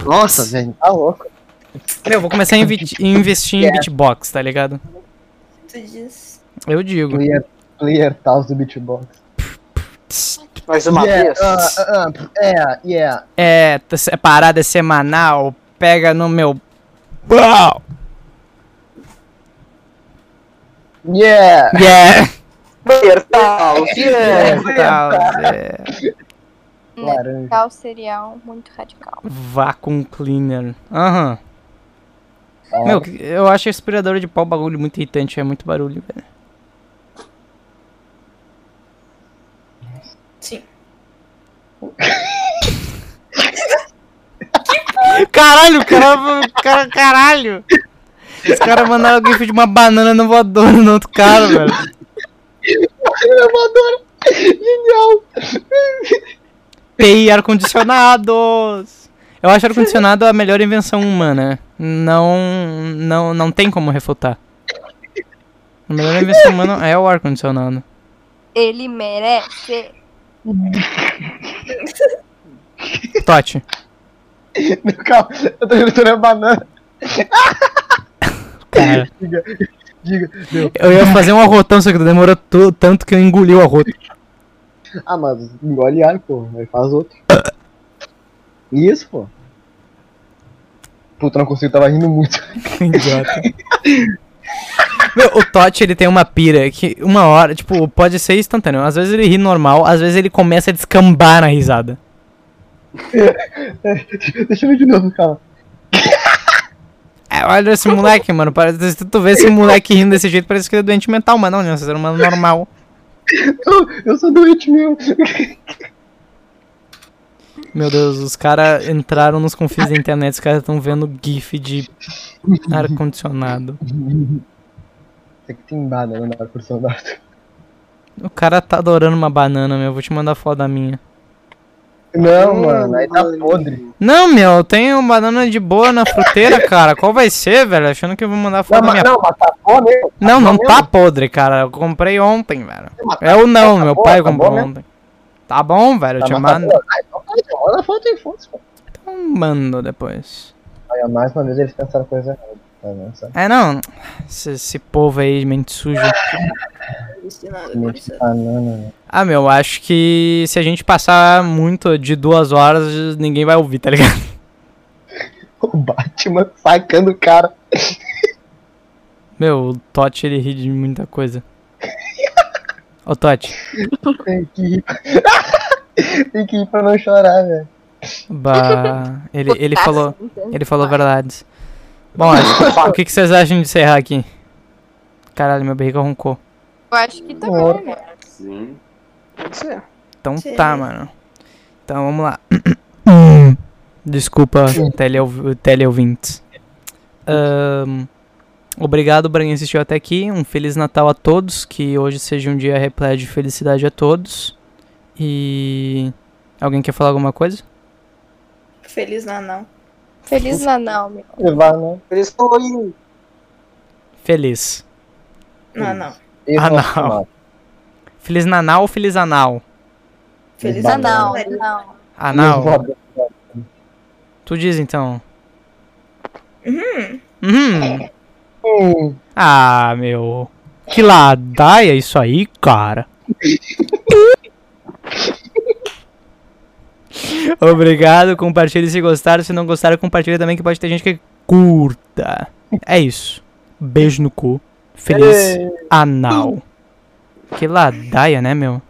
S3: nossa, velho, tá louco.
S1: Meu, vou começar a invi- investir
S3: É.
S1: em beatbox, tá ligado?
S6: pariu, tu diz.
S1: Eu digo.
S3: Player, player Taos do beatbox.
S1: Tss,
S5: Mais uma
S3: yeah,
S5: vez.
S3: ah, ah, ah, é, yeah.
S1: É, tá se- parada é semanal, pega no meu. pau.
S3: Yeah!
S1: Yeah!
S5: Bertal.
S1: Tal,
S3: tá,
S1: é,
S3: Laranja.
S4: Tal né? cereal muito radical.
S1: Vacuum um cleaner. Aham.
S3: Ah,
S1: Meu, eu acho aspiradora de pau bagulho muito irritante, é muito barulho, velho.
S6: Sim.
S1: Caralho, o cara, o cara, caralho. Os caras mandaram o gif de uma banana no voador no outro cara, velho.
S3: elevador! Genial!
S1: PI ar-condicionados! Eu acho ar-condicionado a melhor invenção humana. Não, não, não tem como refutar. A melhor invenção humana é o ar-condicionado.
S4: Ele merece.
S1: Tote.
S3: Calma, eu tô gritando a banana.
S1: Cara,
S3: Diga, diga. Meu.
S1: É. eu ia fazer um arrotão, só que demorou tu- tanto que eu engoli o arroto.
S3: Ah, mas engole ar, pô. Aí faz outro. Isso, pô. Puta, não consigo, tava rindo muito.
S1: Idiota. Meu, o Totti, ele tem uma pira que uma hora, tipo, pode ser instantâneo. Às vezes ele ri normal, às vezes ele começa a descambar na risada.
S3: Deixa eu ver de novo, calma.
S1: É, olha esse moleque, mano. Parece, se tu vê esse moleque rindo desse jeito, parece que ele é doente mental, mas não, não, esse ser humano normal.
S3: Eu, eu sou doente mesmo.
S1: Meu Deus, os caras entraram nos confins da internet, os caras estão vendo GIF de ar-condicionado.
S3: Tem que tem banana na ar-condicionado.
S1: O cara tá adorando uma banana, meu. Vou te mandar foto da minha.
S3: Não, mano, aí tá podre.
S1: Não, meu, eu tenho banana de boa na fruteira, cara. Qual vai ser, velho? Achando que eu vou mandar foto
S3: Não,
S1: da
S3: mas,
S1: minha.
S3: não, mas tá bom mesmo.
S1: Não, não
S3: bom
S1: tá podre, cara. Eu comprei ontem, velho.
S3: mas
S1: Eu não, meu
S3: boa,
S1: pai
S3: tá
S1: comprou
S3: boa mesmo.
S1: ontem. Tá bom, velho. Eu
S3: Tá,
S1: te
S3: mas tá
S1: mando.
S3: boa. Ah, então tá, então manda foto aí, foda-se, pô.
S1: Então mando depois.
S3: Aí, ó, mais uma vez eles pensaram coisa errada. Tá vendo? só?
S1: É, não. Esse, esse povo aí, de mente suja.
S6: Não disse nada,
S3: Mente de
S6: parceiro.
S3: banana, né?
S1: Ah, meu, acho que se a gente passar muito de duas horas, ninguém vai ouvir, tá ligado?
S3: O Batman sacando o cara.
S1: Meu, o Totti, ele ri de muita coisa. Ô, Totti.
S3: Tem que rir. Tem que ir pra não chorar, velho.
S1: Bah, ele, ele falou, ele falou verdades. Bom, acho- o que, que vocês acham de encerrar aqui? Caralho, meu barriga roncou.
S4: Eu acho que tá bom, né?
S9: Sim.
S5: Pode ser.
S1: Então
S6: Sim.
S1: tá, mano. Então vamos lá. Desculpa, teleouv- teleouvintes. Ahn, obrigado pra quem assistiu até aqui. Um Feliz Natal a todos. Que hoje seja um dia repleto de felicidade a todos. E. Alguém quer falar alguma coisa?
S6: Feliz Natal.
S4: Feliz Nanau, meu.
S3: Levar,
S1: Ah,
S3: né?
S5: Por isso que eu vou em-
S1: Feliz.
S6: Não, não.
S3: Esse
S1: Ah,
S3: é o
S1: não.
S3: formato.
S1: Feliz Nanal ou Feliz Anal?
S6: Feliz
S4: Nanau,
S6: Natal.
S4: Nanau.
S1: Anal?
S3: Voador.
S1: Tu diz então.
S6: Uhum.
S1: Uhum.
S3: Hum,
S1: Ah, meu. Que ladaia isso aí, cara. Obrigado, compartilhe se gostar. Se não gostar, compartilha também, que pode ter gente que curta. É isso. Beijo no cu. Feliz anal. Que ladaia, né, meu?